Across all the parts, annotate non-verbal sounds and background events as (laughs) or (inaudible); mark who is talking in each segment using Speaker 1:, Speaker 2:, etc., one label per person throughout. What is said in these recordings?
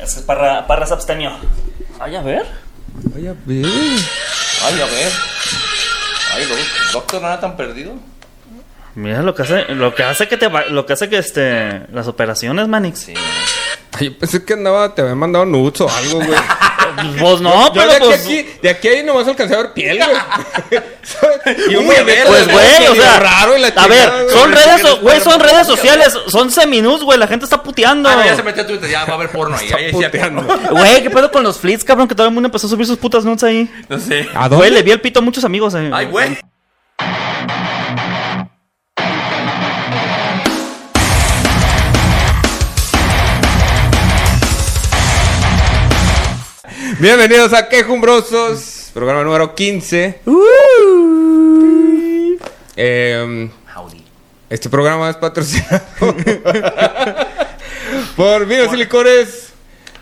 Speaker 1: Es que Parra, Parra es abstemio. Ay, a ver.
Speaker 2: Ay, a ver.
Speaker 3: Ay, a ver. Ay, lo- doctor, nada tan perdido.
Speaker 1: Mira lo que hace, lo que hace que te va- lo que hace que este las operaciones, Manix.
Speaker 3: Sí.
Speaker 2: Ay, yo pensé que andaba, te habían mandado nudes o algo, güey.
Speaker 1: Vos (laughs) no,
Speaker 2: Yo
Speaker 1: pero
Speaker 2: de, aquí,
Speaker 1: pues,
Speaker 2: aquí, de aquí a ahí nomás alcancé a ver
Speaker 1: (laughs)
Speaker 2: piel, güey. ¿Sabes? y un movimiento
Speaker 1: pues
Speaker 2: de-
Speaker 1: güey, o
Speaker 2: medio
Speaker 1: sea,
Speaker 2: raro y la
Speaker 1: a
Speaker 2: chingada,
Speaker 1: ver,
Speaker 2: güey.
Speaker 1: son redes, so- güey, son redes
Speaker 3: Sí,
Speaker 1: sociales, son seminus, güey, la gente está puteando.
Speaker 3: Ah, no, ya se metió a Twitter, ya va a haber porno ahí. Ahí decía
Speaker 2: puteando.
Speaker 3: porno.
Speaker 1: Güey, qué pedo con los flits, cabrón, que todo el mundo empezó a subir sus putas nudes ahí.
Speaker 3: (laughs) No sé.
Speaker 2: ¿A dónde?
Speaker 1: Güey, le vi el pito a muchos amigos. eh.
Speaker 3: Ay, güey.
Speaker 2: Bienvenidos a Quejumbrosos, programa número 15.
Speaker 1: Uh.
Speaker 2: Eh,
Speaker 3: Howdy.
Speaker 2: este programa es patrocinado (laughs) por Vinos y Licores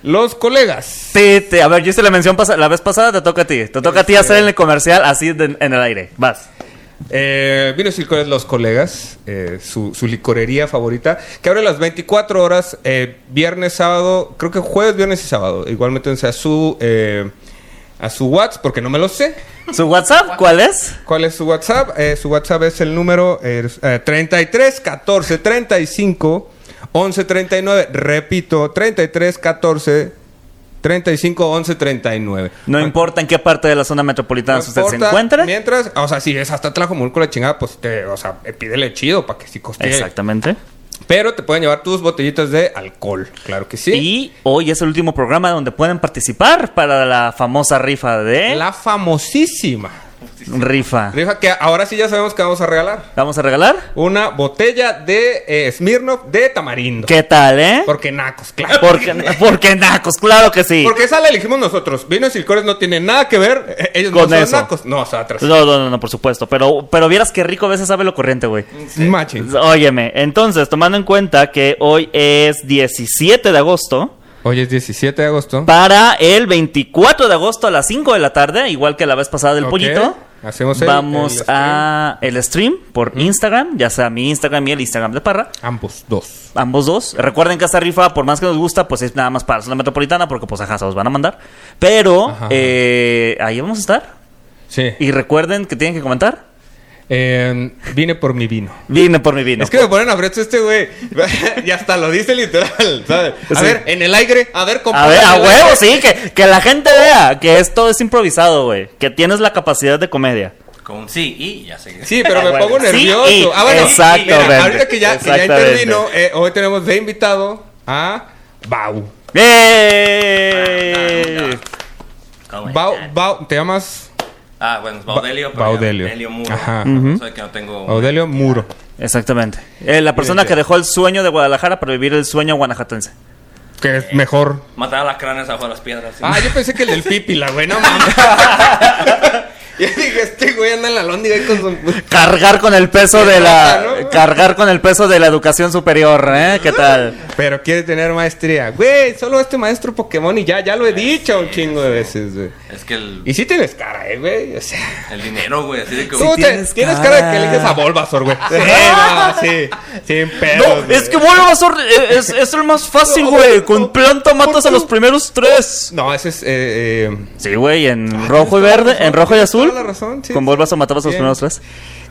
Speaker 2: Los Colegas.
Speaker 4: Sí, te- a ver, yo hice la mención pasa- la vez pasada, te toca a ti. Te toca a ti hacer el comercial así de- en el aire. Vas.
Speaker 2: Eh, Vinos y Licores Los Colegas, eh, su, su licorería favorita, que abre las 24 horas, eh, viernes, sábado, creo que jueves, viernes y sábado. Igual métanse a su, eh, a su WhatsApp, porque no me lo sé.
Speaker 4: ¿Su WhatsApp cuál es?
Speaker 2: ¿Cuál es su WhatsApp? Eh, su WhatsApp es el número eh, eh, 33 14 35 11 39. Repito, 33 14 35 11 39.
Speaker 4: No importa en qué parte de la zona metropolitana
Speaker 2: No
Speaker 4: usted se
Speaker 2: importa,
Speaker 4: encuentre.
Speaker 2: Mientras, o sea, si es hasta Tlajomulco la chingada, pues te, o sea, eh, pídele chido para que sí costee.
Speaker 4: Exactamente.
Speaker 2: Pero te pueden llevar tus botellitas de alcohol, claro que sí.
Speaker 4: Y hoy es el último programa donde pueden participar para la famosa rifa de...
Speaker 2: La famosísima
Speaker 4: Rifa.
Speaker 2: rifa que ahora sí ya sabemos que vamos a regalar.
Speaker 4: ¿Vamos a regalar?
Speaker 2: Una botella de eh, Smirnoff de tamarindo.
Speaker 4: ¿Qué tal, eh?
Speaker 2: Porque nacos, claro.
Speaker 4: Porque, (laughs) porque nacos, claro que sí.
Speaker 2: Porque esa la elegimos nosotros. Vinos y licores no tienen nada que ver. eh, Ellos
Speaker 4: Con
Speaker 2: no son
Speaker 4: eso.
Speaker 2: nacos. No, o sea, atrás.
Speaker 4: No, no, no, no, por supuesto. Pero, pero vieras qué rico a veces sabe lo corriente, güey.
Speaker 2: Machín.
Speaker 4: Óyeme, entonces, tomando en cuenta que hoy es 17 de agosto,
Speaker 2: Hoy es 17 de agosto.
Speaker 4: para el 24 de agosto a las 5 de la tarde, igual que la vez pasada del
Speaker 2: Ok,
Speaker 4: pollito,
Speaker 2: hacemos el-
Speaker 4: vamos
Speaker 2: el stream.
Speaker 4: a el stream por Instagram, ya sea mi Instagram y el Instagram de Parra.
Speaker 2: Ambos, dos.
Speaker 4: Ambos dos. Recuerden que esta rifa, por más que nos gusta, pues es nada más para la zona metropolitana, porque pues ajá, se los van a mandar. Pero
Speaker 2: Ajá.
Speaker 4: eh, ahí vamos a estar.
Speaker 2: Sí.
Speaker 4: Y recuerden que tienen que comentar.
Speaker 2: Eh, vine por mi vino.
Speaker 4: Vine por mi vino.
Speaker 2: es que me ponen a brecho este
Speaker 4: (laughs)
Speaker 2: güey. y hasta lo dice literal, ¿sabes? A
Speaker 4: Sí.
Speaker 2: ver, en el aire. A ver,
Speaker 4: A
Speaker 2: compadre,
Speaker 4: ver, a
Speaker 2: en el
Speaker 4: huevo,
Speaker 2: aire.
Speaker 4: sí, que, que la gente vea que esto es improvisado, güey. Que tienes la capacidad de comedia.
Speaker 3: Con sí y ya sé.
Speaker 2: Sí, pero me pongo
Speaker 4: Sí,
Speaker 2: nervioso.
Speaker 4: y-
Speaker 2: ah, bueno.
Speaker 4: exactamente,
Speaker 2: mira, ahorita que ya, que ya
Speaker 4: exactamente.
Speaker 2: intervino, eh, hoy tenemos de invitado a Bau.
Speaker 4: ¡Eh!
Speaker 3: ¿Cómo
Speaker 2: Bau,
Speaker 3: están?
Speaker 2: Bau, ¿te llamas?
Speaker 3: Ah, bueno, es Baudelio. pero
Speaker 2: Baudelio.
Speaker 3: ya, Delio Muro.
Speaker 2: Ajá.
Speaker 3: Ajá.
Speaker 2: Ujú.
Speaker 3: que no tengo.
Speaker 2: Audelio Muro.
Speaker 4: Exactamente. Eh, la persona que dejó el sueño de Guadalajara para vivir el sueño guanajatense.
Speaker 2: Que es mejor.
Speaker 3: Matar a las cranes abajo de las piedras. sí.
Speaker 2: Ah, yo pensé que el del pipi, la güey, no
Speaker 4: (laughs)
Speaker 2: mames. yo dije, este güey anda en la lóndiga ahí con su...
Speaker 4: Cargar con el peso de la. Cargar con el peso de la educación superior, ¿eh? ¿Qué tal?
Speaker 2: Pero quiere tener maestría. Güey, solo este maestro Pokémon y ya, ya lo he dicho un chingo de veces, güey.
Speaker 3: Es que el,
Speaker 2: Y sí tienes cara, eh, güey. O sea...
Speaker 3: el dinero, güey. Así de que.
Speaker 2: Tú te- tienes,
Speaker 4: tienes
Speaker 2: cara.
Speaker 4: cara.
Speaker 2: de que eliges a
Speaker 4: (laughs)
Speaker 2: Bulbasaur, güey. Sí, no, sí. Sin pedos,
Speaker 4: No,
Speaker 2: güey.
Speaker 4: es que Bulbasaur eh, es, es el más fácil, güey. Con planta matas a los primeros tres.
Speaker 2: No, ese es... eh, eh,
Speaker 4: Sí, güey, en rojo y verde, en rojo y azul.
Speaker 2: Toda la razón, sí,
Speaker 4: Con
Speaker 2: sí.
Speaker 4: Bulbasaur matabas a los
Speaker 2: Bien.
Speaker 4: primeros tres.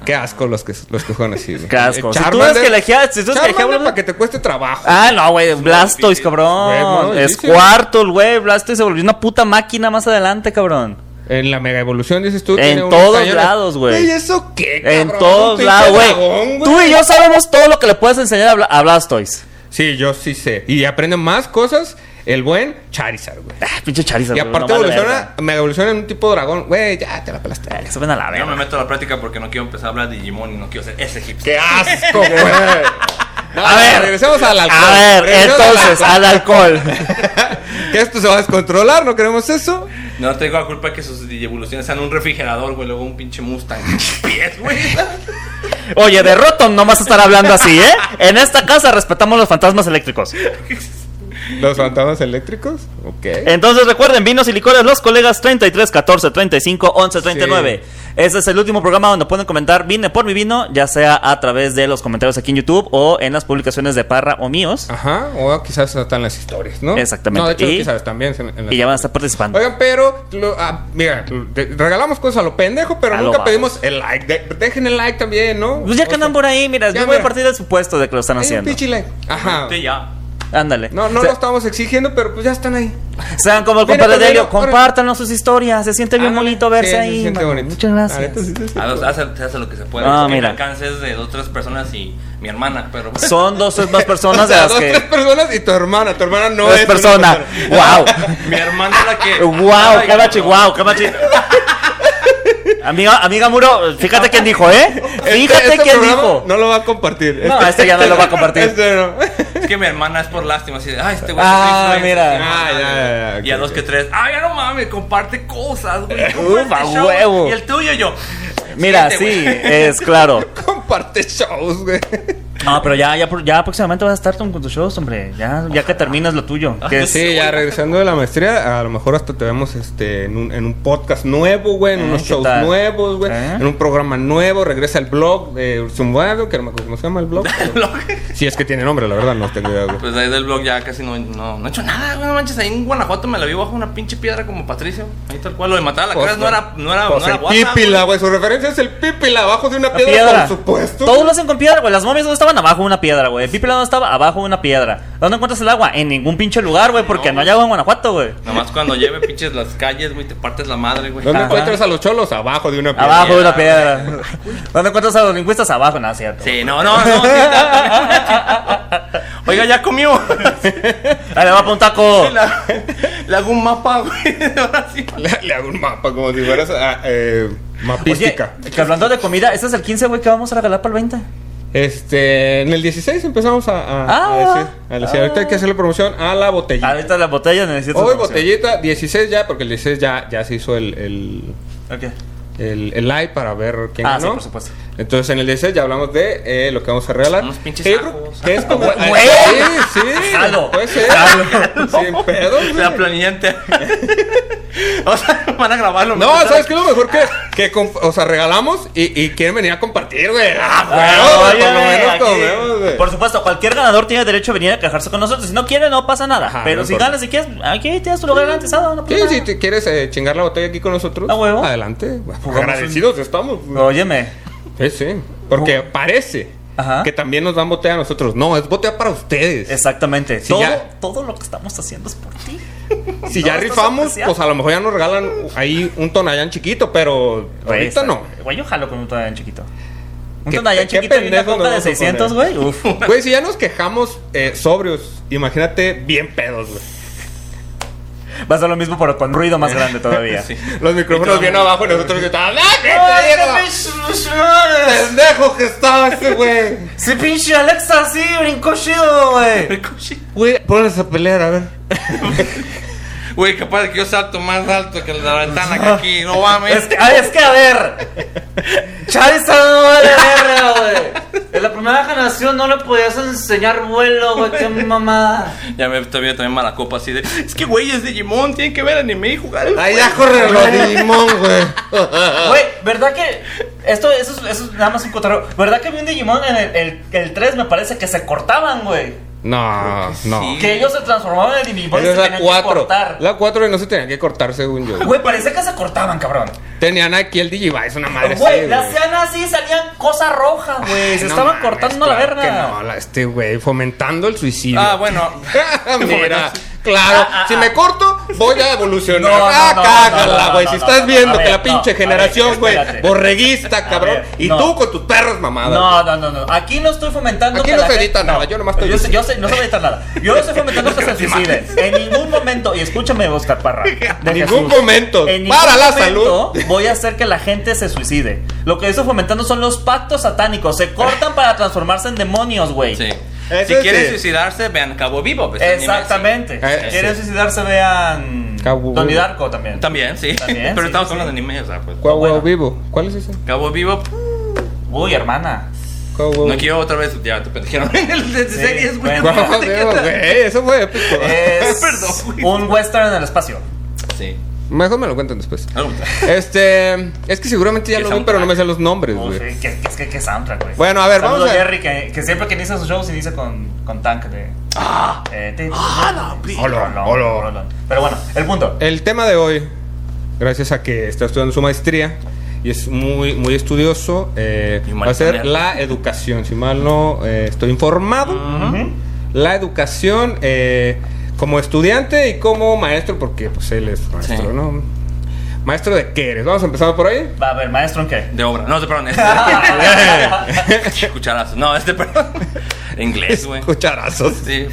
Speaker 2: Qué asco los que, los que juegan así, güey.
Speaker 4: Qué asco.
Speaker 2: Eh,
Speaker 4: Si tú
Speaker 2: Charmander-
Speaker 4: ves que elegía- si tú ves que elegía
Speaker 2: Charmander
Speaker 4: Bulbasaur-
Speaker 2: para que te cueste trabajo.
Speaker 4: Ah, no, güey, Blastoise,
Speaker 2: Güey, no,
Speaker 4: cabrón.
Speaker 2: sí,
Speaker 4: Es
Speaker 2: sí.
Speaker 4: cuarto, güey. Blastoise se volvió una puta máquina más adelante, cabrón.
Speaker 2: En la mega evolución, dices tú.
Speaker 4: En
Speaker 2: tiene unos
Speaker 4: todos
Speaker 2: cañones.
Speaker 4: lados, güey.
Speaker 2: ¿Y eso qué,
Speaker 4: En
Speaker 2: cabrón? Un
Speaker 4: todos
Speaker 2: pinche
Speaker 4: lados,
Speaker 2: dragón,
Speaker 4: güey. Tú y yo sabemos todo lo que le puedes enseñar a, Bla- a Blastoise.
Speaker 2: Sí, yo sí sé. Y aprende más cosas el buen Charizard, güey.
Speaker 4: Ah, pinche Charizard.
Speaker 2: Y
Speaker 4: güey,
Speaker 2: aparte
Speaker 4: no vale
Speaker 2: evoluciona,
Speaker 4: verga.
Speaker 2: mega evoluciona en un tipo dragón. Güey, ya te la pelaste.
Speaker 4: Ah, que se ven a la
Speaker 3: Yo
Speaker 4: verga.
Speaker 3: no me meto a la práctica porque no quiero empezar a hablar de Digimon y no quiero ser ese hipster.
Speaker 2: ¡Qué (laughs) asco, güey! No,
Speaker 4: A
Speaker 2: no,
Speaker 4: ver.
Speaker 2: regresemos al alcohol.
Speaker 4: A ver,
Speaker 2: Regresemos
Speaker 4: entonces,
Speaker 2: al
Speaker 4: al alcohol.
Speaker 2: (laughs) alcohol. que esto se va a descontrolar, no queremos eso.
Speaker 3: No tengo la culpa que sus digievoluciones sean un refrigerador, güey. Luego un pinche Mustang. (laughs) Pies, güey.
Speaker 4: Oye, de Rotom no vas a estar hablando así, ¿eh? En esta casa respetamos los fantasmas eléctricos.
Speaker 2: ¿Los fantasmas eléctricos? Ok.
Speaker 4: Entonces recuerden, vinos y licores, los colegas 33, 14, 35, 11, 39. Ese es el último programa donde pueden comentar vine por mi vino, ya sea a través de los comentarios aquí en YouTube o en las publicaciones de Parra o míos.
Speaker 2: Ajá, o quizás están las historias, ¿no?
Speaker 4: Exactamente.
Speaker 2: No, de hecho,
Speaker 4: Y-
Speaker 2: quizás también. en- en las-
Speaker 4: Y ya van a estar participando.
Speaker 2: Oigan, pero, lo- ah, mira, te- regalamos cosas a lo pendejo, pero
Speaker 4: A lo
Speaker 2: nunca
Speaker 4: bajo.
Speaker 2: pedimos el like. De- dejen el like también, ¿no?
Speaker 4: Pues ya que andan por ahí, mira,
Speaker 2: Ya,
Speaker 4: yo voy a
Speaker 2: mira.
Speaker 4: partir del supuesto de que lo están
Speaker 2: Hay un
Speaker 4: haciendo.
Speaker 2: pinche like. Ajá.
Speaker 3: Vete ya.
Speaker 4: Ándale.
Speaker 2: No, no
Speaker 4: Se-
Speaker 2: lo estamos exigiendo, pero pues ya están ahí.
Speaker 4: Sean como el
Speaker 2: Mira,
Speaker 4: compadre de
Speaker 2: Pedrero,
Speaker 4: Helio, compártanos sus historias, se siente bien
Speaker 2: Ah,
Speaker 4: bonito
Speaker 2: sí,
Speaker 4: verse
Speaker 2: se
Speaker 4: ahí.
Speaker 2: siente
Speaker 4: mano.
Speaker 2: bonito.
Speaker 4: Muchas
Speaker 2: La neta, sí,
Speaker 4: gracias.
Speaker 2: sí, sí.
Speaker 3: A los- hace, se hace lo que se puede.
Speaker 4: Ah,
Speaker 3: que
Speaker 4: mira.
Speaker 3: me alcances de dos tres personas y mi hermana, pero. (laughs)
Speaker 4: Son dos o más personas
Speaker 2: O
Speaker 4: de
Speaker 2: sea,
Speaker 4: las
Speaker 2: dos, (laughs) tres
Speaker 4: que...
Speaker 2: personas y tu hermana. Tu hermana no
Speaker 4: Tres
Speaker 2: es. una
Speaker 4: personas. ¡Wow!
Speaker 3: mi hermana es la
Speaker 4: (laughs)
Speaker 3: que.
Speaker 4: ¡Wow!
Speaker 3: Ay,
Speaker 4: ¡Camachi!
Speaker 3: no.
Speaker 4: ¡Wow! (laughs) ¡Camachi! Amiga, amiga Muro, fíjate quién dijo, ¿eh?
Speaker 2: Este-
Speaker 4: Fíjate
Speaker 2: este
Speaker 4: quién
Speaker 2: programa
Speaker 4: dijo.
Speaker 2: No lo va a compartir.
Speaker 4: No, este ya no lo va a compartir.
Speaker 2: (laughs) Este no.
Speaker 3: Es que mi hermana es por lástima, así de, ay, este güey.
Speaker 4: Ah,
Speaker 3: es influencer,
Speaker 4: mira.
Speaker 3: que
Speaker 2: Ah,
Speaker 3: madre".
Speaker 2: ya, ya, ya,
Speaker 3: Y a
Speaker 2: ok,
Speaker 3: dos
Speaker 2: ok.
Speaker 3: que tres, ay, ya no mames, comparte cosas, güey.
Speaker 4: Uf, a
Speaker 3: comparte shows".
Speaker 4: huevo.
Speaker 3: Y el tuyo y yo.
Speaker 4: Mira,
Speaker 3: "Siete,
Speaker 4: sí,
Speaker 3: güey". (laughs)
Speaker 4: es claro.
Speaker 2: Comparte shows, güey.
Speaker 4: (laughs) No, pero ya, ya, ya próximamente vas a estar con, con tus shows, hombre. Ya, ya que terminas lo tuyo. Que es-
Speaker 2: Sí, ya regresando de la maestría, a lo mejor hasta te vemos este, en, un, en un podcast nuevo, güey, en
Speaker 4: Eh,
Speaker 2: unos
Speaker 4: ¿qué
Speaker 2: shows
Speaker 4: tal?
Speaker 2: nuevos, güey,
Speaker 4: Eh.
Speaker 2: en un programa nuevo. Regresa el blog de Ursumbado, que no me acuerdo cómo se llama el blog. pero- Si es que tiene nombre, la verdad, no tengo idea, güey.
Speaker 3: Pues ahí del blog ya casi no, no, no he hecho nada, güey, no manches, ahí en Guanajuato me la vi bajo una pinche piedra como Patricio, ahí tal cual, lo de matar a la cara no era, no era,
Speaker 2: Pues
Speaker 3: Ah, no era
Speaker 2: el
Speaker 3: WhatsApp,
Speaker 2: pípila,
Speaker 3: güey.
Speaker 2: güey. Su referencia es el pípila abajo de una piedra,
Speaker 4: piedra.
Speaker 2: por supuesto.
Speaker 4: Todos lo hacen con piedra, güey. Las momias no estaban abajo de una piedra, güey. El Pípila no estaba abajo de una piedra. ¿Dónde encuentras el agua? En ningún pinche lugar, güey, porque no,
Speaker 3: No.
Speaker 4: hay agua en Guanajuato, güey.
Speaker 3: Nomás cuando lleve pinches las calles, güey, te partes la madre, güey.
Speaker 2: ¿Dónde
Speaker 4: Ajá.
Speaker 2: encuentras a los cholos? Abajo de una piedra.
Speaker 4: Abajo de una piedra. (laughs) ¿Dónde encuentras a los lingüistas? Abajo, no, es cierto.
Speaker 3: Sí, no, no, no. sí, está- Oiga, ya comió.
Speaker 4: Ahí le va para un taco.
Speaker 3: Le- Le hago un mapa, güey. Ahora sí.
Speaker 2: Le, le hago un mapa, como si fueras ah, eh,
Speaker 4: Oye,
Speaker 2: mapística.
Speaker 4: que hablando de comida, este es el 15, güey, que vamos a regalar para el 20.
Speaker 2: Este, en el 16 empezamos a, a- a
Speaker 4: Ah.
Speaker 2: decir, a decir, ahorita hay que hacerle promoción a la botellita.
Speaker 4: Ahorita la botella necesito.
Speaker 2: Hoy botellita, 16 ya, porque el 16 ya, ya se hizo el, el,
Speaker 4: Ok.
Speaker 2: el- el live para ver quién
Speaker 4: Ah, sí,
Speaker 2: ganó.
Speaker 4: por supuesto.
Speaker 2: Entonces en el 16 ya hablamos de eh, lo que vamos a regalar.
Speaker 3: Unos pinches
Speaker 2: ¿Qué,
Speaker 3: ajos.
Speaker 2: qué es como? eh,
Speaker 4: Güey. (laughs)
Speaker 2: Sí, sí.
Speaker 4: Jalo.
Speaker 2: Puede ser. Sin pedo. güey.
Speaker 3: La planilla entera. O sea, van a grabarlo.
Speaker 2: No, ¿sabes qué? es Lo mejor que, que comp- o sea, regalamos y, y quieren venir a compartir, güey. Ah,
Speaker 4: Ah,
Speaker 2: güey,
Speaker 4: oye,
Speaker 2: por lo menos
Speaker 4: aquí.
Speaker 2: comemos, güey.
Speaker 4: Por supuesto, cualquier ganador tiene derecho a venir a quejarse con nosotros. Si no quiere, no pasa nada.
Speaker 2: Ajá,
Speaker 4: Pero
Speaker 2: no
Speaker 4: si
Speaker 2: importa.
Speaker 4: ganas, si quieres, aquí tienes tu lugar garantizado. No pasa
Speaker 2: Sí,
Speaker 4: nada.
Speaker 2: si te quieres eh, chingar la botella aquí con nosotros,
Speaker 4: ¿A Ah, huevo?
Speaker 2: adelante. Pues,
Speaker 4: Jugamos
Speaker 2: Agradecidos estamos. güey.
Speaker 4: Óyeme.
Speaker 2: Sí, sí. Porque parece
Speaker 4: Ajá.
Speaker 2: que también nos dan botella a nosotros. No, es botella para ustedes.
Speaker 4: Exactamente.
Speaker 2: Si
Speaker 4: todo,
Speaker 2: ya-
Speaker 4: todo lo que estamos haciendo es por ti.
Speaker 2: si
Speaker 4: no,
Speaker 2: ya
Speaker 4: esto es
Speaker 2: rifamos,
Speaker 4: especial.
Speaker 2: pues a lo mejor ya nos regalan ahí un tonallán chiquito, pero
Speaker 4: Güey,
Speaker 2: ahorita
Speaker 4: está-
Speaker 2: no.
Speaker 4: Güey, yo jalo con un Tonayán chiquito. Un
Speaker 2: Qué-
Speaker 4: Tonayán
Speaker 2: qué
Speaker 4: chiquito y una
Speaker 2: pendejos
Speaker 4: copa
Speaker 2: nos
Speaker 4: de
Speaker 2: vamos a
Speaker 4: 600,
Speaker 2: poner.
Speaker 4: güey. Uf.
Speaker 2: Güey, si ya nos quejamos eh, sobrios, imagínate bien pedos, güey.
Speaker 4: Va a ser lo mismo, pero con ruido
Speaker 2: (laughs)
Speaker 4: más grande todavía.
Speaker 3: Sí.
Speaker 2: Los micrófonos bien abajo y nosotros que ¡Ah, qué
Speaker 4: ¡Ay,
Speaker 2: pendejo que estaba ese güey!
Speaker 4: ¡Sí, pinche Alexa, sí! ¡Brincó chido, güey!
Speaker 2: Güey, ponles a pelear, a ver.
Speaker 3: Güey, capaz de que yo salto más alto que la ventana que aquí. No mames.
Speaker 4: Es que, ah, es que a ver. Charizard no vale verga, güey. En la primera generación no le podías enseñar vuelo, güey. Qué mamada.
Speaker 3: Ya me estoy viendo también mala copa así de. Es que güey, es Digimon, tienen que ver anime y jugar. el
Speaker 2: Ahí ya corre los Digimon, güey.
Speaker 4: Güey, ¿verdad que.? Esto eso, es- eso es nada más un cotarro. ¿Verdad que vi un Digimon en el, el, el 3 me parece que se cortaban, güey?
Speaker 2: No, no.
Speaker 3: sí.
Speaker 4: Que ellos se transformaban en Digimon y
Speaker 2: Esa
Speaker 4: se
Speaker 2: es la
Speaker 4: tenían que
Speaker 2: 4.
Speaker 4: cortar.
Speaker 2: La 4 no se tenía que cortar, según yo.
Speaker 4: Güey, parece que se cortaban, cabrón.
Speaker 2: Tenían aquí el Digivice, una madre así,
Speaker 4: Güey, le hacían así, salían cosas rojas, güey. Se
Speaker 2: No
Speaker 4: estaban
Speaker 2: mames,
Speaker 4: Pues, cortando la
Speaker 2: claro
Speaker 4: verga.
Speaker 2: que no, la- este güey, fomentando el suicidio.
Speaker 3: Ah, bueno.
Speaker 2: (laughs) Mira, claro, si me corto, voy a evolucionar.
Speaker 4: Ah, No, no,
Speaker 2: ah,
Speaker 4: no, no,
Speaker 2: cágala,
Speaker 4: no,
Speaker 2: güey.
Speaker 4: no,
Speaker 2: si
Speaker 4: no,
Speaker 2: estás
Speaker 4: no,
Speaker 2: viendo
Speaker 4: a
Speaker 2: que
Speaker 4: ver,
Speaker 2: la pinche
Speaker 4: no, a
Speaker 2: generación,
Speaker 4: ver,
Speaker 2: güey,
Speaker 4: espérate.
Speaker 2: borreguista, cabrón.
Speaker 4: ver,
Speaker 2: y
Speaker 4: no.
Speaker 2: tú con tus perras mamadas.
Speaker 4: No, no, no, no. Aquí no estoy fomentando.
Speaker 2: Aquí
Speaker 4: que
Speaker 2: no
Speaker 4: la
Speaker 2: se
Speaker 4: gente-
Speaker 2: edita nada, yo nomás estoy
Speaker 4: Yo, sé-
Speaker 2: diciendo.
Speaker 4: yo sé- no se edita nada. Yo no estoy fomentando
Speaker 2: (laughs)
Speaker 4: que se suicide. En ningún momento, y escúchame, Oscar Parra. de
Speaker 2: Ningún momento.
Speaker 4: En
Speaker 2: Para la
Speaker 4: salud. Voy a hacer que la gente se suicide. Lo que estoy fomentando son los pactos satánicos. Se cortan para transformarse en demonios, güey.
Speaker 3: Sí.
Speaker 2: Ese
Speaker 3: Si quieren
Speaker 2: sí.
Speaker 3: suicidarse, vean Cabo Vivo. pues, anime, sí.
Speaker 4: Exactamente.
Speaker 2: Eh,
Speaker 4: Si quieren
Speaker 2: sí.
Speaker 4: suicidarse, vean.
Speaker 2: Cabo-
Speaker 4: Donnie Darko también.
Speaker 3: También, sí.
Speaker 4: También,
Speaker 3: Pero
Speaker 4: sí,
Speaker 3: estamos
Speaker 4: sí,
Speaker 3: hablando de anime, o sea, pues.
Speaker 2: Guau, guau,
Speaker 4: Bueno.
Speaker 2: vivo. ¿Cuál es ese?
Speaker 3: Cabo Vivo.
Speaker 2: (laughs)
Speaker 4: Uy, hermana.
Speaker 2: Cabo huevo.
Speaker 3: No aquí otra vez, ya te pendejaron (laughs) en el de series, güey.
Speaker 2: Cabo
Speaker 3: no te
Speaker 4: (laughs)
Speaker 2: huevo,
Speaker 3: queda.
Speaker 2: güey, Eso fue épico.
Speaker 4: Es
Speaker 3: Perdón, güey.
Speaker 4: un western en el espacio.
Speaker 3: Sí.
Speaker 2: Mejor me lo cuentan después.
Speaker 3: Algo más.
Speaker 2: Este, es que seguramente ya
Speaker 3: ¿Qué
Speaker 2: lo vi,
Speaker 3: soundtrack?
Speaker 2: pero no me sé los nombres,
Speaker 4: Oh,
Speaker 2: güey.
Speaker 4: sí, qué, qué- qué- qué soundtrack, güey.
Speaker 2: Bueno, a ver,
Speaker 4: Saludo
Speaker 2: vamos a-
Speaker 4: Jerry, que, que siempre que inicia sus shows inicia con, con Tank de... ¡Ah!
Speaker 2: Hola, hola.
Speaker 4: Pero bueno, el punto.
Speaker 2: El tema de hoy, gracias a que está estudiando su maestría y es muy, muy estudioso, eh,
Speaker 3: Y
Speaker 2: va a ser
Speaker 3: humanitaria.
Speaker 2: la educación. Si mal no eh, estoy informado,
Speaker 4: Ujú.
Speaker 2: la educación eh, como estudiante y como maestro, porque pues él es maestro,
Speaker 3: Sí.
Speaker 2: ¿no? Maestro de qué eres. Vamos a empezar por ahí.
Speaker 4: Va a ver, maestro en qué.
Speaker 3: De obra. No,
Speaker 2: (laughs)
Speaker 3: te perdón. Este, cucharazos. No, este, perdón. (laughs) Inglés, güey.
Speaker 2: Cucharazos.
Speaker 3: Sí.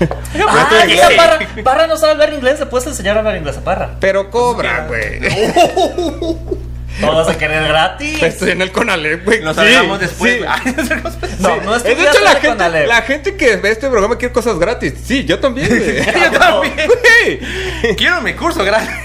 Speaker 4: Ah,
Speaker 2: Maestro en
Speaker 4: esa
Speaker 2: qué.
Speaker 4: Parra, Parra no sabe hablar inglés, le puedes enseñar a hablar inglés a Parra.
Speaker 2: Pero cobra, güey.
Speaker 3: (laughs)
Speaker 4: No vas a querer gratis.
Speaker 2: (laughs) Estoy en el Conalep, güey.
Speaker 3: Nos
Speaker 2: Sí,
Speaker 3: hablamos después.
Speaker 2: sí.
Speaker 3: (laughs) Ay, no sé cómo se-
Speaker 4: No, no
Speaker 2: Es Eh, de
Speaker 4: estudiaste
Speaker 2: hecho la
Speaker 4: en el
Speaker 2: gente,
Speaker 4: Conalep.
Speaker 2: la gente que ve este programa quiere cosas gratis. Sí, yo también. güey. (laughs)
Speaker 3: Yo también.
Speaker 2: Güey.
Speaker 3: Quiero mi curso, gracias.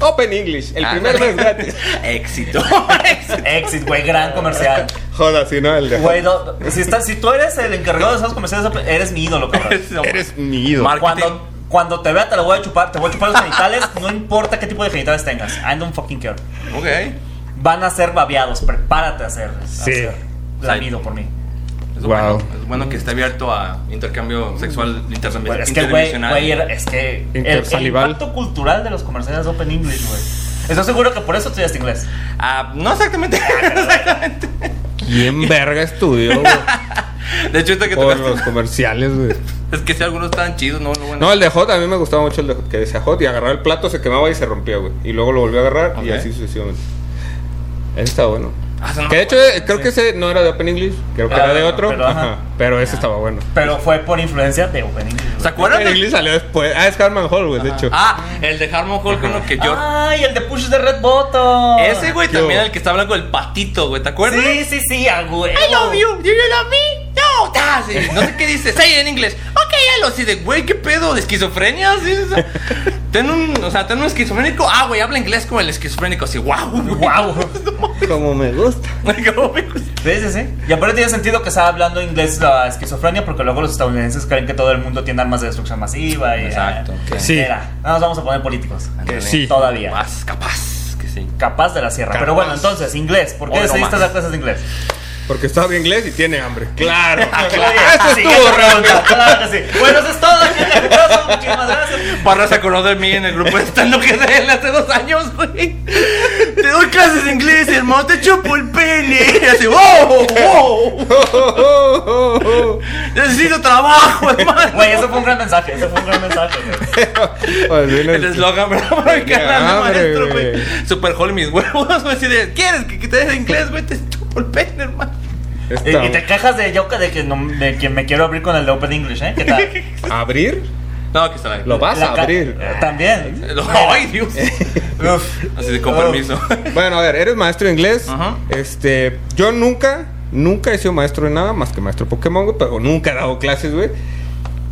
Speaker 2: Open English,
Speaker 3: Ah,
Speaker 2: el primer mes gratis.
Speaker 3: (laughs) Éxito. Éxito.
Speaker 4: Exit, güey, gran comercial.
Speaker 2: Joda, si no, el de.
Speaker 4: Güey, no, no, si, estás- si tú eres el encargado de esos comerciales, eres mi ídolo,
Speaker 2: (laughs)
Speaker 4: cabrón.
Speaker 2: Eres mi ídolo.
Speaker 3: Marketing.
Speaker 4: Cuando, cuando te vea, te lo voy a chupar. Te voy a chupar los genitales, no importa qué tipo de genitales tengas. I don't fucking care.
Speaker 3: Ok.
Speaker 4: Van a ser babeados, prepárate a ser. a
Speaker 2: Sí.
Speaker 4: ser lamido por mí.
Speaker 3: Es
Speaker 2: Wow.
Speaker 3: bueno, es bueno que esté abierto a intercambio sexual
Speaker 2: Pues
Speaker 3: interdimensional.
Speaker 4: Bueno, es que, güey, güey, era- es que el, el
Speaker 2: Intersalival.
Speaker 4: impacto cultural de los comerciales de Open English, güey. Estoy seguro que por eso estudiaste inglés.
Speaker 3: Ah, no exactamente. (laughs) exactamente.
Speaker 2: ¿Quién verga estudió, güey?
Speaker 3: De hecho, ahorita que
Speaker 2: Por
Speaker 3: tocaste.
Speaker 2: los comerciales, güey.
Speaker 3: Es que si algunos estaban chidos, no, no, bueno.
Speaker 2: No, el de Hot, a mí me gustaba mucho el de Hot, que decía Hot y agarraba el plato, se quemaba y se rompía, güey. Y luego lo volvió a agarrar y
Speaker 3: Ok.
Speaker 2: así sucesivamente. Ese estaba bueno.
Speaker 3: Ah, eso no
Speaker 2: que
Speaker 3: me
Speaker 2: de hecho,
Speaker 3: acuerdo.
Speaker 2: eh, creo que ese no era de Open English, creo que
Speaker 4: Ah,
Speaker 2: era de
Speaker 4: no,
Speaker 2: otro.
Speaker 4: pero
Speaker 2: Pero,
Speaker 4: ajá.
Speaker 2: pero ese estaba bueno.
Speaker 4: Pero fue por influencia de Open English. güey.
Speaker 3: ¿Se acuerdan?
Speaker 2: Open
Speaker 3: del-
Speaker 2: English salió después. Ah, es Carmen Hall, güey, de hecho.
Speaker 3: Ah, el de Harmon Hall con lo que yo.
Speaker 4: Ay, el de Push de Red Button.
Speaker 3: Ese güey
Speaker 2: yo.
Speaker 3: también, el que está hablando con el patito, güey, ¿te acuerdas?
Speaker 4: Sí, sí, sí, a güey.
Speaker 3: I love you, do you love me? No, ta, Ah, sí, no sé qué dice, say en inglés. Ok, ya lo sí, de güey, ¿qué pedo? ¿De esquizofrenia? Sí, o sea, ten un, o sea, ten un esquizofrénico. Ah, güey, habla inglés como el esquizofrénico, así, wow, (laughs)
Speaker 4: Wow.
Speaker 2: Como me gusta.
Speaker 4: Sí, sí, sí. Y aparte tiene sentido que estaba hablando inglés la esquizofrenia porque luego los estadounidenses creen que todo el mundo tiene armas de destrucción masiva y...
Speaker 3: Exacto.
Speaker 4: eh,
Speaker 2: Sí.
Speaker 4: era. No nos vamos a poner políticos.
Speaker 2: Que sí.
Speaker 4: Todavía.
Speaker 3: Capaz, capaz, que sí.
Speaker 4: Capaz de la sierra.
Speaker 2: Capaz.
Speaker 4: Pero bueno, entonces, inglés. ¿Por qué
Speaker 3: Hoy no
Speaker 4: decidiste
Speaker 3: más.
Speaker 4: dar clases de inglés?
Speaker 2: (laughs) Porque sabe inglés y tiene hambre.
Speaker 3: (laughs)
Speaker 2: Claro.
Speaker 3: Ah,
Speaker 4: Oye,
Speaker 2: Eso
Speaker 4: siguiente
Speaker 2: estuvo
Speaker 4: pregunta.
Speaker 2: rápido.
Speaker 4: Claro que sí. Bueno, eso es todo. gente. Un abrazo, Muchísimas gracias.
Speaker 3: Parra se acordó de mí en el grupo de estando que de él hace dos años, güey. Te doy clases de inglés, hermano, te chupo el pene. Y así, "Oh, wow, wow. Necesito trabajo, hermano.
Speaker 4: Güey, eso fue un gran mensaje. Eso fue un gran mensaje. güey.
Speaker 2: Pues viene
Speaker 3: El eslogan, (laughs) bro, para el
Speaker 2: Qué
Speaker 3: canal de
Speaker 2: hambre,
Speaker 3: maestro,
Speaker 2: güey.
Speaker 3: güey. Super Hall mis huevos, güey. Así de, ¿quieres que que te des inglés, güey? Te chupo el pene, hermano.
Speaker 2: esta-
Speaker 4: Y, y te quejas de yo que- de que, no, de que me quiero abrir con el de Open English, ¿eh? ¿Qué tal?
Speaker 2: ¿Abrir?
Speaker 3: No, que está la. (laughs)
Speaker 2: Lo vas a
Speaker 4: La ca-
Speaker 2: abrir.
Speaker 4: Eh, También.
Speaker 3: Ay, Dios. Uf. Así de, con permiso. (laughs)
Speaker 2: Bueno, a ver, eres maestro de inglés.
Speaker 3: Ajá.
Speaker 2: Este, yo nunca, nunca he sido maestro de nada más que maestro de Pokémon, güey, pero nunca he dado clases, güey.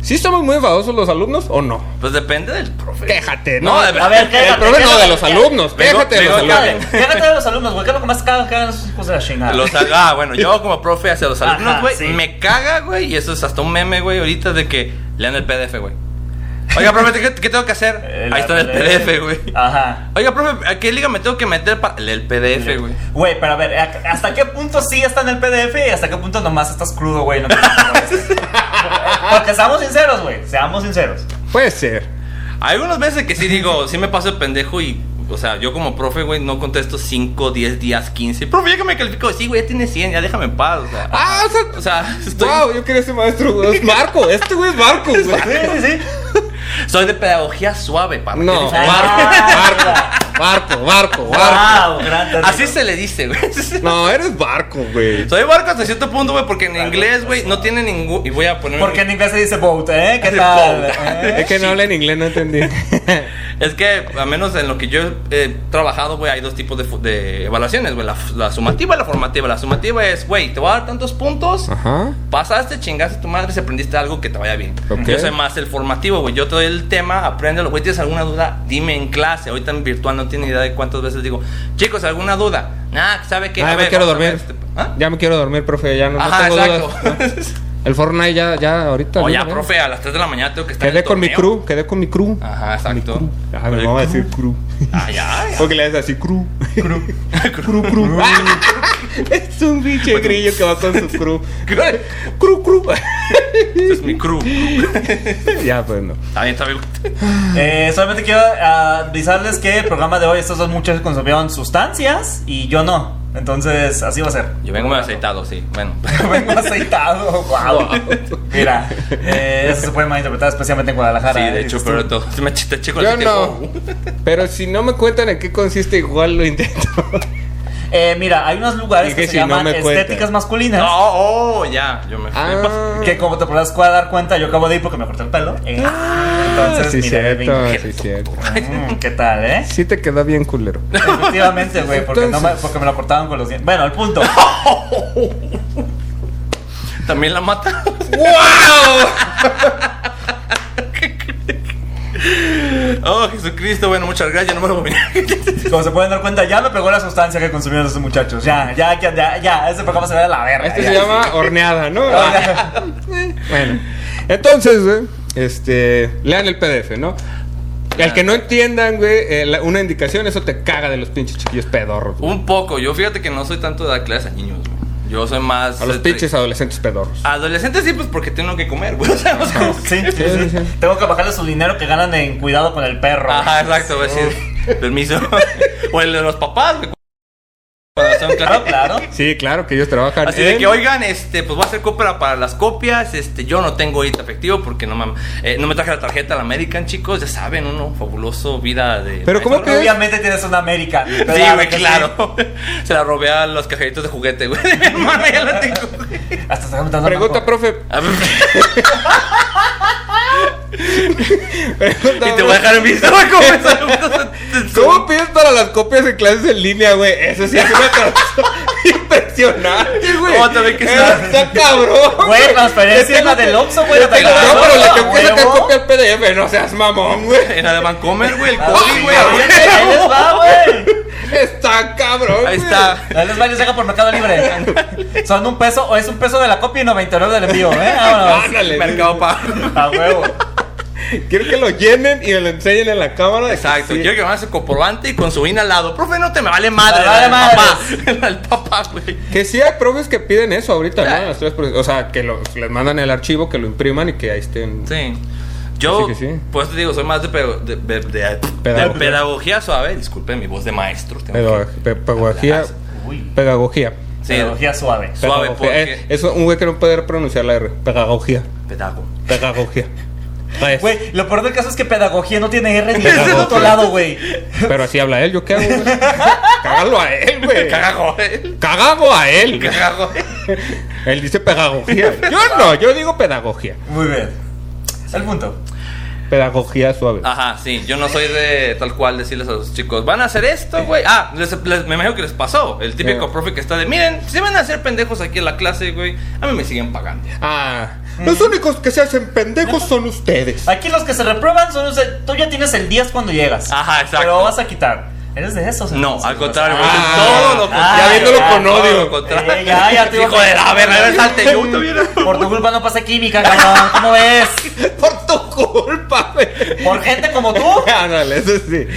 Speaker 2: ¿Sí estamos muy enfadosos los alumnos o no?
Speaker 3: Pues depende del profe.
Speaker 2: Quéjate,
Speaker 3: No,
Speaker 2: ¿no?
Speaker 3: de-
Speaker 4: A ver, quéjate.
Speaker 2: el problema no
Speaker 4: quéjate.
Speaker 2: de los alumnos,
Speaker 3: Vengo-
Speaker 2: quéjate de los
Speaker 3: vengo-
Speaker 2: alumnos.
Speaker 4: Quéjate de los alumnos, güey. ¿Qué es lo que más cagan? Cagan sus cosas de la chingada.
Speaker 3: Los, al- ah,
Speaker 4: (laughs)
Speaker 3: bueno, yo como profe hacia los
Speaker 4: Ajá,
Speaker 3: alumnos, güey,
Speaker 4: sí.
Speaker 3: me caga, güey, y eso es hasta un meme, güey, ahorita de que lean el PDF, güey. Oiga, profe, ¿qué, qué tengo que hacer?
Speaker 4: (laughs) Eh, la
Speaker 3: Ahí está el
Speaker 4: pelea.
Speaker 3: PDF, güey.
Speaker 4: Ajá.
Speaker 3: Oiga, profe, ¿a qué liga me tengo que meter para...? Lee el PDF, güey.
Speaker 4: Güey, pero a ver, ¿a- ¿hasta qué punto sí está en el PDF y hasta qué punto nomás estás crudo, güey? No te-
Speaker 3: (laughs)
Speaker 4: Porque seamos sinceros, güey. Seamos sinceros.
Speaker 2: Puede ser.
Speaker 3: Hay unas veces que sí digo, sí me paso el pendejo y... O sea, yo como profe, güey, no contesto 5, 10 días, 15. Profe, ya que me califico, sí, güey, ya tiene 100, ya déjame en paz, o sea...
Speaker 2: Ah, o sea,
Speaker 3: O sea, (laughs) estoy-
Speaker 2: wow, yo quería ser maestro, güey. Es Marco, este güey es Marco, güey.
Speaker 4: Sí, sí, sí.
Speaker 3: soy de pedagogía suave, para
Speaker 2: No,
Speaker 4: Ah,
Speaker 2: barco,
Speaker 3: Ah.
Speaker 2: barco, barco, barco, barco.
Speaker 4: Wow, gran término.
Speaker 3: Así se le dice, güey. (laughs)
Speaker 2: No, eres barco, güey.
Speaker 3: Soy barco hasta cierto punto, güey, porque en inglés, güey, no tiene ningún. Y voy a poner.
Speaker 4: Porque en inglés se dice boat, ¿eh? ¿Qué
Speaker 3: Hace
Speaker 4: tal?
Speaker 3: boat.
Speaker 4: ¿Eh?
Speaker 2: Es que no habla en inglés, no entendí.
Speaker 3: Es que, a menos en lo que yo he trabajado, güey, hay dos tipos de, fu- de evaluaciones, güey. La, la sumativa y la formativa. La sumativa es, güey, te voy a dar tantos
Speaker 2: (laughs)
Speaker 3: puntos.
Speaker 2: Ajá.
Speaker 3: Pasaste, chingaste a tu madre, si aprendiste algo que te vaya bien.
Speaker 2: Ok.
Speaker 3: Yo soy más el formativo, güey. Yo te doy el tema, apréndelo, güey. ¿Tienes alguna duda? Dime en clase. Ahorita en virtual no tiene idea de cuántas veces digo, chicos, ¿alguna duda? Nah, ¿sabe qué?
Speaker 2: Ay,
Speaker 3: A
Speaker 2: Ah, me quiero
Speaker 3: vamos a
Speaker 2: dormir.
Speaker 3: ver este- ¿Ah?
Speaker 2: Ya me quiero dormir, profe. Ya no, no
Speaker 3: Ajá,
Speaker 2: tengo
Speaker 3: exacto.
Speaker 2: dudas. Ah, ¿no?
Speaker 3: (laughs)
Speaker 2: El Fortnite ya, ya ahorita.
Speaker 3: o ya,
Speaker 2: ¿no?
Speaker 3: profe, a las 3 de la mañana tengo que estar. en
Speaker 2: ¿eh? Quedé
Speaker 3: el
Speaker 2: con mi
Speaker 3: torneo.
Speaker 2: crew, quedé con mi crew.
Speaker 3: Ajá, exacto.
Speaker 2: Ajá, mi mamá va a decir crew.
Speaker 3: Ah, ya. ya.
Speaker 2: Porque le haces así, crew. Crew. (laughs) crew, crew. (laughs) es un pinche grillo que va con su crew.
Speaker 3: (laughs)
Speaker 2: crew, crew. (laughs)
Speaker 3: Ese este es mi crew.
Speaker 2: ya, pues no.
Speaker 3: Está bien, está bien.
Speaker 4: Eh, solamente quiero avisarles que el programa de hoy estos dos muchachos consumieron sustancias y yo no. Entonces, así va a ser. (laughs)
Speaker 3: Yo vengo muy aceitado, (laughs) sí. Bueno.
Speaker 4: Vengo aceitado,
Speaker 3: (laughs)
Speaker 4: wow. Mira, eh, eso se puede malinterpretar especialmente en Guadalajara.
Speaker 3: Sí, de
Speaker 4: ¿eh?
Speaker 3: hecho,
Speaker 4: Dices
Speaker 3: pero
Speaker 4: tú.
Speaker 3: todo. Se me chita chico
Speaker 2: Yo
Speaker 3: Pues así que,
Speaker 2: no.
Speaker 3: wow.
Speaker 2: Pero si no me cuentan en qué consiste, igual lo intento.
Speaker 4: Eh, mira, hay unos lugares
Speaker 2: Dije
Speaker 4: que se
Speaker 2: si no
Speaker 4: llaman
Speaker 2: me cuenta.
Speaker 4: estéticas masculinas.
Speaker 3: No, oh, oh, ya. Yo me fui.
Speaker 4: (laughs)
Speaker 2: Ah.
Speaker 4: Que como te podrás dar cuenta, yo acabo de ir porque me corté el pelo. Eh, entonces,
Speaker 2: Ah, sí,
Speaker 4: mira,
Speaker 2: cierto,
Speaker 4: venga.
Speaker 2: sí, cierto. (laughs)
Speaker 4: Mm, ¿Qué tal, eh?
Speaker 2: Sí te quedó bien culero.
Speaker 4: Efectivamente, güey, porque, no me,
Speaker 2: Entonces-
Speaker 4: porque me lo cortaban con los dientes. Bueno, el
Speaker 2: (laughs)
Speaker 4: punto.
Speaker 3: También
Speaker 2: (laughs)
Speaker 3: la mata. Oh, Jesucristo. Bueno, muchas gracias. No me lo voy a
Speaker 4: Como se pueden dar cuenta, ya me pegó la sustancia que consumieron esos muchachos. Ya, ya, ya, ya, ya. Ese programa se va a la verga.
Speaker 2: Este
Speaker 4: ya.
Speaker 2: se llama horneada, ¿no? Ah.
Speaker 4: Ahora,
Speaker 2: Bueno, entonces, güey, este, lean el PDF, ¿no? El que no entiendan, güey, eh, la- una indicación, eso te caga de los pinches chiquillos pedorros. güey.
Speaker 3: (laughs) Un poco. Yo fíjate que no soy tanto de dar clases a niños, güey. Yo soy más.
Speaker 2: A los
Speaker 3: eh,
Speaker 2: pinches adolescentes pedorros.
Speaker 3: Adolescentes sí, pues porque tengo que comer, güey. (laughs) O sea, no sé cómo-
Speaker 4: sí, sí, sí.
Speaker 2: sí.
Speaker 4: Tengo que bajarle su dinero que ganan en cuidado con el perro.
Speaker 3: Ajá, exacto, voy a decir. Permiso. (laughs) o el de los papás, güey. Cuando (laughs) son
Speaker 4: Claro,
Speaker 2: (laughs)
Speaker 3: clases.
Speaker 4: claro.
Speaker 2: Sí, claro que ellos trabajan.
Speaker 3: Así de
Speaker 2: en-
Speaker 3: que, oigan, este, pues voy a hacer compra para las copias. Este, yo no tengo ahorita efectivo porque no, mam- eh, no me traje la tarjeta al American, chicos. Ya saben, uno fabuloso vida de.
Speaker 2: Pero ¿cómo
Speaker 4: Porque
Speaker 2: que?
Speaker 4: Obviamente tienes una América.
Speaker 3: Sí, güey,
Speaker 4: que sí.
Speaker 3: claro. (laughs) Se la robé a los cajeritos de juguete, güey. (laughs) de Mi hermana ya la tengo.
Speaker 4: Hasta se está
Speaker 2: Pregunta, profe.
Speaker 3: A ver,
Speaker 2: Pregunta,
Speaker 3: y te voy a dejar en visto, güey, cómo es algo-
Speaker 2: ¿Cómo pides para las copias de clases en línea, güey? Eso sí es una cosa (laughs) impresionante, güey.
Speaker 3: No, también que
Speaker 2: Eh,
Speaker 3: está-
Speaker 2: está cabrón.
Speaker 4: Güey, transferencia es la del Oxxo, güey. la
Speaker 2: Tengo-
Speaker 4: del
Speaker 2: No,
Speaker 4: Oxxo,
Speaker 2: pero le
Speaker 4: a
Speaker 2: tengo que sacar
Speaker 4: huevo.
Speaker 2: copia al PDF, no seas mamón, güey.
Speaker 4: (laughs)
Speaker 3: Era de Vancomer, güey, el
Speaker 4: Ah,
Speaker 3: Cody,
Speaker 4: sí,
Speaker 3: güey. a
Speaker 4: Ahí
Speaker 3: huevo.
Speaker 4: ahí les va, (laughs) güey.
Speaker 2: Está cabrón.
Speaker 3: Ahí
Speaker 2: güey.
Speaker 3: está.
Speaker 4: Ahí les va, yo saco por Mercado Libre. Son un peso, o es un peso de la copia y 99 del envío, ¿eh? Vámonos.
Speaker 2: Ándale.
Speaker 3: Mercado Pago.
Speaker 4: A huevo.
Speaker 2: Quiero que lo llenen y me lo enseñen en la cámara.
Speaker 3: Exacto,
Speaker 2: Sí.
Speaker 3: quiero que me hagas el comprobante y con su INE al lado. Profe, no te me vale madre.
Speaker 4: Me
Speaker 3: la
Speaker 4: vale
Speaker 3: del
Speaker 4: madre.
Speaker 3: papá. (laughs) La del papá, güey.
Speaker 2: Que sí hay profes que piden eso ahorita,
Speaker 3: Ah.
Speaker 2: ¿no? Las tres profes- o sea, que lo- les mandan el archivo, que lo impriman y que ahí estén.
Speaker 3: Sí. Yo,
Speaker 2: Así que sí.
Speaker 3: pues te digo, soy más de, pedo- de- de- de- de
Speaker 2: Pedagogía.
Speaker 3: pedagogía suave. Disculpen mi voz de maestro. tengo
Speaker 2: Pedag-
Speaker 3: que-
Speaker 2: pe- Pedagogía.
Speaker 4: Uy.
Speaker 2: Pedagogía.
Speaker 3: Sí,
Speaker 4: Pedagogía suave.
Speaker 3: Suave,
Speaker 2: Pedagogía.
Speaker 3: porque-
Speaker 2: Eh, Es un güey que no puede pronunciar la R. Pedagogía.
Speaker 3: pedago.
Speaker 2: Pedagogía. Pues,
Speaker 4: Güey, lo peor del caso es que pedagogía no tiene R ni
Speaker 2: Ese
Speaker 4: en
Speaker 2: no
Speaker 4: otro
Speaker 2: tiene.
Speaker 4: lado, güey.
Speaker 2: Pero así habla él, ¿yo qué hago? güey? (laughs) Cágalo a él, güey.
Speaker 3: Cagajo, eh.
Speaker 2: Cagamos a él. güey.
Speaker 3: Cagajo, eh.
Speaker 2: Él dice pedagogía. Yo no, yo digo pedagogía.
Speaker 4: Muy bien. El punto.
Speaker 2: Pedagogía suave.
Speaker 3: Ajá, sí, yo no soy de tal cual decirles a los chicos, van a hacer esto, güey. Ah, les- les- me imagino que les pasó. El típico
Speaker 2: Eh.
Speaker 3: profe que está de, miren, si van a hacer pendejos aquí en la clase, güey, a mí me siguen pagando.
Speaker 2: Ah, los únicos que se hacen pendejos son ustedes.
Speaker 4: Aquí los que se reprueban son los de- Tú ya tienes el 10 cuando llegas.
Speaker 3: Ajá, exacto.
Speaker 4: Pero vas a quitar. ¿Eres de esos?
Speaker 3: No,
Speaker 4: entonces?
Speaker 3: al contrario,
Speaker 2: Ah,
Speaker 3: güey, todo lo
Speaker 4: ah,
Speaker 3: contrario.
Speaker 4: ya viéndolo con
Speaker 3: todo
Speaker 2: odio.
Speaker 3: lo contrario.
Speaker 4: Eh, ya, ya te digo
Speaker 3: Hijo
Speaker 4: que-
Speaker 3: de la verga, a ver, salte yo te hubiera-
Speaker 4: Por tu culpa no pasa química, cabrón. ¿Cómo ves?
Speaker 2: Por tu culpa, güey.
Speaker 4: Por gente como tú.
Speaker 2: (laughs) Ándale, eso sí.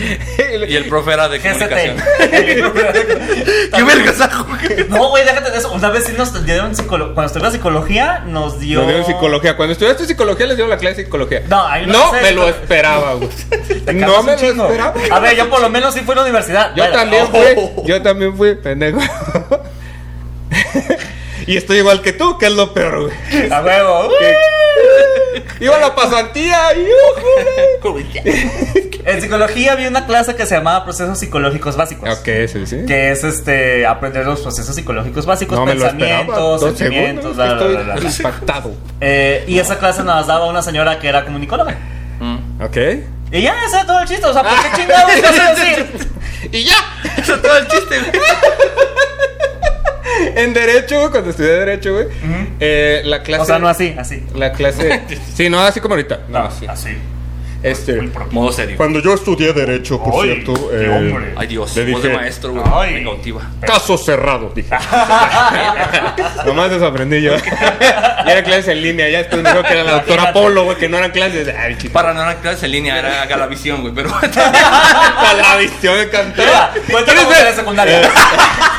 Speaker 3: Y el profe era de comunicación.
Speaker 4: (laughs) GST.
Speaker 3: ¡Qué vergasajo! (laughs)
Speaker 4: No, güey, déjate de eso. Una vez sí nos dieron psicología. Cuando estudiaba psicología, nos dio.
Speaker 2: Nos dieron psicología. Cuando estudiaste psicología, les dieron la clase de psicología.
Speaker 4: No, ahí lo
Speaker 2: No
Speaker 4: sé.
Speaker 2: me lo esperaba, güey.
Speaker 4: Te cagas
Speaker 2: No
Speaker 4: un
Speaker 2: me lo
Speaker 4: chingo.
Speaker 2: esperaba.
Speaker 4: A ver, yo por lo menos sí fui a la universidad.
Speaker 2: Yo
Speaker 4: Bueno,
Speaker 2: también
Speaker 4: ojo.
Speaker 2: fui. Yo también fui, pendejo. (laughs) y estoy igual que tú, que es lo peor, (laughs) güey.
Speaker 4: A huevo.
Speaker 2: Iba a la pasantía. y, uh, ¡ujú!
Speaker 4: En psicología había una clase que se llamaba procesos psicológicos básicos.
Speaker 2: ok, eso sí.
Speaker 4: Que es este aprender los procesos psicológicos básicos,
Speaker 2: No me lo esperaba.
Speaker 4: pensamientos,
Speaker 2: Dos
Speaker 4: sentimientos,
Speaker 2: segundos.
Speaker 4: bla, bla,
Speaker 2: Estoy
Speaker 4: bla,
Speaker 2: (laughs)
Speaker 4: bla, bla.
Speaker 2: impactado.
Speaker 4: Eh, y esa clase nos daba una señora que era comunicóloga.
Speaker 3: Mm.
Speaker 2: (laughs) Ok.
Speaker 4: Y ya, ese era todo el chiste. O sea, ¿por
Speaker 2: Ah.
Speaker 4: qué
Speaker 2: (laughs)
Speaker 4: chingados te vas a decir?
Speaker 2: Y ya.
Speaker 3: Eso es todo el chiste, güey.
Speaker 2: (laughs) En derecho, güey, cuando estudié derecho, güey, eh, la clase.
Speaker 4: O sea, no así, así.
Speaker 2: (laughs) Ah, La clase. sí, no así como ahorita. No, así.
Speaker 4: así.
Speaker 2: Este,
Speaker 3: Modo serio.
Speaker 2: cuando yo estudié Derecho, por
Speaker 5: Ay,
Speaker 2: cierto.
Speaker 5: qué
Speaker 2: eh,
Speaker 5: hombre.
Speaker 3: Ay, Dios.
Speaker 2: Le
Speaker 3: Voz de
Speaker 2: dije-
Speaker 3: maestro, güey.
Speaker 5: Ay.
Speaker 3: Me cautiva.
Speaker 2: Caso cerrado, dije. (laughs) Nomás desaprendí
Speaker 3: (laughs)
Speaker 2: yo. ya eran clases en línea, ya después me dijo que era la doctora Polo, güey, que no eran clases. Ay, chiste.
Speaker 3: Para no eran clases en línea, era Galavisión, güey. Pero. (laughs)
Speaker 2: Para la visión de
Speaker 4: Mira,
Speaker 2: cantar.
Speaker 3: pues,
Speaker 4: cuenta como de la secundaria.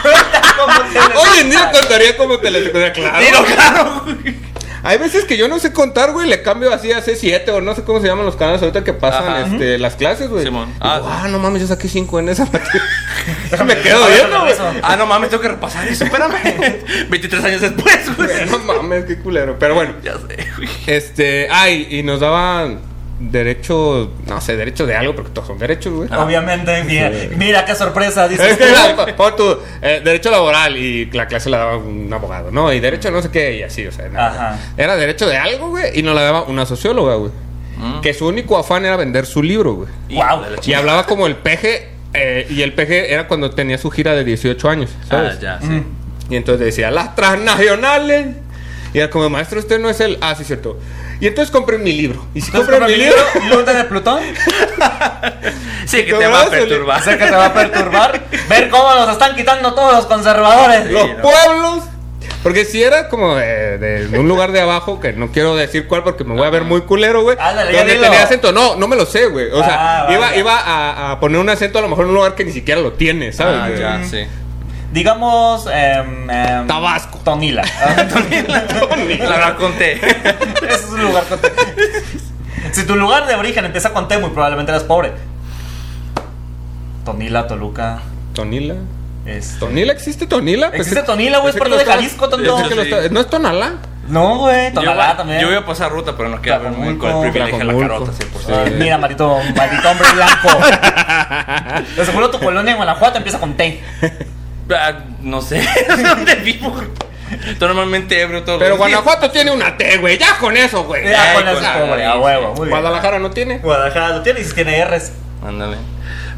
Speaker 4: Cuenta como de la-
Speaker 2: Hoy en día contaría como telesecundaria, claro.
Speaker 3: Pero claro, güey.
Speaker 2: Hay veces que yo no sé contar, güey, le cambio así a C7 o no sé cómo se llaman los canales ahorita que pasan
Speaker 3: Ajá.
Speaker 2: este, las clases, güey.
Speaker 3: Simón.
Speaker 2: Digo,
Speaker 3: Ah.
Speaker 2: Ah, no mames, yo saqué 5 en esa
Speaker 3: (laughs)
Speaker 2: materia. (laughs) me quedo viendo, güey.
Speaker 3: Ah, no mames, tengo que repasar eso. Espérame. (laughs) 23 años después, güey.
Speaker 2: (laughs) No mames, qué culero. Pero bueno,
Speaker 3: Ya sé, güey.
Speaker 2: este, ay, y nos daban derecho, no sé, derecho de algo, porque todos son derechos, güey.
Speaker 4: Ah. Obviamente, mira, mira qué sorpresa,
Speaker 2: (laughs)
Speaker 4: dices tú.
Speaker 2: Este, Pon tu eh, derecho laboral y la clase la daba un abogado, ¿no? Y derecho no sé qué y así, o sea, nada.
Speaker 4: Ajá.
Speaker 2: Era derecho de algo, güey, y nos la daba una socióloga, güey. Que su único afán era vender su libro, güey.
Speaker 4: Guau.
Speaker 3: De la
Speaker 2: Y
Speaker 3: chingada.
Speaker 2: hablaba como el peje, eh, y el peje era cuando tenía su gira de 18 años, ¿sabes?
Speaker 3: Ah, ya, sí.
Speaker 2: Y entonces decía, las transnacionales. Y era como, maestro, usted no es el... Ah, sí, cierto. Y entonces compré mi libro. Y si
Speaker 4: Entonces,
Speaker 2: compré mi libro...
Speaker 4: Luna de Plutón,
Speaker 3: Sí, que te
Speaker 2: Cobraba
Speaker 3: va a
Speaker 2: su-
Speaker 3: perturbar.
Speaker 4: sé que te va a perturbar ver cómo nos están quitando todos los conservadores.
Speaker 2: los pueblos. Porque si era como de, de- de un lugar de abajo, que no quiero decir cuál porque me voy a ver muy culero, güey.
Speaker 4: Ándale, ya
Speaker 2: Donde
Speaker 4: dilo.
Speaker 2: tenía acento, no, no me lo sé, güey. O sea,
Speaker 4: Ah,
Speaker 2: iba,
Speaker 4: vale.
Speaker 2: iba a, a poner un acento a lo mejor en un lugar que ni siquiera lo tiene, ¿sabes?
Speaker 3: Ah,
Speaker 2: güey?
Speaker 3: ya, sí.
Speaker 4: Digamos, em, em,
Speaker 2: Tabasco.
Speaker 4: Tonila.
Speaker 3: Claro, conté.
Speaker 4: Ese es un lugar con T. Si tu lugar de origen empieza con T, muy probablemente eres pobre. Tonila, Toluca.
Speaker 2: Tonila.
Speaker 4: este-
Speaker 2: ¿Tonila existe Tonila?
Speaker 4: ¿Existe
Speaker 2: Pensé-
Speaker 4: Tonila, güey? Es parte
Speaker 2: pensé que lo
Speaker 4: de
Speaker 2: estaba-
Speaker 4: Jalisco, tonto.
Speaker 2: pensé que lo estaba- ¿No es Tonalá?
Speaker 4: No, güey,
Speaker 3: (laughs) Yo,
Speaker 4: Tonalá también.
Speaker 3: yo voy a pasar ruta, pero no queda ver muy con el privilegio de la
Speaker 2: Tlajomulco.
Speaker 3: carota, sí, por
Speaker 4: Ah,
Speaker 3: sí.
Speaker 4: Mira, maldito, maldito hombre
Speaker 3: (laughs)
Speaker 4: blanco. De seguro tu colonia en Guanajuato empieza con T.
Speaker 3: Ah, no sé, (laughs) no sé dónde vivo. güey. Estoy normalmente ebrio todo.
Speaker 2: Pero Guanajuato tiene una T, güey. Ya con eso, güey.
Speaker 4: Ya con
Speaker 3: con
Speaker 4: eso,
Speaker 3: la-
Speaker 4: pobre, a huevo. Muy bien.
Speaker 2: Guadalajara no tiene.
Speaker 4: Guadalajara lo tiene y si tiene R's.
Speaker 3: Ándale.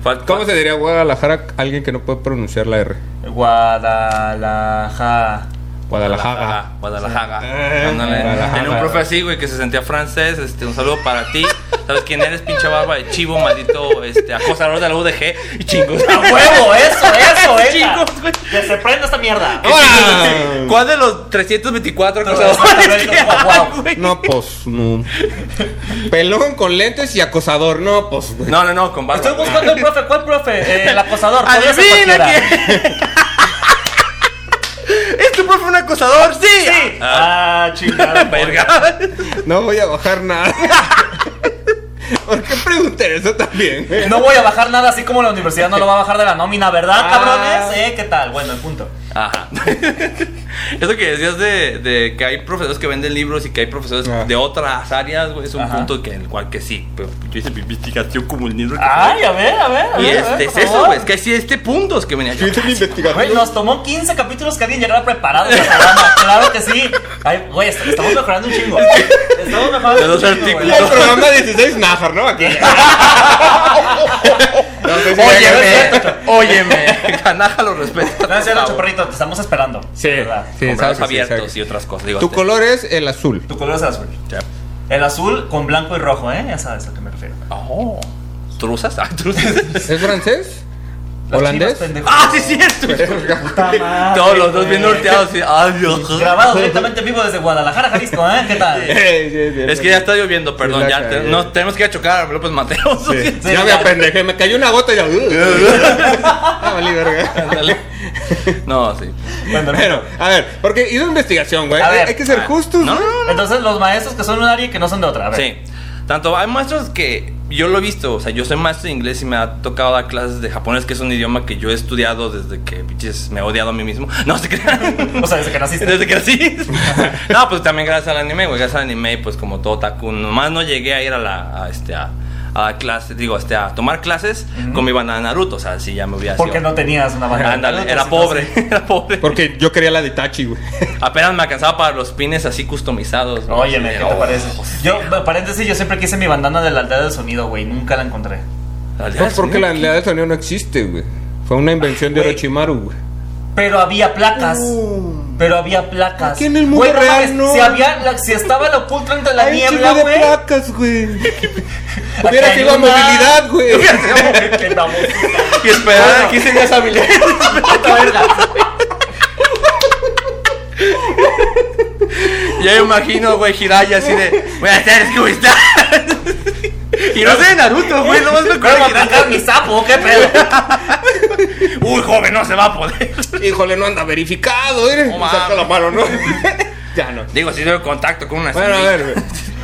Speaker 3: Fal-
Speaker 2: ¿Cómo se diría Guadalajara a alguien que no puede pronunciar la R?
Speaker 3: (laughs)
Speaker 4: Guadalajara.
Speaker 2: Guadalajara.
Speaker 3: Guadalajara. Guadalajara.
Speaker 2: Eh,
Speaker 3: Ándale.
Speaker 2: Guadalajara.
Speaker 3: Tenía un profe así, güey, que se sentía francés. Este, un saludo para ti. ¿Sabes quién eres, pinche barba de chivo, maldito este, acosador de la UDG? Y (laughs) chingos.
Speaker 4: ¡A huevo! ¡Eso, eso,
Speaker 3: (laughs)
Speaker 4: eso!
Speaker 3: Chicos, güey.
Speaker 4: ¡Que se prenda esta mierda! (laughs)
Speaker 2: ¡Ahora!
Speaker 3: ¿Cuál de los 324 (laughs) acosadores que hay, güey?
Speaker 2: No, pues, no. Pelón con lentes y acosador. No, pues, güey.
Speaker 3: No, no, no, con barba.
Speaker 4: Estoy buscando
Speaker 3: (laughs)
Speaker 4: el profe. ¿Cuál profe? Eh, el acosador. Podría ser
Speaker 3: ¡Adivina
Speaker 4: cualquiera.
Speaker 3: quién! ¿Es tu profe un acosador? ¡Sí!
Speaker 4: Sí. Ah, chingada.
Speaker 3: (laughs) Verga.
Speaker 2: No voy a bajar nada. ¿Por qué pregunté eso también? güey?
Speaker 4: No voy a bajar nada así como la universidad no lo va a bajar de la nómina, ¿verdad,
Speaker 2: Ah.
Speaker 4: cabrones? ¿Eh? ¿Qué tal? Bueno, el punto.
Speaker 3: Ajá. (laughs) Eso que decías de, de que hay profesores que venden libros y que hay profesores
Speaker 2: Ah.
Speaker 3: de otras áreas, güey, es un
Speaker 4: Ajá.
Speaker 3: punto que, en el cual que sí. Pero yo hice mi investigación como el libro. que-
Speaker 4: Ay, a ver, a ver. Ah, a
Speaker 3: y
Speaker 4: ver, a
Speaker 3: este
Speaker 4: ver,
Speaker 3: es
Speaker 4: por
Speaker 3: eso,
Speaker 4: favor.
Speaker 3: güey. Es que hay este puntos que venía yo.
Speaker 2: ¿Viste mi
Speaker 4: Güey,
Speaker 2: investigación?
Speaker 4: nos tomó 15 capítulos que alguien llegara preparado para el
Speaker 3: (laughs)
Speaker 4: programa. Claro que sí. Ay, güey, est- estamos mejorando un chingo. Estamos mejorando
Speaker 3: De
Speaker 4: un
Speaker 3: dos
Speaker 4: chingo. güey.
Speaker 2: Y
Speaker 3: artículos.
Speaker 2: el programa 16 Najar, ¿no? Aquí. No sé si-
Speaker 3: Óyeme, óyeme. (laughs) Canaja lo respeta.
Speaker 4: No es
Speaker 3: por
Speaker 4: cierto,
Speaker 3: favor.
Speaker 4: chaparrito, te estamos esperando.
Speaker 2: Sí,
Speaker 4: ¿verdad?
Speaker 2: sí, sabes
Speaker 3: Con
Speaker 2: que
Speaker 3: brazos
Speaker 2: sí,
Speaker 3: abiertos
Speaker 2: sabes.
Speaker 3: y otras cosas. Digo,
Speaker 2: Tu
Speaker 3: te-
Speaker 2: color es el azul.
Speaker 4: Tu color es el azul.
Speaker 3: Ya.
Speaker 4: El azul con blanco y rojo, ¿eh? Ya sabes a qué me refiero.
Speaker 3: Oh. ¿Truzas? (laughs) Ah, truzas.
Speaker 2: ¿Es francés?
Speaker 4: Las
Speaker 2: ¿Holandés?
Speaker 4: chivas, pendejo.
Speaker 3: ¡Ah, sí, es cierto!
Speaker 4: Puta madre,
Speaker 3: Todos los dos
Speaker 4: güey.
Speaker 3: bien norteados. sí. ¡Ay, Dios!
Speaker 4: Grabado directamente en vivo desde Guadalajara, Jalisco, ¿eh? ¿Qué
Speaker 2: (laughs)
Speaker 4: tal?
Speaker 3: Es que ya está lloviendo, perdón.
Speaker 2: la
Speaker 3: ya te-
Speaker 2: cagué.
Speaker 3: no, tenemos que ir a chocar a López Mateos. (laughs)
Speaker 2: Sí.
Speaker 4: Sí,
Speaker 2: ya me
Speaker 4: ya.
Speaker 2: apendejé, me cayó una gota y ya. Ah, valí verga.
Speaker 4: (laughs)
Speaker 3: Ándale. No, sí.
Speaker 4: Bueno,
Speaker 2: Pero, a ver, porque hizo investigación, güey.
Speaker 4: A
Speaker 2: Hay,
Speaker 4: ver.
Speaker 2: hay que ser justos.
Speaker 3: No,
Speaker 2: güey.
Speaker 3: no, no.
Speaker 4: Entonces, los maestros que son de un área y que no son de otra. A ver.
Speaker 3: Sí. Tanto hay maestros que yo lo he visto, o sea, yo soy maestro de inglés y me ha tocado dar clases de japonés, que es un idioma que yo he estudiado desde que pinches, me he odiado a mí mismo. (laughs) No se crean.
Speaker 4: O sea, desde que naciste.
Speaker 3: Desde que así. (laughs) no, pues también gracias al anime, güey. Gracias al anime, pues como todo taku. Nomás no llegué a ir a la. A este, a, a clase, digo, este, a tomar clases con mi banda de Naruto. O sea, sí, ya me hubiera
Speaker 4: Porque
Speaker 3: sido-
Speaker 4: no tenías una banda. de
Speaker 3: Ándale,
Speaker 4: pelotas,
Speaker 3: era
Speaker 4: entonces-
Speaker 3: pobre, (laughs) era pobre.
Speaker 2: Porque yo quería la de Tachi, güey.
Speaker 3: Apenas me alcanzaba para los pines así customizados. ¿no?
Speaker 4: Óyeme,
Speaker 3: Así
Speaker 4: ¿qué
Speaker 3: de,
Speaker 4: te
Speaker 3: oh,
Speaker 4: parece?
Speaker 3: hostia.
Speaker 4: Yo, paréntesis, yo siempre quise mi bandana de la aldea del sonido, güey. Nunca la encontré.
Speaker 3: Al día
Speaker 2: Pues (laughs) porque la
Speaker 3: siguiente.
Speaker 2: realidad de sonido no existe, güey. Fue una invención de
Speaker 4: güey.
Speaker 2: Orochimaru, güey.
Speaker 4: Pero había placas.
Speaker 2: Uh.
Speaker 4: Pero había placas.
Speaker 2: Aquí en el mundo
Speaker 4: Güey, no
Speaker 2: real,
Speaker 4: mames,
Speaker 2: no.
Speaker 4: Si, había, la- si estaba la pultra entre la
Speaker 2: Hay un
Speaker 4: niebla,
Speaker 2: chingo de
Speaker 4: güey.
Speaker 2: placas, güey. (laughs) Hubiera
Speaker 4: Acá hay
Speaker 2: sido
Speaker 4: una.
Speaker 2: movilidad, güey.
Speaker 4: (laughs) Qué baboso.
Speaker 3: (laughs) Y esperar
Speaker 4: Bueno.
Speaker 3: aquí 15 días hábiles.
Speaker 4: Puta verga.
Speaker 3: Ya me imagino, güey, Jiraya así de. Buenas tardes, ¿cómo estás? (laughs) Y no sé de Naruto, güey, nomás me acuerdo
Speaker 4: Pero
Speaker 3: de
Speaker 4: me aplicaron mi
Speaker 3: Jiraya.
Speaker 4: sapo, qué pedo.
Speaker 3: (laughs) Uy, joven, no se va a poder.
Speaker 2: (laughs) Híjole, no anda verificado, ¿eh?
Speaker 3: No
Speaker 2: Saca la
Speaker 3: mames.
Speaker 2: mano, ¿no? ya no.
Speaker 3: Digo, si tengo contacto con una
Speaker 2: Bueno, a
Speaker 3: señorita.
Speaker 2: ver, güey.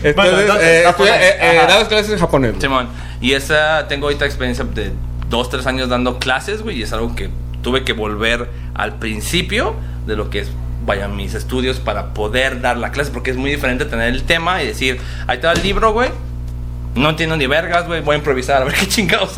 Speaker 2: Entonces,
Speaker 4: Bueno, entonces,
Speaker 2: eh,
Speaker 4: japonés.
Speaker 2: estudia- eh, eh,
Speaker 4: Ajá.
Speaker 2: dabas clases en japonés. güey.
Speaker 3: Simón, y esa tengo ahorita experiencia de dos, tres años dando clases, güey, y es algo que tuve que volver al principio de lo que es, vaya, mis estudios para poder dar la clase, porque es muy diferente tener el tema y decir, ahí está el libro, güey, no entiendo ni vergas, güey, voy a improvisar, a ver qué chingados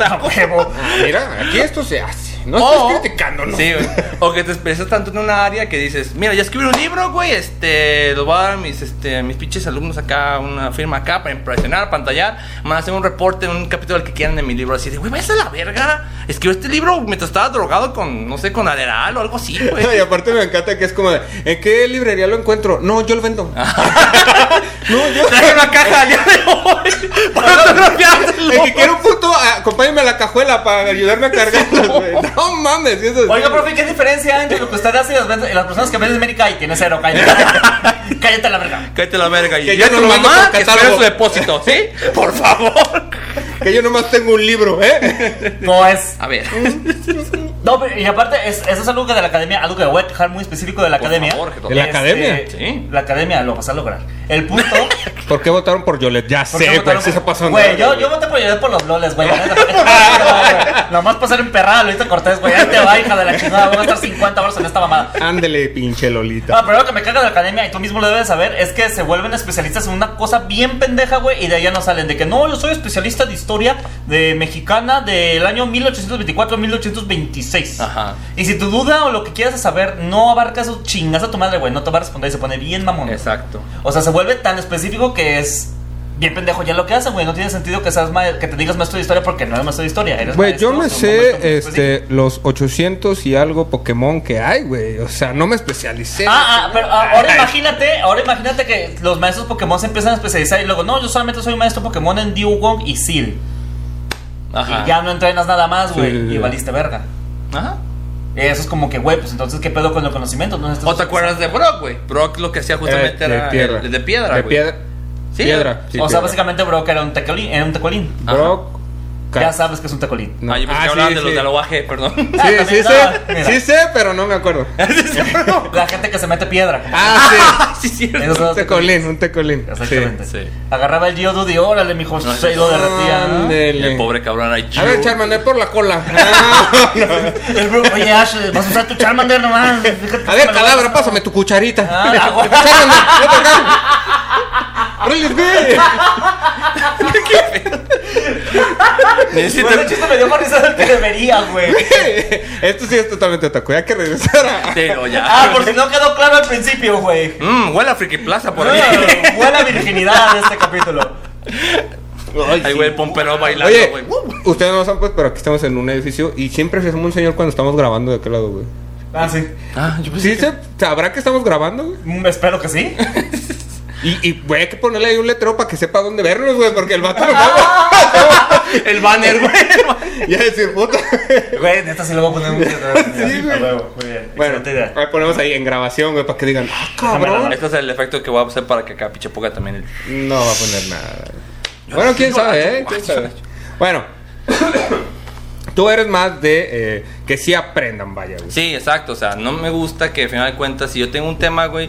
Speaker 4: (laughs)
Speaker 3: hago.
Speaker 2: Ah, Mira, aquí esto se hace. No
Speaker 3: O-
Speaker 2: estás criticando, ¿no?
Speaker 3: Oh. Sí, güey. O que te especializas tanto en una área que dices, mira, ya escribí un libro, güey, este, lo voy a dar a mis, este, a mis pinches alumnos acá, una firma acá para impresionar, pantallar, me van a hacer un reporte, un capítulo del que quieran de mi libro, así de, güey, váyase a la verga, escribió este libro mientras estaba drogado con, no sé, con Adderall o algo así,
Speaker 2: (laughs)
Speaker 3: güey.
Speaker 2: Y aparte me encanta que es como de, ¿en qué librería lo encuentro? No, yo lo vendo. (laughs) no, yo.
Speaker 3: Traje una caja al día
Speaker 2: (laughs)
Speaker 3: de hoy para autografiárselo.
Speaker 2: El que quiera un punto, acompáñame a la cajuela para ayudarme a cargarlas, güey. No mames, eso es-
Speaker 4: Oiga, profe, ¿qué diferencia entre lo que usted hace y las, ven- y las personas que venden en América y tiene cero? Cállate. (laughs) Cállate a la verga.
Speaker 3: Cállate la verga.
Speaker 2: Que
Speaker 3: Y
Speaker 2: yo
Speaker 3: ya
Speaker 2: no
Speaker 3: tu
Speaker 2: lo mando
Speaker 3: mamá
Speaker 2: por
Speaker 3: que espera
Speaker 2: catálogo.
Speaker 3: su depósito,
Speaker 2: (laughs)
Speaker 3: ¿sí? Por favor.
Speaker 2: Que yo nomás tengo un libro, ¿eh?
Speaker 4: (laughs) No es.
Speaker 3: A ver.
Speaker 4: No, pero- y aparte, es- eso es algo que de la academia, algo que voy a dejar muy específico de la
Speaker 3: Por
Speaker 4: academia. Este,
Speaker 3: favor, que todo-
Speaker 2: ¿De la academia?
Speaker 3: Sí.
Speaker 4: La academia lo vas a lograr. El
Speaker 3: (laughs)
Speaker 4: punto.
Speaker 2: ¿Por qué votaron por Yolette? Ya
Speaker 4: ¿por qué
Speaker 2: sé, güey,
Speaker 4: votaron
Speaker 2: sí se
Speaker 4: por-
Speaker 2: pasó.
Speaker 4: Güey, yo, yo voté por llorar por los loles, güey. la neta. (laughs) Nomás para ser emperrada, Lolita Cortés, güey. Ahí te va, hija de la chingada. Voy a estar 50 horas en esta mamada.
Speaker 2: Ándele, pinche Lolita.
Speaker 4: Ah, pero lo que me caga de la academia, y tú mismo lo debes saber, es que se vuelven especialistas en una cosa bien pendeja, güey, y de allá no salen. De que no, yo soy especialista de historia de mexicana del año 1824-1826.
Speaker 3: Ajá.
Speaker 4: Y si tu duda o lo que quieras saber no abarca eso, chingas a tu madre, güey, no te va a responder y se pone bien mamón.
Speaker 3: Exacto.
Speaker 4: O sea, se vuelve tan específico que es bien pendejo ya lo que hacen, güey. No tiene sentido que, seas ma- que te digas maestro de historia porque no eres maestro de historia. Eres
Speaker 2: Güey, yo
Speaker 4: maestro,
Speaker 2: me
Speaker 4: o sea, pues, un pues, maestro muy
Speaker 2: sé
Speaker 4: específico.
Speaker 2: este, los 800 y algo Pokémon que hay, güey. O sea, no me especialicé.
Speaker 4: Ah, ah, pero ah, ahora
Speaker 2: Ay.
Speaker 4: imagínate, ahora imagínate que los maestros Pokémon se empiezan a especializar y luego, no, yo solamente soy maestro Pokémon en Dewgong y Seal.
Speaker 3: Ajá.
Speaker 4: Y ya no entrenas nada más, güey,
Speaker 2: Sí, sí,
Speaker 4: y
Speaker 2: sí.
Speaker 4: valiste verga.
Speaker 3: Ajá.
Speaker 4: Eso es como que, güey, pues entonces, ¿qué pedo con el conocimiento? No necesitas-
Speaker 3: ¿O te acuerdas de Brock, güey? Brock lo que hacía justamente
Speaker 2: Eh,
Speaker 3: era el-
Speaker 2: tierra.
Speaker 3: de piedra,
Speaker 2: De
Speaker 3: güey.
Speaker 2: piedra.
Speaker 3: Sí,
Speaker 2: Piedra.
Speaker 4: o sea,
Speaker 2: piedra.
Speaker 4: básicamente Brock era un tecolín. Era un tecolín.
Speaker 3: Ajá.
Speaker 2: Brock.
Speaker 4: Ya
Speaker 2: Cat-
Speaker 4: sabes que es un tecolín.
Speaker 2: no.
Speaker 3: Ah, yo pensé
Speaker 2: Ah,
Speaker 3: que hablaban de los
Speaker 2: sí.
Speaker 3: de alobaje, perdón.
Speaker 4: Ah,
Speaker 2: Sí,
Speaker 3: (laughs)
Speaker 4: también,
Speaker 2: sí
Speaker 4: no,
Speaker 2: sé,
Speaker 4: mira.
Speaker 2: sí sé, pero no me acuerdo.
Speaker 4: La gente que se mete piedra.
Speaker 2: (laughs) Ah,
Speaker 3: Ah, sí,
Speaker 4: Esos
Speaker 3: cierto.
Speaker 2: sí,
Speaker 4: son
Speaker 2: un
Speaker 4: los tecolín.
Speaker 2: tecolín, un tecolín.
Speaker 4: Exactamente.
Speaker 3: Sí, sí.
Speaker 4: Agarraba el Geodude y órale, mijo,
Speaker 3: No,
Speaker 4: se lo derretía. ¿no?
Speaker 2: Ándele.
Speaker 3: El pobre cabrón ahí.
Speaker 2: A ver, Charman, es por la
Speaker 3: (laughs)
Speaker 2: cola. Ah, no.
Speaker 4: El Brock, Oye, Ash, vas a usar tu Charmander nomás. Fíjate
Speaker 2: A
Speaker 4: que
Speaker 2: ver,
Speaker 4: me lo-
Speaker 2: calabra, pásame tu cucharita.
Speaker 4: Ah,
Speaker 2: (laughs)
Speaker 4: la
Speaker 2: Charmander,
Speaker 4: gua-
Speaker 2: ven para acá. Órale, güey.
Speaker 3: Necesito-
Speaker 4: Bueno, el chiste me dio más risa del que debería, güey.
Speaker 2: (laughs) Esto sí es totalmente otaku. Hay que regresar a.
Speaker 3: Pero oh, ya.
Speaker 4: Ah, por si no quedó claro al principio, güey.
Speaker 3: Mmm, huele a Friki Plaza por ahí.
Speaker 4: Ah, Buena virginidad de este capítulo.
Speaker 3: Ay, güey, el pompero bailando,
Speaker 2: Oye,
Speaker 3: güey.
Speaker 2: ustedes no saben, pues, pero aquí estamos en un edificio y siempre se asoma un señor cuando estamos grabando de aquel lado, güey.
Speaker 4: Ah, sí.
Speaker 3: Ah, yo pensé
Speaker 2: ¿Sí
Speaker 3: que-
Speaker 2: se sabrá que estamos grabando, güey?
Speaker 4: Mm, Espero que sí.
Speaker 2: Y, y güey, hay que ponerle ahí un letrero para que sepa dónde vernos, güey, porque el vato
Speaker 4: (laughs)
Speaker 2: no va
Speaker 3: El banner, güey. el banner.
Speaker 2: Y a decir, puta.
Speaker 4: Güey, neta sí le voy a poner un Sí,
Speaker 2: güey.
Speaker 4: Muy bien.
Speaker 2: Bueno,
Speaker 4: Excelente idea.
Speaker 2: ahí ponemos ahí en grabación, güey, para que digan, ah, cabrón.
Speaker 3: (laughs) Este es el efecto que voy a hacer para que acá pinche ponga también el.
Speaker 2: No va a poner nada. Bueno, quién sabe, ¿eh? ¿Quién sabe? Bueno, (coughs) tú eres más de eh, que sí aprendan, vaya, güey.
Speaker 3: Sí, exacto. O sea, no me gusta que al final de cuentas, si yo tengo un tema, güey,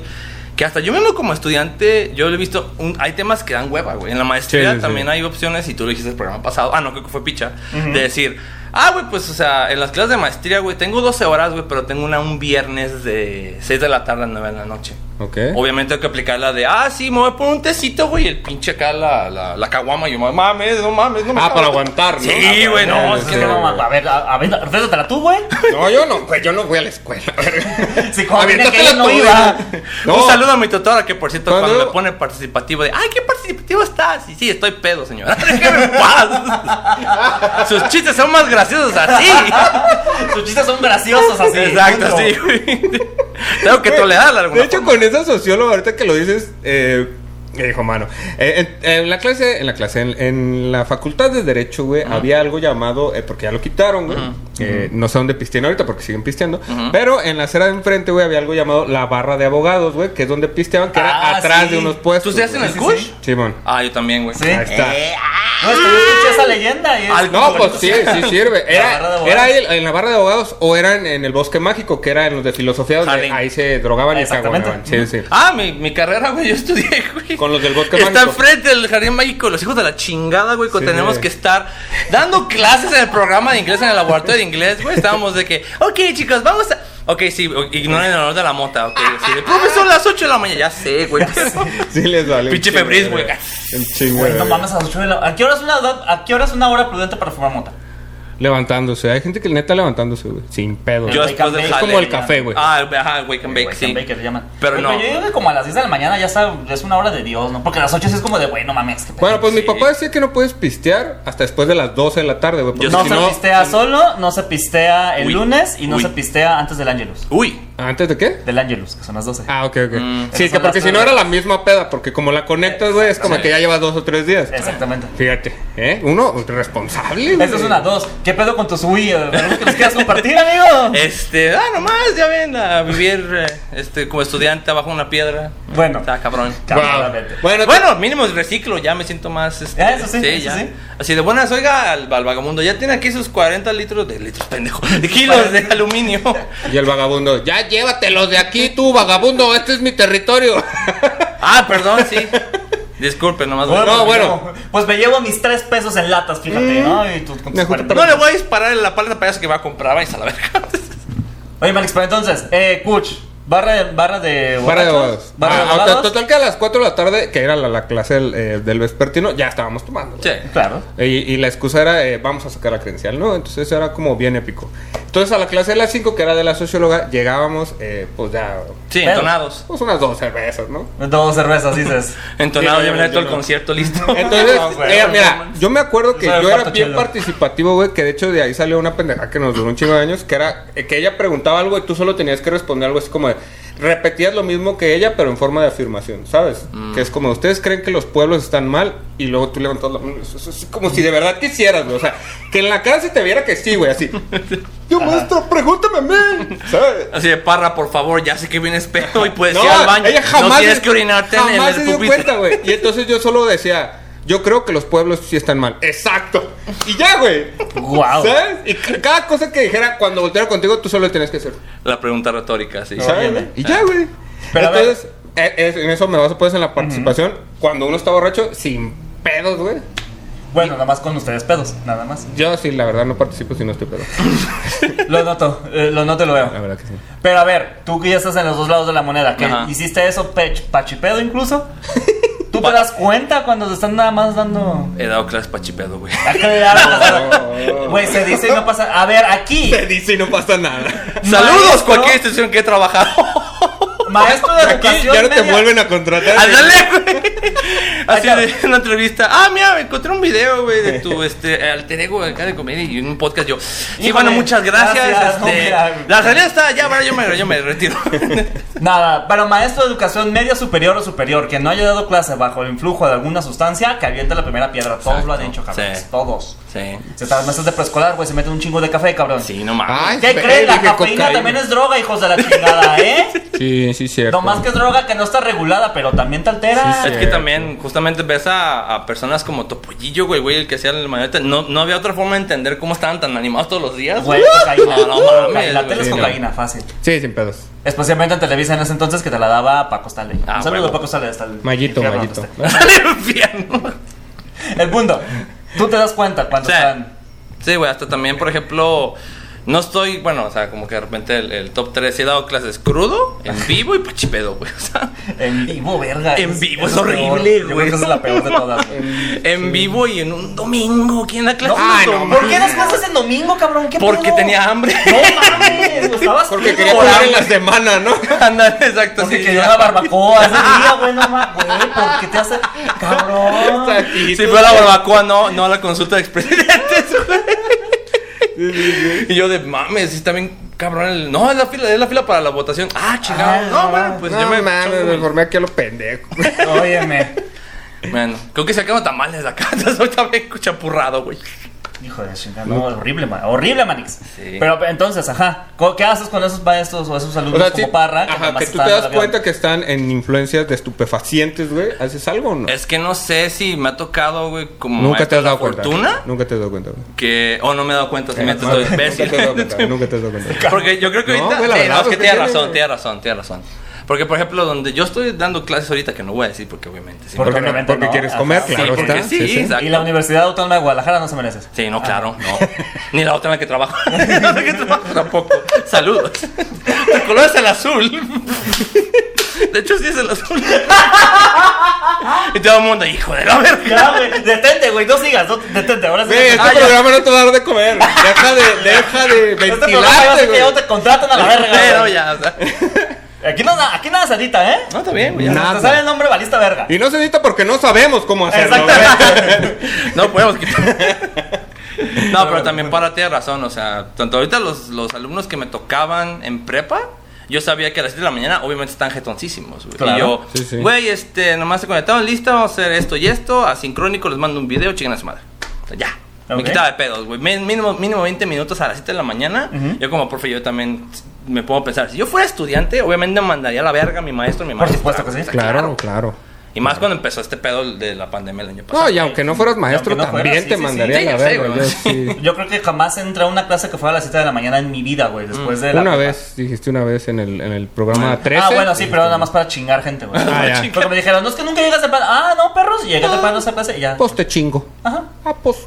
Speaker 3: que hasta yo mismo como estudiante, yo lo he visto. un- hay temas que dan hueva, güey. En la maestría
Speaker 2: Sí, sí,
Speaker 3: también
Speaker 2: sí.
Speaker 3: hay opciones, y tú lo dijiste el programa pasado. Ah, no, creo que fue picha. De decir, ah, güey, pues, o sea, en las clases de maestría, güey, tengo 12 horas, güey, pero tengo una un viernes de 6 de la tarde a 9 de la noche.
Speaker 2: Ok.
Speaker 3: Obviamente hay que aplicar la de, ah, sí, me voy por un tecito, güey, y el pinche acá, la, la, la caguama, y yo, mames, no mames, no me
Speaker 2: Ah,
Speaker 3: cabe".
Speaker 2: para aguantar, ¿no?
Speaker 3: Sí, güey, no, es que
Speaker 4: Sí,
Speaker 3: no,
Speaker 4: no, mamá, A ver, a, a ver, rétatela tú, güey.
Speaker 2: No, yo no, güey, yo no voy a la escuela. verga.
Speaker 4: (laughs) Sí, cuando tenía que ir,
Speaker 2: Aviéntatela
Speaker 4: no
Speaker 2: tú,
Speaker 4: iba.
Speaker 2: güey.
Speaker 3: Un saludo a mi tutora que por cierto
Speaker 2: Cuando-
Speaker 3: cuando, me pone participativo de ay qué participativo estás y sí estoy pedo (laughs) señora déjeme en paz sus chistes son más graciosos así
Speaker 4: sus chistes son graciosos así.
Speaker 3: Exacto,
Speaker 4: punto.
Speaker 3: sí, güey. Tengo que tolerarla de alguna
Speaker 2: Eh, De hecho,
Speaker 3: forma.
Speaker 2: con esa socióloga, ahorita que lo dices, eh, me dijo, mano, eh, en, en la clase, en la clase, en, en la facultad de Derecho, güey, había algo llamado, eh, porque ya lo quitaron, güey, eh, no sé dónde pistean ahorita porque siguen pisteando, pero en la acera de enfrente, güey, había algo llamado la barra de abogados, güey, que es donde pisteaban, que
Speaker 4: Ah,
Speaker 2: era atrás
Speaker 4: sí.
Speaker 2: de unos puestos.
Speaker 3: ¿Tú se hacen
Speaker 2: güey.
Speaker 3: el kush?
Speaker 2: Simón.
Speaker 3: Ah, yo también, güey.
Speaker 4: Sí.
Speaker 2: Ahí está.
Speaker 4: Eh, No, es que yo escuché esa leyenda. y es-
Speaker 3: Al-
Speaker 2: No, pues sí, sí sirve.
Speaker 4: La barra de
Speaker 2: Era,
Speaker 4: abogados.
Speaker 2: era ahí en la barra de abogados o eran en el bosque mágico, que era en los de filosofía, donde
Speaker 3: Jardín.
Speaker 2: ahí se drogaban y
Speaker 4: Exactamente.
Speaker 2: caguaban. Sí, sí.
Speaker 3: Ah, mi, mi carrera, güey, yo estudié, güey.
Speaker 2: Con los del bosque
Speaker 3: Está
Speaker 2: mágico.
Speaker 3: enfrente del Jardín Mágico, los hijos de la chingada, güey, que
Speaker 2: Sí.
Speaker 3: tenemos que estar dando clases en el programa de inglés, en el laboratorio de inglés, güey. Estábamos de que, ok, chicos, vamos a. Ok, sí, o- ignoren el honor de la mota, ok. Sí, de, profesor, las 8 de la mañana, ya sé, güey.
Speaker 2: (laughs) Sí les vale. un
Speaker 3: Pinche
Speaker 2: chingo,
Speaker 3: febris, güey.
Speaker 2: Un chingo,
Speaker 4: Güey, no
Speaker 2: güey.
Speaker 4: mames, a las ocho de la- ¿A qué hora es una edad- a qué hora es una hora prudente para fumar mota?
Speaker 2: Levantándose. Hay gente que neta levantándose, güey. Sin pedo.
Speaker 3: Yo
Speaker 2: güey.
Speaker 3: después del
Speaker 4: Es
Speaker 2: es
Speaker 3: jale.
Speaker 2: como el café, güey.
Speaker 3: Ah, el- ajá, wake and bake,
Speaker 4: Wake
Speaker 3: sí.
Speaker 4: and bake le llaman.
Speaker 3: Pero
Speaker 4: Güey,
Speaker 3: no.
Speaker 4: yo digo que como a las 10 de la mañana ya está, ya es una hora de Dios, ¿no? Porque a las 8 sí es como de, güey, no mames. qué pedo.
Speaker 2: Bueno, pues mi
Speaker 3: Sí.
Speaker 2: papá decía que no puedes pistear hasta después de las 12 de la tarde, güey. Porque
Speaker 3: Yo
Speaker 4: no
Speaker 2: si
Speaker 4: se
Speaker 2: no.
Speaker 4: pistea solo, no se pistea el
Speaker 3: Uy.
Speaker 4: lunes y no
Speaker 3: Uy.
Speaker 4: se pistea antes del Angelus.
Speaker 3: Uy,
Speaker 2: ¿Antes de qué?
Speaker 4: Del Angelus, que son las 12.
Speaker 2: Ah, ok, ok. sí,
Speaker 3: Mm.
Speaker 4: Esas
Speaker 2: que
Speaker 4: son
Speaker 2: porque
Speaker 4: las
Speaker 2: si no
Speaker 4: tardes.
Speaker 2: era la misma peda, porque como la conectas, güey, es como
Speaker 3: Sí.
Speaker 2: que ya llevas dos o tres días.
Speaker 4: Exactamente.
Speaker 2: Fíjate, ¿eh? Uno responsable, güey.
Speaker 4: Esa es una, dos. ¿Qué pedo con tus uy? eh, ¿Algo que nos
Speaker 3: (laughs)
Speaker 4: quieras compartir, amigo?
Speaker 3: este, ah, nomás, ya ven, a vivir eh, este, como estudiante bajo una piedra.
Speaker 4: Bueno.
Speaker 3: Está cabrón.
Speaker 2: Wow.
Speaker 4: Claramente.
Speaker 2: Bueno,
Speaker 3: Bueno, mínimo reciclo, ya me siento más. este,
Speaker 4: Ah, eso sí, eso sí.
Speaker 3: Así de buenas, oiga al, al vagabundo, ya tiene aquí sus 40 litros de litros, pendejo, de kilos de
Speaker 2: (laughs)
Speaker 3: aluminio.
Speaker 2: y el vagabundo, ya llévatelos de aquí, tú, vagabundo, este es mi territorio. (laughs)
Speaker 3: Ah, perdón, sí. Disculpe, nomás.
Speaker 4: Bueno, pues,
Speaker 2: No, bueno.
Speaker 4: yo- Pues me llevo mis tres pesos en latas, fíjate,
Speaker 2: Mm,
Speaker 4: ¿no? Y tú con tus
Speaker 2: Me junto
Speaker 4: cuarenta.
Speaker 3: No le voy a disparar en la paleta de payaso que va a comprar, vais a la verga.
Speaker 4: Oye, Malix, pero entonces, eh, Kuch, barra de. Barra de
Speaker 2: Para de
Speaker 4: borrachos,
Speaker 2: abogados.
Speaker 4: Barra de
Speaker 2: Ah,
Speaker 4: abogados.
Speaker 2: to- Total que a las 4 de la tarde, que era la, la clase del, eh, del vespertino, ya estábamos tomando. güey.
Speaker 3: Sí.
Speaker 4: Claro.
Speaker 2: Y, y la excusa era, eh, vamos a sacar la credencial, ¿no? Entonces era como bien épico. Entonces a la clase de las 5, que era de la socióloga, llegábamos, eh, pues ya,
Speaker 3: Sí,
Speaker 4: Pero-
Speaker 3: entonados.
Speaker 2: pues unas dos cervezas, ¿no?
Speaker 4: Dos cervezas,
Speaker 3: (laughs)
Speaker 4: dices.
Speaker 3: Entonados,
Speaker 2: Sí,
Speaker 3: ya
Speaker 2: no,
Speaker 3: venía
Speaker 2: yo
Speaker 3: todo el
Speaker 2: no.
Speaker 3: concierto listo.
Speaker 2: (laughs) Entonces,
Speaker 4: No, güey.
Speaker 2: eh, mira, yo me acuerdo que
Speaker 4: Eso era
Speaker 2: yo
Speaker 4: el
Speaker 2: era
Speaker 4: cuarto
Speaker 2: bien
Speaker 4: chelo.
Speaker 2: participativo, güey, que de hecho de ahí salió una pendeja que nos duró un chingo de años, que era eh, que ella preguntaba algo y tú solo tenías que responder algo así como de, repetías lo mismo que ella, pero en forma de afirmación, ¿sabes? Que es como, ustedes creen que los pueblos están mal y luego tú levantas la mano, eso es así como si de verdad quisieras, güey, o sea, que en la cara se te viera que sí, güey,
Speaker 4: (laughs)
Speaker 2: así. Yo, maestro, pregúntame a mí, ¿sabes?
Speaker 3: Así de parra, por favor, ya sé que vienes pedo y puedes
Speaker 2: No,
Speaker 3: ir al baño.
Speaker 2: ella jamás
Speaker 3: no tienes
Speaker 2: se-
Speaker 3: que orinarte en
Speaker 2: jamás
Speaker 3: el
Speaker 2: se dio
Speaker 3: pupitre.
Speaker 2: cuenta, güey. Y entonces yo solo decía, yo creo que los pueblos sí están mal. Exacto. Y ya, güey.
Speaker 4: Guau.
Speaker 2: ¿Sabes? Y c- cada cosa que dijera cuando volteara contigo, tú solo tenías que hacer.
Speaker 3: La pregunta retórica, sí.
Speaker 2: ¿Sabes?
Speaker 4: bien,
Speaker 2: Y ya, güey.
Speaker 4: Pero a ver.
Speaker 2: entonces, eh, es- en eso me baso pues en la participación. Cuando uno está borracho, sin pedos, güey.
Speaker 4: Bueno, nada más con ustedes pedos, nada más.
Speaker 2: Yo sí, la verdad, no participo si no estoy pedo.
Speaker 4: Lo noto, eh, lo noto y lo veo.
Speaker 2: La verdad que sí.
Speaker 4: Pero a ver, tú que ya estás en los dos lados de la moneda, que
Speaker 3: Ajá.
Speaker 4: hiciste eso pech- pachipedo
Speaker 2: (laughs)
Speaker 4: incluso. ¿Tú te das cuenta cuando te están nada más
Speaker 2: (laughs)
Speaker 4: dando.?
Speaker 3: He dado clases para chipedo, güey.
Speaker 4: Ah, claro. Güey, se dice y no pasa. A ver, aquí,
Speaker 2: Te dice y no pasa nada.
Speaker 3: Saludos,
Speaker 4: Maestro.
Speaker 3: cualquier institución que he trabajado.
Speaker 4: maestro de
Speaker 2: Aquí
Speaker 4: educación.
Speaker 2: ya no te
Speaker 4: media-
Speaker 2: vuelven a contratar.
Speaker 3: Ándale, güey. Así
Speaker 4: Acá.
Speaker 3: de una entrevista. Ah, mira, me encontré un video, güey, de tu este, alter ego acá de comedia y en un podcast yo. Sí,
Speaker 4: Híjole,
Speaker 3: bueno, muchas gracias.
Speaker 4: gracias,
Speaker 3: este,
Speaker 4: hombre, ay.
Speaker 3: la salida está ya, bueno, yo me, yo
Speaker 4: (laughs)
Speaker 3: me retiro.
Speaker 4: Nada, para maestro de educación media superior o superior que no haya dado clase bajo el influjo de alguna sustancia, que aviente la primera piedra. Todos lo han hecho,
Speaker 3: Exacto,
Speaker 4: cabrón.
Speaker 3: sí.
Speaker 4: Todos.
Speaker 3: sí.
Speaker 4: Se están maestros de preescolar, güey, se meten un chingo de café, cabrón.
Speaker 3: Sí, no mames.
Speaker 2: Ay,
Speaker 4: ¿Qué
Speaker 2: pe-
Speaker 4: creen? La
Speaker 2: dije
Speaker 4: cafeína
Speaker 2: cocaína.
Speaker 4: también es droga, hijos de la chingada,
Speaker 2: (laughs)
Speaker 4: ¿eh?
Speaker 2: Sí, sí, cierto.
Speaker 4: No más que es droga que no está regulada, pero también te altera.
Speaker 2: Sí,
Speaker 3: Es que también, justamente ves a, a personas como Topollillo, güey, güey, el que hacía el manete. No, no había otra forma de entender cómo estaban tan animados todos los días.
Speaker 4: Güey, cocaína.
Speaker 3: No, no mames,
Speaker 4: Cocaína. La tele es
Speaker 2: Sí, no.
Speaker 4: cocaína, fácil.
Speaker 2: Sí, sin pedos.
Speaker 4: Especialmente en Televisa en ese entonces que te la daba Paco Stanley.
Speaker 3: Ah,
Speaker 4: Un saludo
Speaker 3: huevo.
Speaker 4: a Paco Stanley hasta el
Speaker 2: Mallito,
Speaker 4: infierno
Speaker 2: mallito.
Speaker 4: donde
Speaker 3: Al (laughs) infierno.
Speaker 4: esté. El mundo. Tú te das cuenta cuando
Speaker 3: Sí.
Speaker 4: están.
Speaker 3: Sí, güey, hasta también, por ejemplo, no estoy, bueno, o sea, como que de repente el, el top 3 he dado clases crudo, en vivo y pachipedo, güey. O sea,
Speaker 4: En vivo, verga.
Speaker 3: En vivo es
Speaker 4: lo peor.
Speaker 3: horrible,
Speaker 4: Yo creo
Speaker 3: güey.
Speaker 4: que esa es la peor de
Speaker 2: (laughs)
Speaker 4: todas. güey.
Speaker 3: en vivo y en un domingo, ¿quién da clases?
Speaker 2: Ay,
Speaker 3: un
Speaker 2: no
Speaker 3: domingo?
Speaker 4: ¿Por qué das clases en domingo, cabrón? ¿Qué
Speaker 3: Porque
Speaker 4: pedo?
Speaker 3: tenía hambre.
Speaker 4: No mames,
Speaker 3: (laughs)
Speaker 4: estabas
Speaker 2: Porque
Speaker 4: crudo.
Speaker 2: quería
Speaker 4: Por
Speaker 2: comer
Speaker 4: hambre.
Speaker 2: en la semana, (laughs) ¿no?
Speaker 3: Anda, exacto,
Speaker 4: Porque
Speaker 3: sí.
Speaker 4: quería la barbacoa ese
Speaker 2: (laughs)
Speaker 4: día, güey, no mames, güey, ¿por qué te hace? Cabrón.
Speaker 3: Si fue a la barbacoa, no, no a la consulta de expresidentes, güey. Y yo de mames, está bien cabrón. el- No, es la fila, es la fila para la votación. Ah, chingado.
Speaker 2: Ah,
Speaker 3: no, bueno, pues
Speaker 2: no,
Speaker 3: yo me.
Speaker 2: mames, me formé aquí a lo pendejo.
Speaker 4: Pues, Óyeme.
Speaker 3: Bueno, creo que sacaron tamales de acá. (laughs) Entonces ahorita bien chapurrado, güey.
Speaker 4: Hijo de chingada, no, horrible, man, horrible, Manix.
Speaker 3: Sí.
Speaker 4: Pero entonces, ajá, ¿co- ¿qué haces con esos maestros o esos
Speaker 2: O
Speaker 4: alumnos
Speaker 2: sea,
Speaker 4: como
Speaker 2: sí,
Speaker 4: parra?
Speaker 2: ajá,
Speaker 4: nomás
Speaker 2: que tú
Speaker 4: están
Speaker 2: te
Speaker 4: en
Speaker 2: das
Speaker 4: el avión?
Speaker 2: cuenta que están en influencias de estupefacientes, güey. ¿Haces algo o no?
Speaker 3: Es que no sé si me ha tocado, güey, como.
Speaker 2: Nunca te
Speaker 3: maestro
Speaker 2: has
Speaker 3: de la
Speaker 2: dado cuenta.
Speaker 3: fortuna.
Speaker 2: Nunca te has dado cuenta. güey.
Speaker 3: Que. Oh, no me he dado cuenta, si me estoy
Speaker 2: Nunca te has
Speaker 3: imbécil. (laughs)
Speaker 2: dado cuenta, Nunca te has dado cuenta.
Speaker 3: Porque yo creo que
Speaker 2: No,
Speaker 3: ahorita.
Speaker 2: güey, la
Speaker 3: sí,
Speaker 2: verdad,
Speaker 3: no, es que
Speaker 2: pues,
Speaker 3: tiene
Speaker 2: tiene-
Speaker 3: razón, tiene razón, tiene razón. Porque, por ejemplo, donde yo estoy dando clases ahorita, que no voy a decir porque obviamente.
Speaker 4: (laughs)
Speaker 3: Sí,
Speaker 4: Porque
Speaker 2: Porque, no-
Speaker 4: obviamente
Speaker 2: porque
Speaker 4: no,
Speaker 2: quieres
Speaker 4: ajá.
Speaker 2: comer,
Speaker 4: Sí,
Speaker 2: claro
Speaker 3: porque
Speaker 2: está.
Speaker 3: sí, exacto.
Speaker 4: Y la Universidad Autónoma de Guadalajara no se merece. Ah.
Speaker 3: Sí, no, claro, (laughs) no. Ni la otra en la que (laughs) trabajo. Ni la otra que trabajo tampoco. Saludos. (laughs) Tu color es el azul. De hecho, sí es el (laughs) azul. Y todo el mundo, hijo de la
Speaker 4: (laughs)
Speaker 3: verga. (laughs)
Speaker 4: Ya, güey, detente, güey, no sigas, no, detente, ahora sí.
Speaker 2: Güey, este
Speaker 4: Ah, ya.
Speaker 2: programa no te va a dar de comer.
Speaker 4: (laughs)
Speaker 2: Deja de, deja de
Speaker 4: Este programa ya
Speaker 2: ventilarte,
Speaker 4: sé que ya
Speaker 2: güey.
Speaker 4: te contratan a la verga.
Speaker 3: Pero
Speaker 4: güey.
Speaker 3: ya, o sea.
Speaker 4: Aquí, no, aquí nada se edita, ¿eh?
Speaker 3: No, está bien, güey. ya.
Speaker 2: Nada.
Speaker 4: Te sale el nombre balista verga.
Speaker 2: Y no se necesita porque no sabemos cómo
Speaker 4: (laughs)
Speaker 2: hacerlo.
Speaker 4: Exactamente.
Speaker 3: No podemos quitar.
Speaker 4: (laughs)
Speaker 3: No, pero también para ti razón, o sea, tanto ahorita los, los alumnos que me tocaban en prepa, yo sabía que a las 7 de la mañana obviamente están jetoncísimos, güey.
Speaker 4: Claro.
Speaker 3: Y yo,
Speaker 2: Sí, sí.
Speaker 3: güey, este, nomás se conectaron, listo, vamos a hacer esto y esto, asincrónico, les mando un video, chinguen a su madre. O sea, ya. Me
Speaker 4: Ok.
Speaker 3: quitaba de pedos, güey. Min- Mínimo, mínimo 20 minutos a las 7 de la mañana. Yo como profe, yo también me pongo a pensar, si yo fuera estudiante, obviamente mandaría a la verga a mi maestro, mi
Speaker 4: Por
Speaker 3: maestra.
Speaker 4: supuesto que sí.
Speaker 3: o sea,
Speaker 2: Claro, claro.
Speaker 3: Y más cuando empezó este pedo de la pandemia el año pasado.
Speaker 2: No, y aunque no fueras maestro,
Speaker 4: no fueras,
Speaker 2: también
Speaker 4: sí, sí,
Speaker 2: te
Speaker 4: sí.
Speaker 2: mandaría a
Speaker 3: Sí,
Speaker 2: la
Speaker 3: ya sé,
Speaker 2: verga.
Speaker 3: güey.
Speaker 2: yo sí.
Speaker 4: Yo creo que jamás entré a una clase que fuera a las 7 de la mañana en mi vida, güey, después (laughs) de la.
Speaker 2: Mm. Una
Speaker 4: prepa.
Speaker 2: vez, dijiste una vez en el, en el programa 13.
Speaker 4: Ah, bueno, sí, pero nada más para chingar gente, güey.
Speaker 2: Ah, ya.
Speaker 4: Porque me dijeron, no es que nunca llegas temprano. Ah, no, perros, llegué temprano a esa clase y ya.
Speaker 2: Pues te chingo.
Speaker 4: Ajá.
Speaker 2: Ah, pues.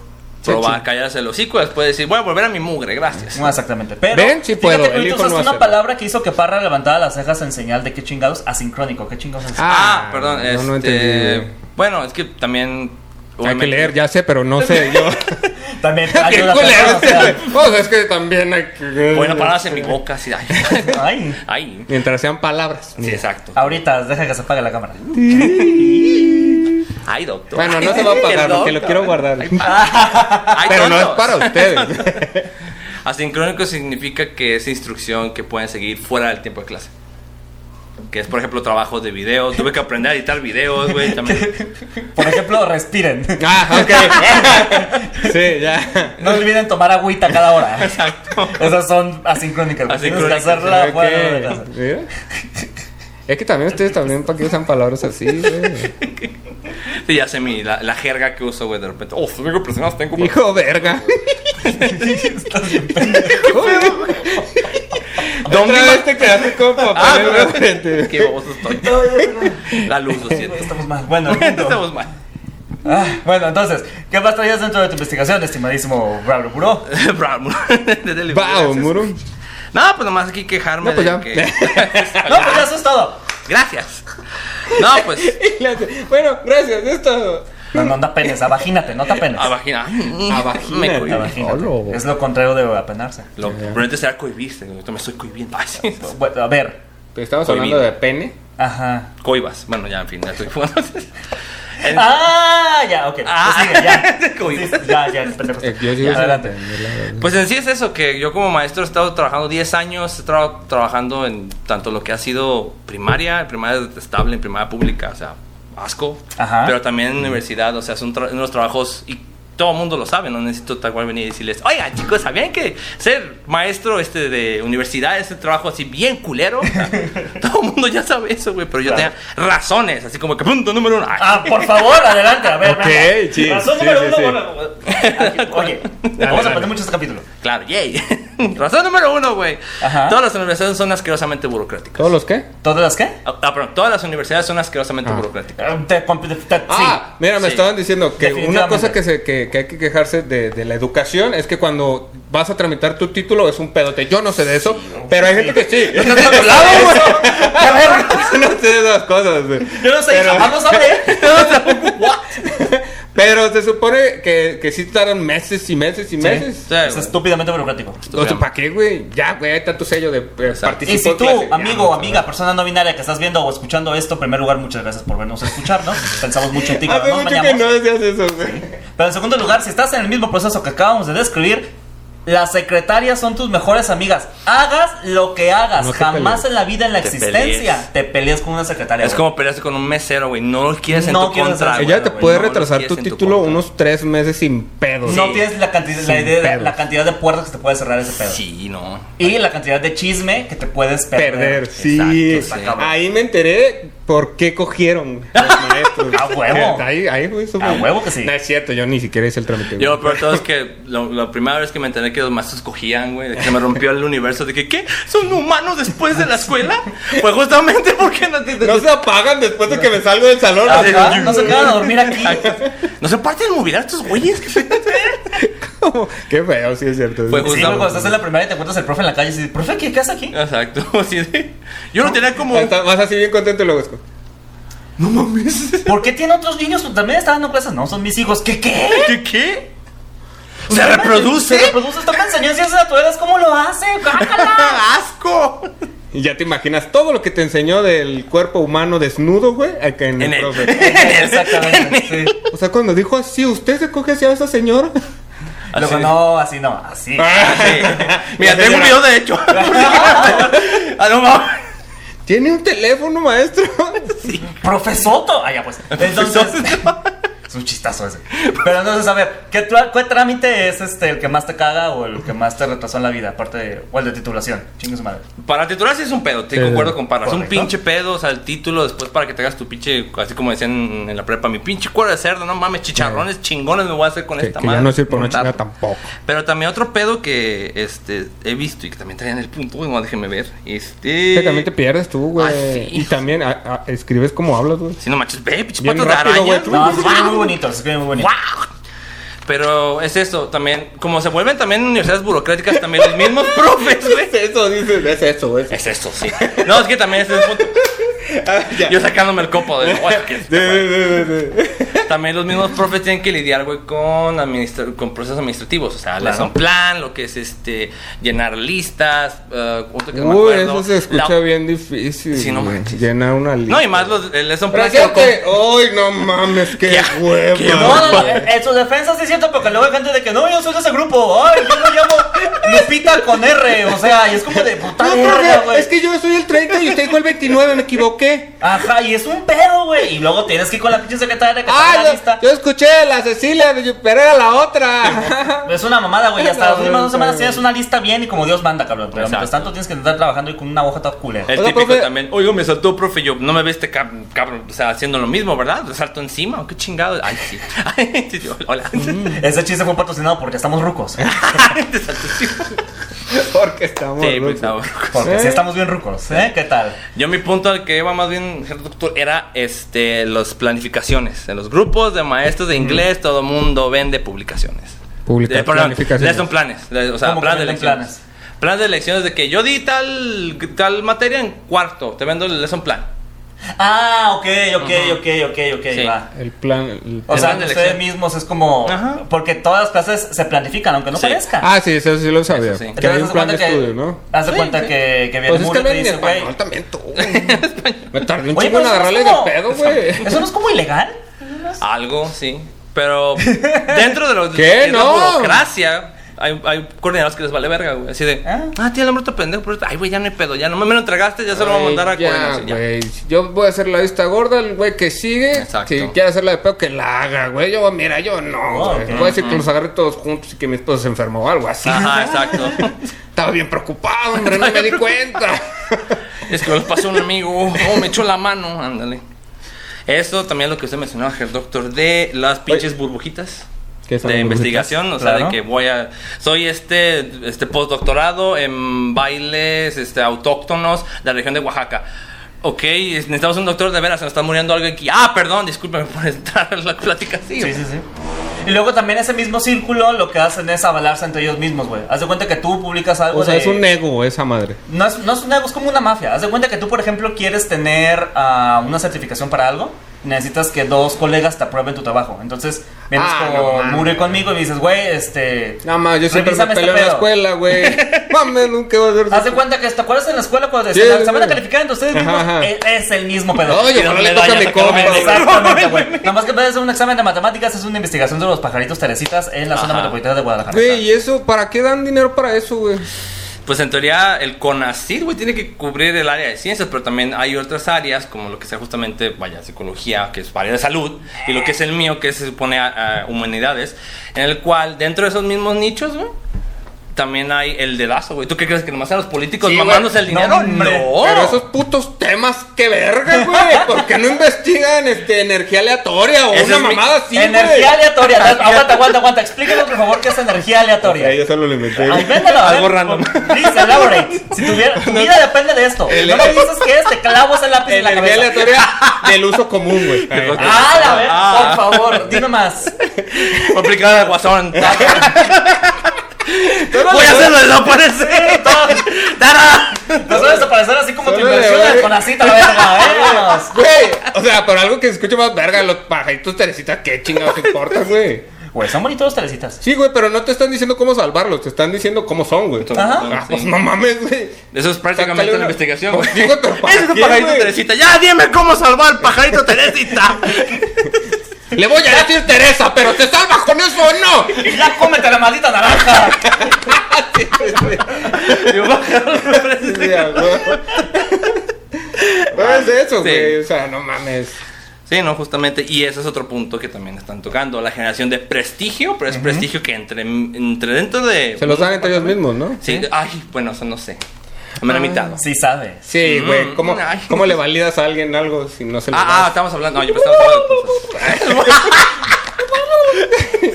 Speaker 2: te
Speaker 3: probar,
Speaker 2: chingo.
Speaker 3: callarse el hocico y después decir, voy a volver a mi mugre, gracias.
Speaker 2: Ah,
Speaker 4: No, exactamente. Pero.
Speaker 2: Ven, sí puedo,
Speaker 4: Fíjate que
Speaker 2: el
Speaker 4: ahorita
Speaker 2: hijo no
Speaker 4: usaste una
Speaker 2: hace.
Speaker 4: palabra que hizo que Parra levantara las cejas en señal de qué chingados. Asincrónico, qué chingados es.
Speaker 3: Ah, perdón,
Speaker 2: no,
Speaker 3: este,
Speaker 2: no entendí, güey.
Speaker 3: bueno, es que también
Speaker 2: Hay que
Speaker 3: obviamente,
Speaker 2: leer, ya sé, pero no sé
Speaker 4: (laughs)
Speaker 2: yo. (laughs)
Speaker 4: También
Speaker 2: Qué
Speaker 4: ayuda
Speaker 2: culero
Speaker 4: perdón, o
Speaker 2: este,
Speaker 4: sea,
Speaker 2: güey. O sea, es que también hay que...
Speaker 3: Bueno, palabras en mi boca,
Speaker 2: (laughs)
Speaker 3: sí, ay.
Speaker 4: Ay.
Speaker 3: Ay.
Speaker 2: Mientras sean palabras.
Speaker 3: Sí, exacto.
Speaker 2: Ah.
Speaker 4: Ahorita, deja que se apague la cámara.
Speaker 3: Ay, doctor.
Speaker 2: Bueno, no se va a apagar,
Speaker 3: Perdón,
Speaker 2: porque lo quiero guardar.
Speaker 3: Ay,
Speaker 2: Pero no es
Speaker 3: tontos.
Speaker 2: para
Speaker 4: (laughs)
Speaker 2: ustedes.
Speaker 3: (laughs) Asincrónico significa que es instrucción que pueden seguir fuera del tiempo de clase. Que es, por ejemplo, trabajos de videos. Tuve que aprender a editar videos,
Speaker 2: (laughs)
Speaker 3: güey, también.
Speaker 4: (laughs) Por ejemplo, respiren. (laughs)
Speaker 2: Ah, ok. sí, ya.
Speaker 4: No olviden tomar agüita cada hora.
Speaker 2: (laughs)
Speaker 3: Exacto.
Speaker 4: Esas son asincrónicas. güey. Tienes que
Speaker 3: Asincrónicas,
Speaker 4: hacerla
Speaker 2: Ok.
Speaker 4: fuera de la
Speaker 3: (laughs)
Speaker 4: casa.
Speaker 2: Mira. Es que también ustedes también para que usan palabras así, (laughs) güey.
Speaker 3: Sí, ya sé mi, la, la jerga que uso, güey, de repente. Oh, tengo personas, tengo...
Speaker 2: Hijo verga. (laughs) ¿Dónde
Speaker 3: Otra
Speaker 2: vez te quedaste con papá?
Speaker 3: Ah, pero... Qué baboso estoy.
Speaker 4: No, ya, ya,
Speaker 3: La luz,
Speaker 2: (laughs)
Speaker 3: lo
Speaker 4: ya.
Speaker 3: siento.
Speaker 4: Estamos mal. Bueno, el punto.
Speaker 3: Estamos mal. (laughs)
Speaker 4: Ah, bueno, entonces, ¿qué más traías dentro de tu investigación, estimadísimo Braulio Buró?
Speaker 3: Bravo, (laughs) Desde el-
Speaker 2: Wow,
Speaker 3: gracias.
Speaker 2: muro.
Speaker 3: No, pues nomás aquí quejarme
Speaker 2: No, pues
Speaker 3: de
Speaker 2: ya.
Speaker 3: que. (laughs)
Speaker 4: No, pues ya eso es todo.
Speaker 3: gracias. No, pues.
Speaker 2: (laughs) Y le hace, Bueno, gracias, esto.
Speaker 4: No, no, da penes, abagínate, no te apenes.
Speaker 3: A vagina.
Speaker 2: A vagina.
Speaker 3: Me cohibí.
Speaker 4: Abagínate.
Speaker 2: Solo.
Speaker 4: Es lo contrario de apenarse.
Speaker 3: Lo, pero antes era cohibirse. Ahorita me estoy cohibiendo. Ay, sí.
Speaker 4: Bueno, a ver,
Speaker 2: Estamos
Speaker 3: Prohibido.
Speaker 2: hablando de pene.
Speaker 4: ajá.
Speaker 3: Cohibas. Bueno, ya, en fin, ya estoy (laughs) jugando. El-
Speaker 4: Ah, ya, ok.
Speaker 3: Ah.
Speaker 4: Pues sigue, ya.
Speaker 3: (laughs) Cohibas.
Speaker 4: Sí, ya, ya, pendejo.
Speaker 2: Eh, Yo sigo
Speaker 4: Ya,
Speaker 2: sin
Speaker 4: adelante.
Speaker 2: entenderla.
Speaker 3: Pues en sí es eso, que yo como maestro he estado trabajando 10 años, he estado trabajando en tanto lo que ha sido primaria, en primaria detestable, en primaria pública, o sea, asco,
Speaker 4: Ajá.
Speaker 3: pero también en universidad, o sea, son tra- unos trabajos y todo el mundo lo sabe, no necesito tal cual venir y decirles, oiga chicos, ¿sabían que ser maestro este de universidad es un trabajo así bien culero?
Speaker 4: (laughs)
Speaker 3: O sea, todo el mundo ya sabe eso, güey, pero yo
Speaker 4: Claro.
Speaker 3: tenía razones, así como que punto número uno. ay,
Speaker 4: Ah, por favor, adelante, a ver.
Speaker 2: Ok,
Speaker 4: venga.
Speaker 2: sí,
Speaker 4: Razón
Speaker 2: sí,
Speaker 4: número
Speaker 2: sí,
Speaker 4: uno,
Speaker 2: sí.
Speaker 4: bueno, Oye, vamos a aprender mucho este capítulo.
Speaker 3: Claro, yay. (laughs) Razón número uno, güey.
Speaker 4: Ajá.
Speaker 3: Todas las universidades son asquerosamente burocráticas.
Speaker 2: ¿Todos los qué?
Speaker 4: ¿Todas las qué?
Speaker 3: Ah, ah, perdón, todas las universidades son asquerosamente
Speaker 2: Ah. (laughs)
Speaker 3: burocráticas.
Speaker 4: Eh, te- te- te-
Speaker 2: Ah, mira, me
Speaker 3: sí.
Speaker 2: estaban diciendo que una
Speaker 4: Definitivamente.
Speaker 2: cosa que, se, que, que hay que quejarse de, de la educación es que cuando vas a tramitar tu título es un pedote. Yo no sé de eso, pero hay gente que sí. Yo (laughs) no sé de (laughs) esas cosas, güey.
Speaker 4: Yo no sé,
Speaker 2: Pero-
Speaker 4: jamás lo
Speaker 2: (laughs)
Speaker 4: sabré.
Speaker 2: Pero se supone que, que sí tardan meses y meses y meses.
Speaker 3: Sí,
Speaker 4: Es
Speaker 3: güey.
Speaker 4: estúpidamente burocrático.
Speaker 2: O sea, ¿para qué, güey? Ya, güey, hay tanto sello de eh,
Speaker 3: Exacto.
Speaker 2: participó
Speaker 4: Y si tú,
Speaker 2: clase. Ya,
Speaker 4: amigo
Speaker 2: no,
Speaker 4: o amiga, persona no binaria que estás viendo o escuchando esto, en primer lugar, muchas gracias por vernos a escucharnos. Pensamos mucho en ti,
Speaker 2: Hace
Speaker 4: pero nos
Speaker 2: mucho Ah, pues, que
Speaker 4: bañamos.
Speaker 2: no decías eso, güey.
Speaker 4: Pero en segundo lugar, si estás en el mismo proceso que acabamos de describir, Las secretarias son tus mejores amigas. Hagas lo que hagas.
Speaker 2: No te
Speaker 4: Jamás
Speaker 2: pelees.
Speaker 4: en la vida, en la
Speaker 3: Te
Speaker 4: existencia,
Speaker 3: pelees.
Speaker 4: te peleas con una secretaria.
Speaker 3: Es
Speaker 4: güey.
Speaker 3: como pelearse con un mesero, güey. No lo quieres en
Speaker 4: No
Speaker 3: tu
Speaker 4: quieres
Speaker 3: contra.
Speaker 4: hacer-
Speaker 3: Ah, güey.
Speaker 4: Ella
Speaker 2: Ya te puede
Speaker 3: No lo
Speaker 2: retrasar
Speaker 3: quieres
Speaker 2: tu
Speaker 3: en
Speaker 2: título
Speaker 3: contra.
Speaker 2: unos tres meses sin pedos.
Speaker 4: No
Speaker 3: Sí.
Speaker 4: tienes la cantidad, la,
Speaker 2: Sin
Speaker 4: idea-
Speaker 2: pedos.
Speaker 4: la cantidad de puertas que te puede cerrar ese pedo.
Speaker 3: Sí, no.
Speaker 4: Y la cantidad de chisme que te puedes perder.
Speaker 2: Perder, sí.
Speaker 3: Exacto,
Speaker 4: sí.
Speaker 2: Ahí me enteré por qué cogieron los maestros.
Speaker 4: A huevo.
Speaker 2: Ahí, ahí fue eso.
Speaker 4: A huevo que sí.
Speaker 2: No es cierto, yo ni siquiera hice el trámite.
Speaker 3: Yo,
Speaker 2: güey.
Speaker 3: pero todo es que lo, la primera vez que me enteré que los maestros cogían, güey, de que se me rompió el universo, de que, ¿qué? ¿Son humanos después de la escuela? Pues justamente porque no te-
Speaker 2: No se apagan después de que me salgo del salón.
Speaker 4: Ajá,
Speaker 2: así,
Speaker 4: Ah, no se quedan a dormir
Speaker 2: (laughs)
Speaker 4: aquí.
Speaker 3: ¿No se parte del mobiliario estos güeyes? ¿Qué pedo?
Speaker 2: como- (laughs) Qué feo, sí es cierto.
Speaker 3: Pues,
Speaker 4: Sí,
Speaker 3: justo-
Speaker 4: güey, cuando estás en la primaria y te encuentras el profe en la calle y dices, profe, ¿qué, qué haces aquí?
Speaker 3: Exacto. (laughs) así de- Yo lo tenía como.
Speaker 2: Está- vas así bien contento y luego es como,
Speaker 3: No mames.
Speaker 4: ¿Por qué tiene otros niños? Pues también están dando clases. No, son mis hijos. ¿Qué qué?
Speaker 3: ¿Qué? ¿Qué? ¿Se reproduce?
Speaker 4: Se reproduce. Esto me enseñó en ciencias naturales. ¿Cómo lo hace? (laughs)
Speaker 3: (laughs)
Speaker 4: ¡Bájala!
Speaker 3: ¡Asco!
Speaker 2: Y ya te imaginas todo lo que te enseñó del cuerpo humano desnudo, güey, acá en,
Speaker 3: En
Speaker 2: el
Speaker 3: el-
Speaker 2: profe.
Speaker 4: Exactamente. sí.
Speaker 2: O sea, cuando dijo así, ¿usted se coge así a esa señora? (laughs)
Speaker 4: Luego,
Speaker 3: (laughs) Así. Ah.
Speaker 4: no, así no, así.
Speaker 3: Mira, tengo un video de hecho. (laughs) ah, no mames.
Speaker 2: Tiene un teléfono,
Speaker 3: (laughs)
Speaker 2: maestro.
Speaker 4: Profe Soto. Ah, ya pues. Entonces.
Speaker 3: (laughs)
Speaker 4: (laughs) Es un chistazo ese. Pero entonces, a ver, ¿qué, tra- ¿cuál trámite es este el que más te caga o el que más te retrasó en la vida? Aparte de, o el de titulación. Chingue su madre.
Speaker 3: Para titular sí es un pedo, te
Speaker 2: Sí,
Speaker 3: concuerdo
Speaker 2: sí.
Speaker 3: con Parra. Es un
Speaker 4: Correcto.
Speaker 3: pinche pedo, o sea, el título después para que te hagas tu pinche, así como decían en la prepa, mi pinche cuero de cerdo, no mames, chicharrones chingones me voy a hacer con
Speaker 2: Que,
Speaker 3: esta
Speaker 2: que
Speaker 3: madre.
Speaker 2: ya no sirve por una
Speaker 3: Tato.
Speaker 2: chingada tampoco.
Speaker 3: Pero también otro pedo que este he visto y que también traían el punto, bueno, déjenme ver.
Speaker 2: Que
Speaker 3: Este.
Speaker 2: también te pierdes tú, güey.
Speaker 3: Ay, sí.
Speaker 2: Y también a- a- escribes como hablas,
Speaker 3: (laughs)
Speaker 2: güey.
Speaker 3: Si no manches, ve, pinche
Speaker 2: Bien
Speaker 3: patas de
Speaker 2: rápido,
Speaker 3: araña.
Speaker 2: güey.
Speaker 4: No, es muy bonito, es muy bonito.
Speaker 3: ¡Guau! Pero es eso, también, como se vuelven también universidades burocráticas, también los mismos (laughs) profes, güey.
Speaker 2: eso? Dices, es eso,
Speaker 3: (laughs)
Speaker 2: güey.
Speaker 3: Es eso, sí. No, es que también ese es el punto.
Speaker 2: Ah, ya.
Speaker 3: (laughs) Yo sacándome el
Speaker 2: (laughs)
Speaker 3: copo de... "Oye, que
Speaker 2: De- de- de- de-
Speaker 3: También los mismos profes tienen que lidiar, güey, con, administra- con procesos administrativos. O sea, la
Speaker 4: Claro.
Speaker 3: son plan, lo que es este llenar listas. eh, otro que no me
Speaker 2: Uy,
Speaker 3: acuerdo.
Speaker 2: eso se escucha
Speaker 3: La-
Speaker 2: bien difícil.
Speaker 3: Sí, no
Speaker 2: güey.
Speaker 3: manches.
Speaker 2: Llenar una lista.
Speaker 3: No, y más los, el lesson plan. que lo com-
Speaker 2: Presente. Ay, no
Speaker 4: (laughs)
Speaker 2: mames, qué
Speaker 3: Qué-
Speaker 2: hueva.
Speaker 3: qué
Speaker 4: (laughs) No, no, no, en en su defensa sí es cierto, porque luego hay gente de que no, yo soy de ese grupo. Ay, yo lo llamo Lupita con R. O sea, y es como de puta
Speaker 2: No,
Speaker 4: verga,
Speaker 2: profe,
Speaker 4: güey.
Speaker 2: es que yo soy el 30 y usted dijo el 29, me equivoqué.
Speaker 4: Ajá, y es un pedo, güey. Y luego tienes que ir con la pinche secretaria que (laughs) está en la
Speaker 2: Ah, yo,
Speaker 4: lista.
Speaker 2: yo escuché a la Cecilia, pero era la otra.
Speaker 4: Es una mamada, güey. Hasta las
Speaker 2: No,
Speaker 4: últimas
Speaker 2: no,
Speaker 4: dos semanas
Speaker 2: no.
Speaker 4: tienes una lista bien y como Dios manda, cabrón. Pero
Speaker 3: Exacto.
Speaker 4: mientras tanto tienes que estar trabajando y con una hoja toda culera.
Speaker 3: El
Speaker 2: Oiga,
Speaker 3: típico
Speaker 2: profe.
Speaker 3: también. Oiga, me saltó, profe. Yo, no me viste, cab- cabrón. O sea, haciendo lo mismo, ¿verdad? ¿Te salto encima? ¿o ¿Qué chingado? Ay, sí. (laughs) Ay, sí, yo, hola.
Speaker 2: Mm.
Speaker 4: Ese chiste fue patrocinado porque estamos rucos. ¿eh?
Speaker 3: Te salto encima.
Speaker 2: (laughs) Porque estamos.
Speaker 3: Sí, pues,
Speaker 2: locos.
Speaker 3: está bueno.
Speaker 4: Porque
Speaker 2: ¿Eh?
Speaker 4: si estamos bien rucos, ¿eh? ¿Qué tal?
Speaker 3: Yo mi punto al que iba más bien, jefe doctor, era este las planificaciones. En los grupos de maestros de inglés, todo mundo vende publicaciones.
Speaker 2: Publica-
Speaker 3: Eh, perdón,
Speaker 2: planificaciones.
Speaker 3: Son planes, le- o sea,
Speaker 4: ¿Cómo que
Speaker 3: planes de
Speaker 4: venden
Speaker 3: lecciones. Planes? de lecciones de que yo di tal, tal materia en cuarto, te vendo el lesson plan.
Speaker 4: Ah, ok, ok, ok, ok, ok,
Speaker 3: Sí.
Speaker 4: va.
Speaker 2: El plan. el-
Speaker 4: O
Speaker 3: El
Speaker 4: sea,
Speaker 3: plan de
Speaker 4: ustedes
Speaker 3: elección.
Speaker 4: mismos es como...
Speaker 3: Ajá.
Speaker 4: Porque todas las clases se planifican, aunque no
Speaker 3: Sí.
Speaker 4: parezca.
Speaker 2: Ah, sí, eso sí lo sabía.
Speaker 3: Eso sí.
Speaker 2: Que
Speaker 4: Entonces,
Speaker 2: hay un
Speaker 4: haz
Speaker 2: plan de
Speaker 4: cuenta que-
Speaker 2: estudio, ¿no?
Speaker 4: Haz de
Speaker 3: Sí,
Speaker 4: cuenta
Speaker 3: sí.
Speaker 4: que, que viene
Speaker 2: Pues es
Speaker 4: Moore
Speaker 2: que
Speaker 4: y te
Speaker 2: hablan en
Speaker 4: dice, güey...
Speaker 2: español también
Speaker 4: (laughs)
Speaker 2: tú. Me tardé un
Speaker 4: Oye, pero
Speaker 2: chingo en
Speaker 4: eso no pues, es
Speaker 2: agarrarle
Speaker 4: como-
Speaker 2: de pedo,
Speaker 4: (laughs)
Speaker 2: güey.
Speaker 4: ¿Eso no es como ilegal?
Speaker 3: Algo, sí. Pero dentro de, los,
Speaker 2: ¿Qué?
Speaker 3: de la
Speaker 2: No.
Speaker 3: burocracia, hay, hay coordinadores que les vale verga, güey. Así de,
Speaker 4: Ah.
Speaker 3: ah, tiene el hombre todo pendejo. pero- Ay, güey, ya no hay pedo, ya no me lo entregaste, ya se lo voy a mandar a
Speaker 2: Ay, ya,
Speaker 3: coordinación. ya.
Speaker 2: güey. Yo voy a hacer la vista gorda, el güey que sigue.
Speaker 3: Exacto.
Speaker 2: Si quiere hacerla de pedo, que la haga, güey. Yo, mira, yo no,
Speaker 4: Oh,
Speaker 2: güey.
Speaker 4: ok.
Speaker 2: Voy a decir que los agarré todos juntos y que mi esposo se enfermó o algo así. (laughs)
Speaker 3: Ajá, exacto.
Speaker 2: Estaba bien preocupado, hombre, no me di cuenta.
Speaker 3: Es que los pasó un amigo, oh, me echó la mano, ándale. Eso también es lo que usted mencionaba, el doctor, de las pinches burbujitas.
Speaker 2: ¿Qué son
Speaker 3: de
Speaker 2: burbujitas?
Speaker 3: investigación, o sea,
Speaker 4: Claro.
Speaker 3: de que voy a... Soy este, este postdoctorado en bailes este, autóctonos de la región de Oaxaca. Ok, es- necesitamos un doctor de veras, se nos está muriendo algo aquí. Ah, perdón, discúlpeme por entrar a la plática así.
Speaker 4: Sí, sí, sí. Y luego también ese mismo círculo lo que hacen es avalarse entre ellos mismos, güey. Haz de cuenta que tú publicas algo
Speaker 2: O sea,
Speaker 4: de-
Speaker 2: es un ego esa madre.
Speaker 4: No es, no es un ego, es como una mafia. Haz de cuenta que tú, por ejemplo, quieres tener ah, una certificación para algo. necesitas que dos colegas te aprueben tu trabajo. Entonces, vienes
Speaker 2: Ah, no
Speaker 4: con
Speaker 2: mames.
Speaker 4: Mure conmigo y me dices, güey, este.
Speaker 2: No, ma, yo siempre me
Speaker 4: revísame
Speaker 2: peleo en la
Speaker 4: pedo".
Speaker 2: escuela, güey.
Speaker 3: (laughs)
Speaker 2: Mames, nunca voy a hacer
Speaker 4: Haz de cuenta que, ¿te acuerdas en la escuela cuando
Speaker 2: pues, Sí,
Speaker 4: decían,
Speaker 2: sí,
Speaker 4: se van a
Speaker 2: sí.
Speaker 4: calificar entre ustedes
Speaker 2: Ajá,
Speaker 4: mismos?
Speaker 2: ajá.
Speaker 4: E- Es el mismo pedo. Y
Speaker 2: Oye, ojalá
Speaker 4: los
Speaker 2: le
Speaker 4: medallas
Speaker 2: toque a mi
Speaker 4: que comen.
Speaker 3: (laughs)
Speaker 2: compa, güey.
Speaker 4: Exactamente, güey. Nada más que en vez de hacer un examen de matemáticas, es una investigación de los pajaritos teresitas en la zona
Speaker 3: Ajá.
Speaker 4: metropolitana de Guadalajara.
Speaker 2: Güey, ¿y eso? ¿Para qué dan dinero para eso, güey?
Speaker 3: Pues en teoría el CONACYT, güey, tiene que cubrir el área de ciencias, pero también hay otras áreas, como lo que sea justamente, vaya, psicología, que es área de salud, y lo que es el mío, que se supone ah, humanidades, en el cual, dentro de esos mismos nichos, güey, también hay el dedazo, güey. ¿Tú qué crees que nomás a los políticos
Speaker 4: Sí, güey.
Speaker 3: mamándose el
Speaker 4: No,
Speaker 3: dinero? No,
Speaker 4: hombre.
Speaker 2: Pero esos putos temas, qué verga, güey. ¿Por qué no investigan este, energía aleatoria o
Speaker 3: Ese
Speaker 2: una
Speaker 3: es mi-
Speaker 2: mamada así, güey?
Speaker 4: energía aleatoria. (laughs) Aguanta, aguanta, aguanta, aguanta. Explíquenos, por favor, qué es energía aleatoria.
Speaker 2: yo solo lo inventé.
Speaker 4: Ay, véndelo, a
Speaker 3: Algo
Speaker 4: ver,
Speaker 3: random.
Speaker 4: Please elaborate. Si tuviera, tu vida depende de esto.
Speaker 2: El-
Speaker 4: no me dices que es, te clavo ese lápiz en la
Speaker 2: Energía
Speaker 4: cabeza.
Speaker 2: aleatoria del uso común, güey.
Speaker 4: Ah, la ver,
Speaker 3: Ah.
Speaker 4: por favor, dime más.
Speaker 3: Complicada de (laughs) guasón.
Speaker 1: Voy a hacerlo
Speaker 3: (laughs)
Speaker 1: desaparecer. ¡Tara!
Speaker 4: Nos vas a desaparecer así como tu
Speaker 2: Solo le
Speaker 4: inversión
Speaker 2: doy-
Speaker 4: con así, la verga. Vámonos.
Speaker 2: Güey, o sea, por algo que se escuche más verga, los pajaritos Teresita, ¿qué chingados importa, güey?
Speaker 4: Güey, son bonitos los telecitas. (laughs)
Speaker 2: Sí, güey, pero no te están diciendo cómo salvarlos, te están diciendo cómo son, güey.
Speaker 4: Ajá.
Speaker 2: Ah, pues no mames, güey.
Speaker 3: Eso es prácticamente
Speaker 2: Sácale
Speaker 3: una investigación, güey.
Speaker 2: Pues sí, güey,
Speaker 3: (laughs)
Speaker 2: pero ¿para
Speaker 3: Ese es un
Speaker 2: qué,
Speaker 3: pajarito
Speaker 2: güey?
Speaker 3: Teresita. Ya, dime cómo salvar al pajarito Teresita. (laughs)
Speaker 2: Le voy a decir Teresa, pero ¿te salvas con eso o no?
Speaker 4: Ya cómete la maldita naranja.
Speaker 2: Sí, a huevo. Pero es eso,
Speaker 3: Sí.
Speaker 2: güey. O sea, no mames.
Speaker 3: Sí, no, justamente. Y ese es otro punto que también están tocando. La generación de prestigio, pero es prestigio que entre, entre dentro de.
Speaker 2: Se los dan entre ellos mismos, ¿no?
Speaker 3: Sí, ay, bueno, eso no sé.
Speaker 4: Ah.
Speaker 3: Me han invitado.
Speaker 4: Sí sabe.
Speaker 2: Sí,
Speaker 3: Mm,
Speaker 2: güey. ¿Cómo,
Speaker 3: ay.
Speaker 2: ¿Cómo le validas a alguien algo si no se lo
Speaker 3: Ah, ah,
Speaker 2: das?
Speaker 3: estamos hablando. No, yo pensaba que estaba-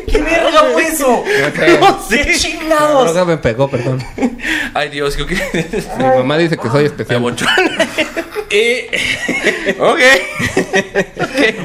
Speaker 4: ¿Qué verga fue eso? ¡Qué
Speaker 2: La
Speaker 4: chingados!
Speaker 2: droga me pegó, perdón. (laughs)
Speaker 3: Ay, Dios, creo que. (laughs)
Speaker 2: Mi mamá dice que soy
Speaker 3: Me
Speaker 2: especial.
Speaker 3: abochona.
Speaker 2: Eh.
Speaker 3: (laughs) ok.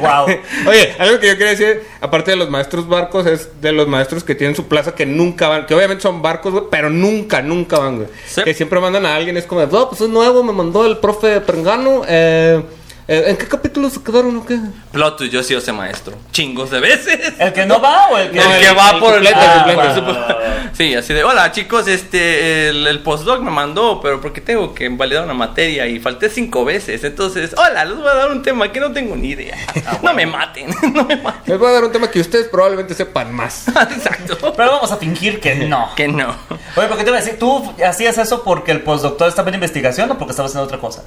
Speaker 4: Wow.
Speaker 2: Oye, algo que yo quería decir, aparte de los maestros barcos, es de los maestros que tienen su plaza que nunca van, que obviamente son barcos, güey, pero nunca, nunca van, güey.
Speaker 3: Sí.
Speaker 2: Que siempre mandan a alguien, es como, no, pues es nuevo, me mandó el profe Perengano, eh, eh, ¿en qué capítulo se quedaron o qué?
Speaker 3: Plot twist, yo sí sé maestro. Chingos de veces.
Speaker 4: ¿El que no va o el que.?
Speaker 3: El que va
Speaker 2: el
Speaker 3: por el
Speaker 2: suplente,
Speaker 4: el
Speaker 3: ah,
Speaker 4: suplente.
Speaker 3: bueno, supo- (laughs) Sí, así de, hola chicos, este, el, el postdoc me mandó, pero porque tengo que invalidar una materia y falté cinco veces. Entonces, hola, les voy a dar un tema que no tengo ni idea. (laughs) No me maten, no me maten.
Speaker 2: Les voy a dar un tema que ustedes probablemente sepan más.
Speaker 3: Exacto.
Speaker 4: Pero vamos a fingir que no.
Speaker 3: Que no.
Speaker 4: Oye, ¿por qué te iba a decir? ¿Tú hacías eso porque el postdoctor estaba en investigación o porque estabas haciendo otra cosa?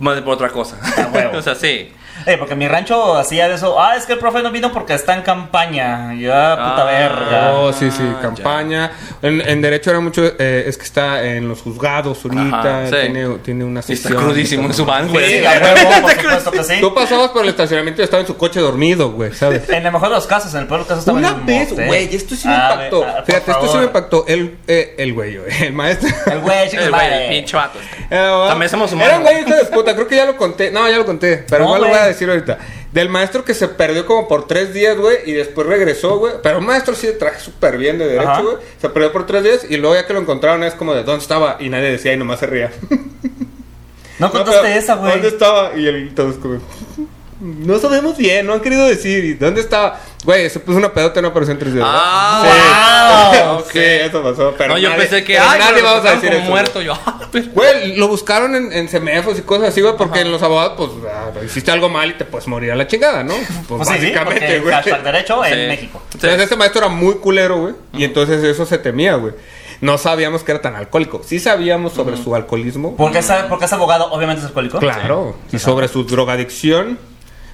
Speaker 3: Más de por otra cosa.
Speaker 4: Ah, huevo.
Speaker 3: (laughs) o sea, sí.
Speaker 4: Eh, porque en mi rancho hacía de eso. Ah, es que el profe no vino porque está en campaña. Ya, puta
Speaker 3: Ah.
Speaker 4: verga.
Speaker 2: Oh, sí, sí,
Speaker 4: Ah,
Speaker 3: ya.
Speaker 2: campaña. En, en derecho era mucho, eh, es que está en los juzgados ahorita,
Speaker 3: Ajá, sí.
Speaker 2: tiene, tiene una
Speaker 3: Sí, está
Speaker 2: sesión.
Speaker 3: crudísimo en su eh. van,
Speaker 4: Sí,
Speaker 2: (laughs)
Speaker 3: güey. (laughs)
Speaker 4: a huevo, por supuesto que sí.
Speaker 2: Tú pasabas por el estacionamiento y estaba en su coche dormido, güey, ¿sabes?
Speaker 4: En el mejor de los casos, en el peor de los casos (laughs) estaba
Speaker 2: Una
Speaker 4: en un
Speaker 2: vez,
Speaker 4: motel.
Speaker 2: güey, esto sí me
Speaker 4: A ver,
Speaker 2: impactó.
Speaker 4: ah, por
Speaker 2: Fíjate, esto sí
Speaker 4: favor.
Speaker 2: me impactó. El, eh, el güey, güey, el maestro.
Speaker 4: El güey, chicos,
Speaker 3: El Eh, güey, el pinche vato. También somos humanos.
Speaker 2: Era un güey hijo de puta, creo que ya lo conté. No, ya lo conté, pero
Speaker 4: No,
Speaker 2: igual lo
Speaker 4: güey.
Speaker 2: voy a decir ahorita. Del maestro que se perdió como por tres días, güey, y después regresó, güey. Pero un maestro sí de traje súper bien de
Speaker 4: Ajá.
Speaker 2: derecho, güey. Se perdió por tres días y luego ya que lo encontraron es como de dónde estaba y nadie decía y nomás
Speaker 4: (laughs)
Speaker 2: se ría.
Speaker 4: No
Speaker 2: No,
Speaker 4: contaste
Speaker 2: pero,
Speaker 4: esa, güey.
Speaker 2: ¿Dónde estaba? Y el todos como. (laughs) No sabemos bien, no han querido decir. ¿Y dónde estaba? Güey, se puso una pedota y no apareció en tres días. ¿verdad?
Speaker 3: Ah,
Speaker 2: Sí.
Speaker 3: wow.
Speaker 2: (laughs) Sí, eso pasó. Pero
Speaker 3: no, yo
Speaker 2: nadie-
Speaker 3: pensé que,
Speaker 2: pero
Speaker 3: ay,
Speaker 2: nadie
Speaker 3: lo
Speaker 2: vamos a
Speaker 3: trataron
Speaker 2: decir
Speaker 3: como
Speaker 2: eso. Pues,
Speaker 3: muerto. Yo, ah, pero-
Speaker 2: Güey, lo buscaron en, en semejos y cosas así, güey, porque en los abogados, pues, ah, hiciste algo mal y te puedes morir a la chingada,
Speaker 3: (laughs)
Speaker 2: ¿no? Pues,
Speaker 4: Pues sí, sí,
Speaker 2: básicamente,
Speaker 4: porque
Speaker 2: güey.
Speaker 4: hashtag derecho
Speaker 3: Sí.
Speaker 4: en México.
Speaker 3: Sí.
Speaker 2: Entonces, este maestro era muy culero, güey. Y entonces eso se temía, güey. No sabíamos que era tan alcohólico. Sí sabíamos sobre su alcoholismo.
Speaker 4: Porque es, porque es abogado, obviamente es alcohólico. (laughs)
Speaker 2: Claro. Y sobre su drogadicción,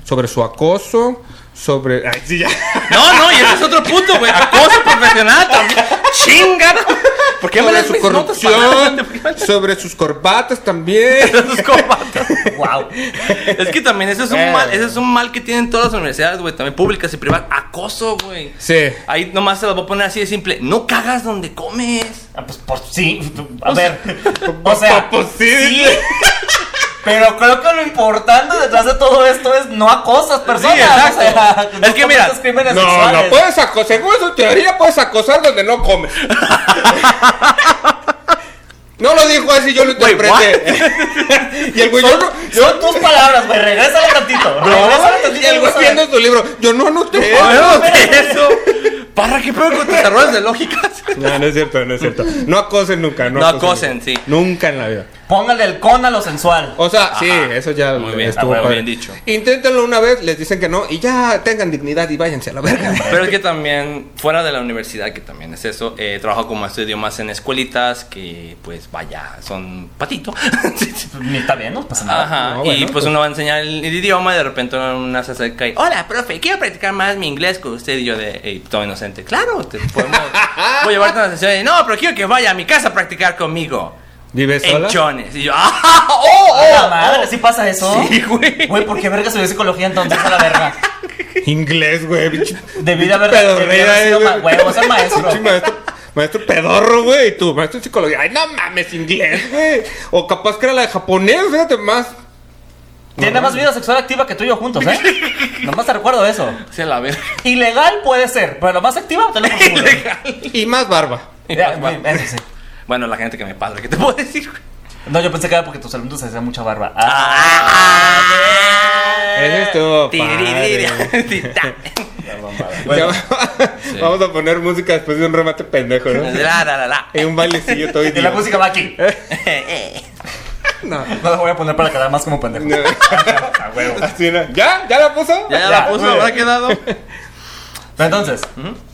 Speaker 2: sobre su acoso, sobre. Ay, sí, ya.
Speaker 3: No, no, y ese es otro punto, güey. Acoso profesional también. Chingada. ¿Por qué me
Speaker 2: sobre
Speaker 3: das
Speaker 2: su
Speaker 3: mis notas
Speaker 2: corrupción,
Speaker 3: (laughs) para-
Speaker 2: sobre sus corbatas también.
Speaker 3: (laughs) Sus corbatas.
Speaker 4: Wow.
Speaker 3: Es que también ese es un
Speaker 2: Eh.
Speaker 3: mal, ese es un mal que tienen todas las universidades, güey, también públicas y privadas. Acoso, güey.
Speaker 2: Sí.
Speaker 3: Ahí nomás se los voy a poner así de simple. No cagas donde comes.
Speaker 4: Ah, Pues por sí, a ver.
Speaker 3: (laughs)
Speaker 4: O sea,
Speaker 2: pues sí.
Speaker 4: Pero creo que lo importante detrás de todo esto es no acosas personas.
Speaker 3: Sí, exacto.
Speaker 4: o sea, (laughs)
Speaker 3: Es que mira,
Speaker 4: cometas crímenes
Speaker 2: No,
Speaker 4: sexuales.
Speaker 2: no puedes acosar. Según su teoría, puedes acosar donde no comes. No lo dijo así, yo lo interpreté. (laughs) y el güey, yo, no-
Speaker 4: Son tus palabras, güey. Regrésalo tantito. Regrésalo
Speaker 2: no,
Speaker 4: tantito.
Speaker 2: y el güey
Speaker 4: vamos a ver.
Speaker 2: viendo su libro, yo no anoté.
Speaker 3: Bueno, ¿qué (laughs) eso? Parra, ¿qué pedo con tus errores de lógicas?
Speaker 2: No, no es cierto, no es cierto. No acosen nunca, no,
Speaker 3: No acosen,
Speaker 2: nunca.
Speaker 3: sí.
Speaker 2: Nunca en la vida.
Speaker 4: Póngale el con a lo sensual.
Speaker 2: O sea, sí, eso ya
Speaker 3: Muy
Speaker 2: estuvo
Speaker 3: bien, está muy
Speaker 2: padre.
Speaker 3: bien dicho.
Speaker 2: Inténtenlo una vez, les dicen que no y ya tengan dignidad y váyanse a la verga.
Speaker 3: (laughs) Pero es que también, fuera de la universidad, que también es eso, eh, trabajo como maestro de idiomas en escuelitas que, pues, vaya, son patito. (laughs)
Speaker 4: Pues, Ni está bien, no pasa nada.
Speaker 3: Ajá,
Speaker 2: No,
Speaker 3: y
Speaker 2: bueno,
Speaker 3: pues,
Speaker 2: pues-
Speaker 3: uno va a enseñar el, el idioma y de repente una se acerca y, hola, profe, quiero practicar más mi inglés con usted y yo de, "Ey, todo inocente, claro, te
Speaker 4: (laughs)
Speaker 3: podemos, voy a llevarte a una sesión y, no, pero quiero que vaya a mi casa a practicar conmigo.
Speaker 2: ¿Vives sola?
Speaker 3: En chones. Y yo, ¡ah! (laughs) ¡Oh!
Speaker 4: ¡A la madre! ¿Sí pasa eso?
Speaker 3: Sí, güey.
Speaker 4: Güey, ¿por qué verga estudié psicología entonces a la
Speaker 3: (laughs)
Speaker 4: verga?
Speaker 2: Inglés, güey. pinche-
Speaker 4: Debí de haber,
Speaker 2: pedorrera,
Speaker 4: debí de haber sido
Speaker 2: eh,
Speaker 4: ma- güey, voy a ser maestro.
Speaker 2: Pinche maestro. Maestro pedorro, güey. Y tú, maestro de psicología. Ay, no mames, inglés, güey. O capaz que era la de japonés, fíjate más.
Speaker 4: Tiene más vida sexual activa que tú y yo juntos,
Speaker 3: (laughs)
Speaker 4: ¿eh? Nomás te recuerdo eso.
Speaker 3: Se
Speaker 4: (laughs)
Speaker 3: la ve.
Speaker 4: Ilegal puede ser, pero lo más activa
Speaker 3: (laughs)
Speaker 4: te lo aseguro.
Speaker 2: Y más barba.
Speaker 4: Ya, güey, eso sí.
Speaker 3: Bueno, la gente que me padre, ¿qué te puedo decir? güey?
Speaker 4: No, yo pensé que era porque tus alumnos hacían mucha barba. Ah,
Speaker 3: Ah, (laughs)
Speaker 4: Eh,
Speaker 2: Eso
Speaker 4: Oh,
Speaker 2: estuvo padre.
Speaker 3: Tiririra.
Speaker 4: (laughs)
Speaker 2: Ya va- (laughs) Vamos a poner música después de un remate pendejo, ¿no?
Speaker 3: La, la, la, la.
Speaker 2: Y un bailecillo
Speaker 4: (laughs)
Speaker 2: todo
Speaker 4: Y la
Speaker 2: idiota.
Speaker 4: música va aquí. Eh,
Speaker 2: No.
Speaker 4: No la voy a poner para quedar más como pendejo. (laughs)
Speaker 2: No.
Speaker 4: A huevo.
Speaker 2: Así era. ¿Ya? ¿Ya la puso?
Speaker 3: (laughs) Ya, ya la puso,
Speaker 2: muy bien.
Speaker 3: habrá quedado.
Speaker 4: Pero entonces,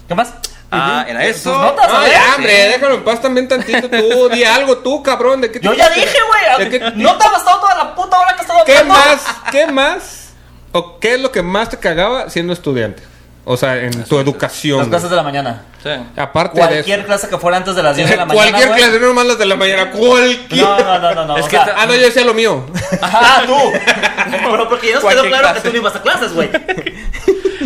Speaker 4: ¿qué más?
Speaker 3: Ah, era eso.
Speaker 4: Tus Eh, notas, a
Speaker 2: Ay,
Speaker 4: ver. ¿eh?
Speaker 2: ya, hombre, déjalo en paz también tantito tú. Di algo tú, cabrón. ¿de qué te
Speaker 4: Yo ya
Speaker 2: quejaste?
Speaker 4: dije, güey.
Speaker 2: ¿De qué-
Speaker 4: No te ha gastado toda la puta hora que has estado
Speaker 2: ¿Qué
Speaker 4: hablando.
Speaker 2: más? ¿Qué más? ¿O qué es lo que más te cagaba siendo estudiante? O sea, en tu
Speaker 4: Las
Speaker 2: educación.
Speaker 4: clases de la mañana.
Speaker 3: Sí.
Speaker 2: Aparte de
Speaker 4: Cualquier clase que fuera antes de las 10 de la
Speaker 2: eso.
Speaker 4: mañana.
Speaker 2: (laughs) Cualquier
Speaker 4: güey.
Speaker 2: clase, no más las de la mañana. Cualquier.
Speaker 4: No, no, no, no.
Speaker 2: (laughs)
Speaker 4: no.
Speaker 3: Es
Speaker 4: o
Speaker 3: que
Speaker 4: sea,
Speaker 3: ta-
Speaker 2: Ah, no, yo decía lo mío.
Speaker 4: Ajá, ah,
Speaker 2: (laughs)
Speaker 4: tú. Pero porque ya nos quedó
Speaker 3: Cualquier
Speaker 4: claro
Speaker 3: clase.
Speaker 4: que tú no ibas a clases, güey.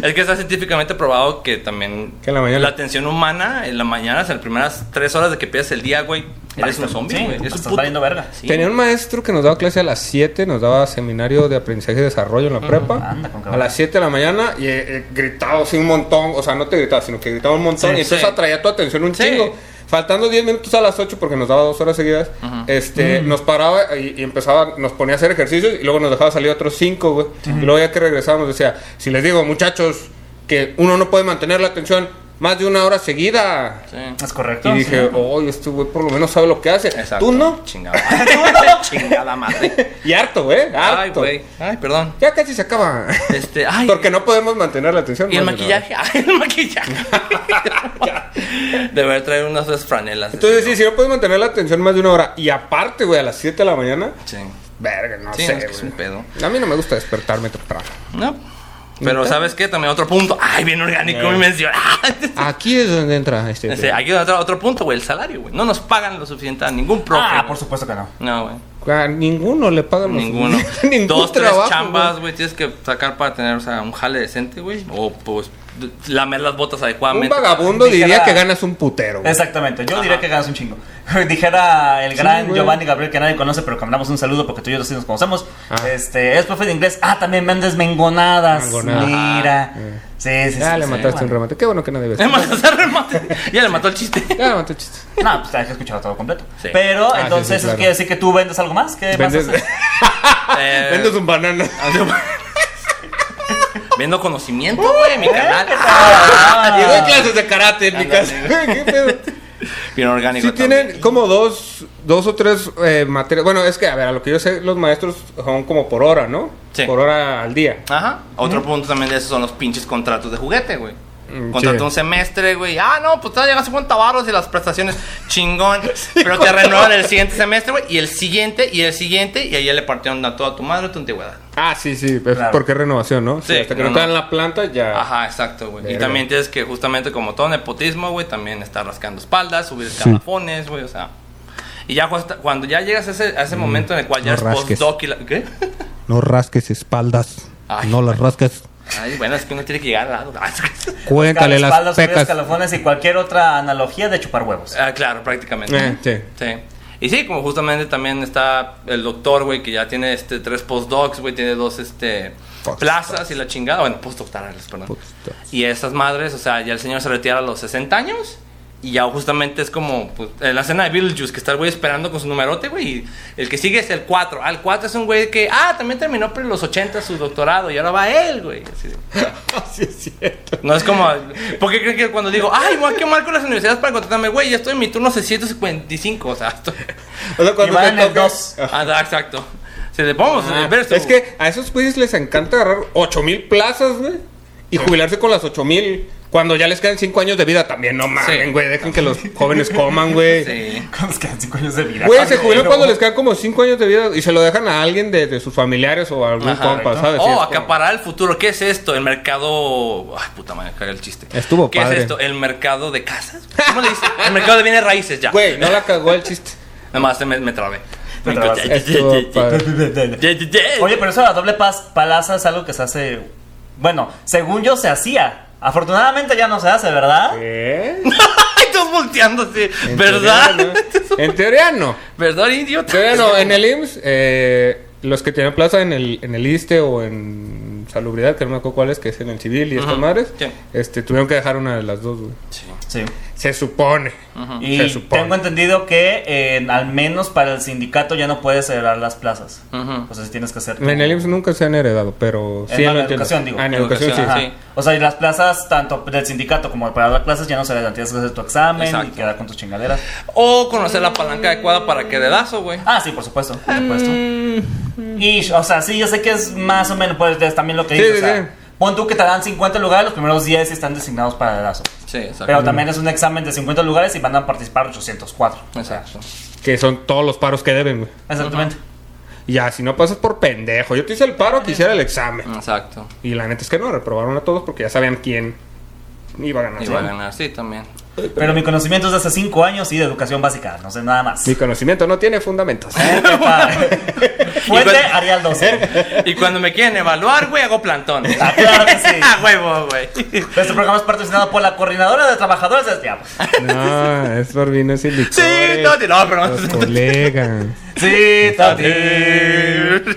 Speaker 3: Es que está científicamente probado que también
Speaker 2: Que en la mañana.
Speaker 3: atención humana en la mañana, o sea, las primeras tres horas de que empiezas el día, güey, eres un zombie,
Speaker 4: Sí,
Speaker 3: güey.
Speaker 4: tú
Speaker 3: eres un
Speaker 4: estás
Speaker 3: puto.
Speaker 4: valiendo verga.
Speaker 3: Sí.
Speaker 2: Tenía un maestro que nos daba clase a las 7, nos daba seminario de aprendizaje y desarrollo en la
Speaker 3: Ah,
Speaker 2: prepa.
Speaker 4: anda con cabrón.
Speaker 2: a las 7 de la mañana y eh, eh, gritaba así un montón, o sea, no te gritaba, sino que gritaba un montón
Speaker 3: Sí,
Speaker 2: y entonces
Speaker 3: sí.
Speaker 2: atraía tu atención un
Speaker 3: Sí.
Speaker 2: chingo. Faltando 10 minutos a las 8 porque nos daba dos horas seguidas, este, nos paraba y, y empezaba, nos ponía a hacer ejercicios y luego nos dejaba salir otros 5, güey. Y luego ya que regresábamos decía, si les digo, muchachos, que uno no puede mantener la atención más de una hora seguida.
Speaker 3: Sí.
Speaker 4: Es correcto.
Speaker 2: Y dije, oh, este güey por lo menos sabe lo que hace.
Speaker 3: Exacto.
Speaker 2: Tú no.
Speaker 3: Chingada.
Speaker 2: (laughs)
Speaker 3: (laughs) Chingada madre.
Speaker 2: Y harto, güey. Harto.
Speaker 3: Ay, güey. Ay, perdón.
Speaker 2: Ya casi se acaba.
Speaker 3: Este, ay.
Speaker 2: Porque no podemos mantener la atención.
Speaker 3: Y el
Speaker 2: más de una hora.
Speaker 3: maquillaje, (laughs) ay, el maquillaje. Deber traer unas dos franelas.
Speaker 2: Entonces, sí, si no puedes mantener la atención más de una hora y aparte, güey, a las 7 de la mañana,
Speaker 3: Sí.
Speaker 2: verga, no
Speaker 3: Sí,
Speaker 2: sé,
Speaker 3: es que es
Speaker 2: güey.
Speaker 3: un pedo.
Speaker 2: A mí no me gusta despertarme temprano.
Speaker 3: No. Pero ¿sabes qué? También otro punto. Ay, bien orgánico
Speaker 2: Eh.
Speaker 3: mi mención. (laughs)
Speaker 2: Aquí es donde entra este.
Speaker 3: Este, aquí otro, otro punto, güey, el salario, güey. No nos pagan lo suficiente a ningún profe.
Speaker 4: Ah,
Speaker 3: güey.
Speaker 4: por supuesto que no.
Speaker 3: No, güey.
Speaker 2: A ninguno le pagan los-
Speaker 3: Ninguno.
Speaker 2: (laughs) Ningún
Speaker 3: Dos,
Speaker 2: trabajo,
Speaker 3: tres chambas,
Speaker 2: güey.
Speaker 3: güey, tienes que sacar para tener, o sea, un jale decente, güey. O pues d- lamer las botas
Speaker 2: Un
Speaker 3: adecuadamente. (laughs)
Speaker 2: vagabundo
Speaker 4: Dijera-
Speaker 2: diría que ganas un putero. güey.
Speaker 4: Exactamente, yo diría que ganas un chingo. (laughs) Dijera el gran
Speaker 2: güey.
Speaker 4: Giovanni Gabriel que nadie conoce, pero que mandamos un saludo porque tú y yo sí nos conocemos. Este, es profe de inglés. Ah, también vendes mengonadas.
Speaker 2: Mengonadas. Ah.
Speaker 4: Mira. Sí, sí,
Speaker 2: Ya
Speaker 4: sí,
Speaker 2: le
Speaker 4: sí,
Speaker 2: mataste
Speaker 4: bueno.
Speaker 2: un remate. Qué bueno que no debes.
Speaker 3: Le mató el remate. Ya le mató
Speaker 2: (laughs)
Speaker 3: el chiste.
Speaker 2: Ya le mató el chiste.
Speaker 4: No, pues hay que escuchar todo completo.
Speaker 3: Sí.
Speaker 4: Pero
Speaker 2: Ah, sí,
Speaker 4: entonces
Speaker 2: sí,
Speaker 4: eso
Speaker 2: claro.
Speaker 4: quiere decir que tú vendes algo más. ¿Qué
Speaker 2: Vendes,
Speaker 4: más haces?
Speaker 3: Eh, (laughs)
Speaker 2: vendes un banana.
Speaker 3: Viendo conocimiento,
Speaker 2: (laughs)
Speaker 3: güey, en mi canal. Ah.
Speaker 2: Y doy clases de karate en mi casa. (laughs) ¿Qué pedo?
Speaker 3: Bien orgánico.
Speaker 2: Sí
Speaker 3: también.
Speaker 2: tienen como dos, dos o tres eh, materias. Bueno, es que, a ver, a lo que yo sé, los maestros son como por hora, ¿no?
Speaker 3: Sí.
Speaker 2: Por hora al día.
Speaker 3: Ajá. Otro punto también de esos son los pinches contratos de juguete, güey.
Speaker 2: Mm,
Speaker 3: Contrato
Speaker 2: sí.
Speaker 3: un semestre, güey. Ah, no, pues te llegas a 50 barros y las prestaciones,
Speaker 2: (laughs)
Speaker 3: chingón. pero te renuevan el siguiente semestre, güey. Y el siguiente, y el siguiente, y ahí ya le partieron a toda tu madre tu antigüedad.
Speaker 2: Ah, sí, sí, pues,
Speaker 4: Claro.
Speaker 2: porque es renovación, ¿no? Sí,
Speaker 3: Sí,
Speaker 2: hasta que
Speaker 3: no,
Speaker 2: no, te
Speaker 3: no.
Speaker 2: dan la planta, ya.
Speaker 3: Ajá, exacto, güey. Y
Speaker 2: Verga.
Speaker 3: también tienes que, justamente como todo nepotismo, güey, también estar rascando espaldas, subir escalafones, güey, o sea. Y ya cuesta- cuando ya llegas a ese, a ese momento en el cual ya
Speaker 2: Mm, no
Speaker 3: eres
Speaker 2: rasques.
Speaker 3: postdoc y la- ¿Qué? (laughs)
Speaker 2: No rasques espaldas.
Speaker 3: Ay.
Speaker 2: No las rasques.
Speaker 3: Ay, bueno, es que uno tiene que llegar al lado.
Speaker 2: Cuéntale
Speaker 4: Escalas,
Speaker 2: las
Speaker 4: subir
Speaker 2: pecas.
Speaker 4: escalafones y cualquier otra analogía de chupar huevos.
Speaker 3: (laughs) Ah, claro, prácticamente.
Speaker 2: Eh, sí.
Speaker 3: (laughs) Sí. Y sí, como justamente también está el doctor, güey, que ya tiene este, tres postdocs, güey, tiene dos este,
Speaker 2: Postdocs.
Speaker 3: plazas y la chingada. Bueno, postdoctorales, perdón.
Speaker 2: Postdocs.
Speaker 3: Y esas madres, o sea, ya el señor se retira a los 60 años Y ya justamente es como pues, eh, la escena de Beetlejuice, que está el güey esperando con su numerote, güey. y el que sigue es el 4. Al 4 es un güey que, ah, también terminó por los 80 su doctorado y ahora va él, güey. Así de-
Speaker 2: sí, es cierto.
Speaker 3: no es como. ¿Por qué creen que cuando digo, ay, me voy a quemar con las universidades para contratarme, güey? Ya estoy en mi turno 655, o sea, estoy.
Speaker 2: O sea, cuando
Speaker 4: Y van
Speaker 2: te
Speaker 4: en el
Speaker 2: toca-
Speaker 4: dos.
Speaker 2: Ajá.
Speaker 3: Ah, da, exacto. Se le vamos a ver
Speaker 2: Ah, Es que a esos güeyes les encanta agarrar 8000 plazas, güey. Y jubilarse con las 8000. Cuando ya les quedan 5 años de vida también, no mamen,
Speaker 3: Sí.
Speaker 2: güey. Dejen que los jóvenes coman,
Speaker 4: (laughs)
Speaker 2: güey.
Speaker 3: Sí.
Speaker 4: Cuando les quedan cinco años de vida.
Speaker 2: Güey, se jubilan cuando
Speaker 4: (laughs)
Speaker 2: les quedan como 5 años de vida y se lo dejan a alguien de, de sus familiares o a algún
Speaker 3: Ajá.
Speaker 2: compa, ¿sabes? Sí, es
Speaker 3: Oh,
Speaker 2: como-
Speaker 3: acaparar el futuro. ¿Qué es esto? El mercado. Ay, puta madre, cagué el chiste.
Speaker 2: Estuvo
Speaker 3: ¿Qué
Speaker 2: padre.
Speaker 3: es esto? El mercado de casas. ¿Cómo le dicen? el mercado de bienes raíces, ya.
Speaker 2: Güey, no la cagó el
Speaker 3: (laughs)
Speaker 2: chiste.
Speaker 3: Nada más me, me trabé.
Speaker 4: Te
Speaker 3: Me
Speaker 4: trabaste.
Speaker 3: encontré-
Speaker 2: Estuvo padre.
Speaker 3: Ya, ya, ya.
Speaker 4: (laughs) Oye, pero eso de la doble paz, palaza es algo que se hace. Bueno, según yo se hacía. Afortunadamente ya no se hace, ¿verdad?
Speaker 2: ¿Qué?
Speaker 3: Ay, todos volteándose.
Speaker 2: En
Speaker 3: ¿Verdad?
Speaker 2: teoría no. En teoría no.
Speaker 3: (laughs) ¿Verdad,
Speaker 2: En
Speaker 3: idiota?
Speaker 2: teoría no. En el IMSS, eh, los que tienen plaza en el, en el ISTE o en Salubridad, que no me acuerdo cuál es, que es en el civil y estas
Speaker 3: Ujú.
Speaker 2: madres,
Speaker 3: Sí.
Speaker 2: este, tuvieron que dejar una de las dos, güey.
Speaker 3: Sí.
Speaker 4: Sí.
Speaker 2: Se supone. Se
Speaker 4: Y
Speaker 2: supone.
Speaker 4: tengo entendido que eh, al menos para el sindicato ya no puedes heredar las plazas.
Speaker 3: Ujú.
Speaker 4: O sea, si tienes que hacer. tu-
Speaker 2: En el IMSS nunca se han heredado, pero
Speaker 4: En
Speaker 2: sí
Speaker 4: la
Speaker 2: lo entiendo.
Speaker 4: educación, digo.
Speaker 2: Ah, en educación,
Speaker 3: Educación,
Speaker 4: Ajá.
Speaker 2: sí.
Speaker 3: sí.
Speaker 4: O sea, y las plazas, tanto del sindicato como para dar clases, ya no se heredan. Tienes que hacer tu examen y
Speaker 3: Exacto.
Speaker 4: quedar con tus chingaderas.
Speaker 3: O conocer la palanca adecuada para que dedazo, güey.
Speaker 4: Ah, sí, por supuesto. Por
Speaker 2: Mm.
Speaker 4: supuesto. Y, o sea, sí, yo sé que es más o menos, pues, es también lo que
Speaker 2: Sí,
Speaker 4: dices.
Speaker 2: sí,
Speaker 4: o sea,
Speaker 2: sí.
Speaker 4: Pon tú que te dan 50 lugares, los primeros 10 están designados para dedazo.
Speaker 3: Sí, exacto.
Speaker 4: Pero también es un examen de 50 lugares y van a participar 804.
Speaker 3: Exacto.
Speaker 2: Que son todos los paros que deben, güey.
Speaker 4: Exactamente.
Speaker 2: Y Ya, si no pasas por pendejo. Yo te hice el paro que hiciera el examen.
Speaker 3: Exacto.
Speaker 2: Y la neta es que no, reprobaron a todos porque ya sabían quién iba a ganar.
Speaker 3: Y va a
Speaker 2: ¿no?
Speaker 3: ganar, sí, también.
Speaker 4: Pero mi conocimiento es de hace 5 años y de educación básica, no sé nada más.
Speaker 2: Mi conocimiento no tiene fundamentos. (laughs)
Speaker 4: Eh, qué padre. (laughs) Fuente
Speaker 3: Igual-
Speaker 4: Arial 12.
Speaker 3: (laughs) Y cuando me quieren evaluar, güey, hago plantón.
Speaker 4: Ah, claro que sí.
Speaker 3: (laughs) A huevo, güey.
Speaker 4: Este programa es patrocinado por la coordinadora de trabajadores de ya, pues.
Speaker 2: No, es por vinos y licores.
Speaker 3: Sí, no, te- no, pero
Speaker 2: Los colegas.
Speaker 4: Sí, Tati.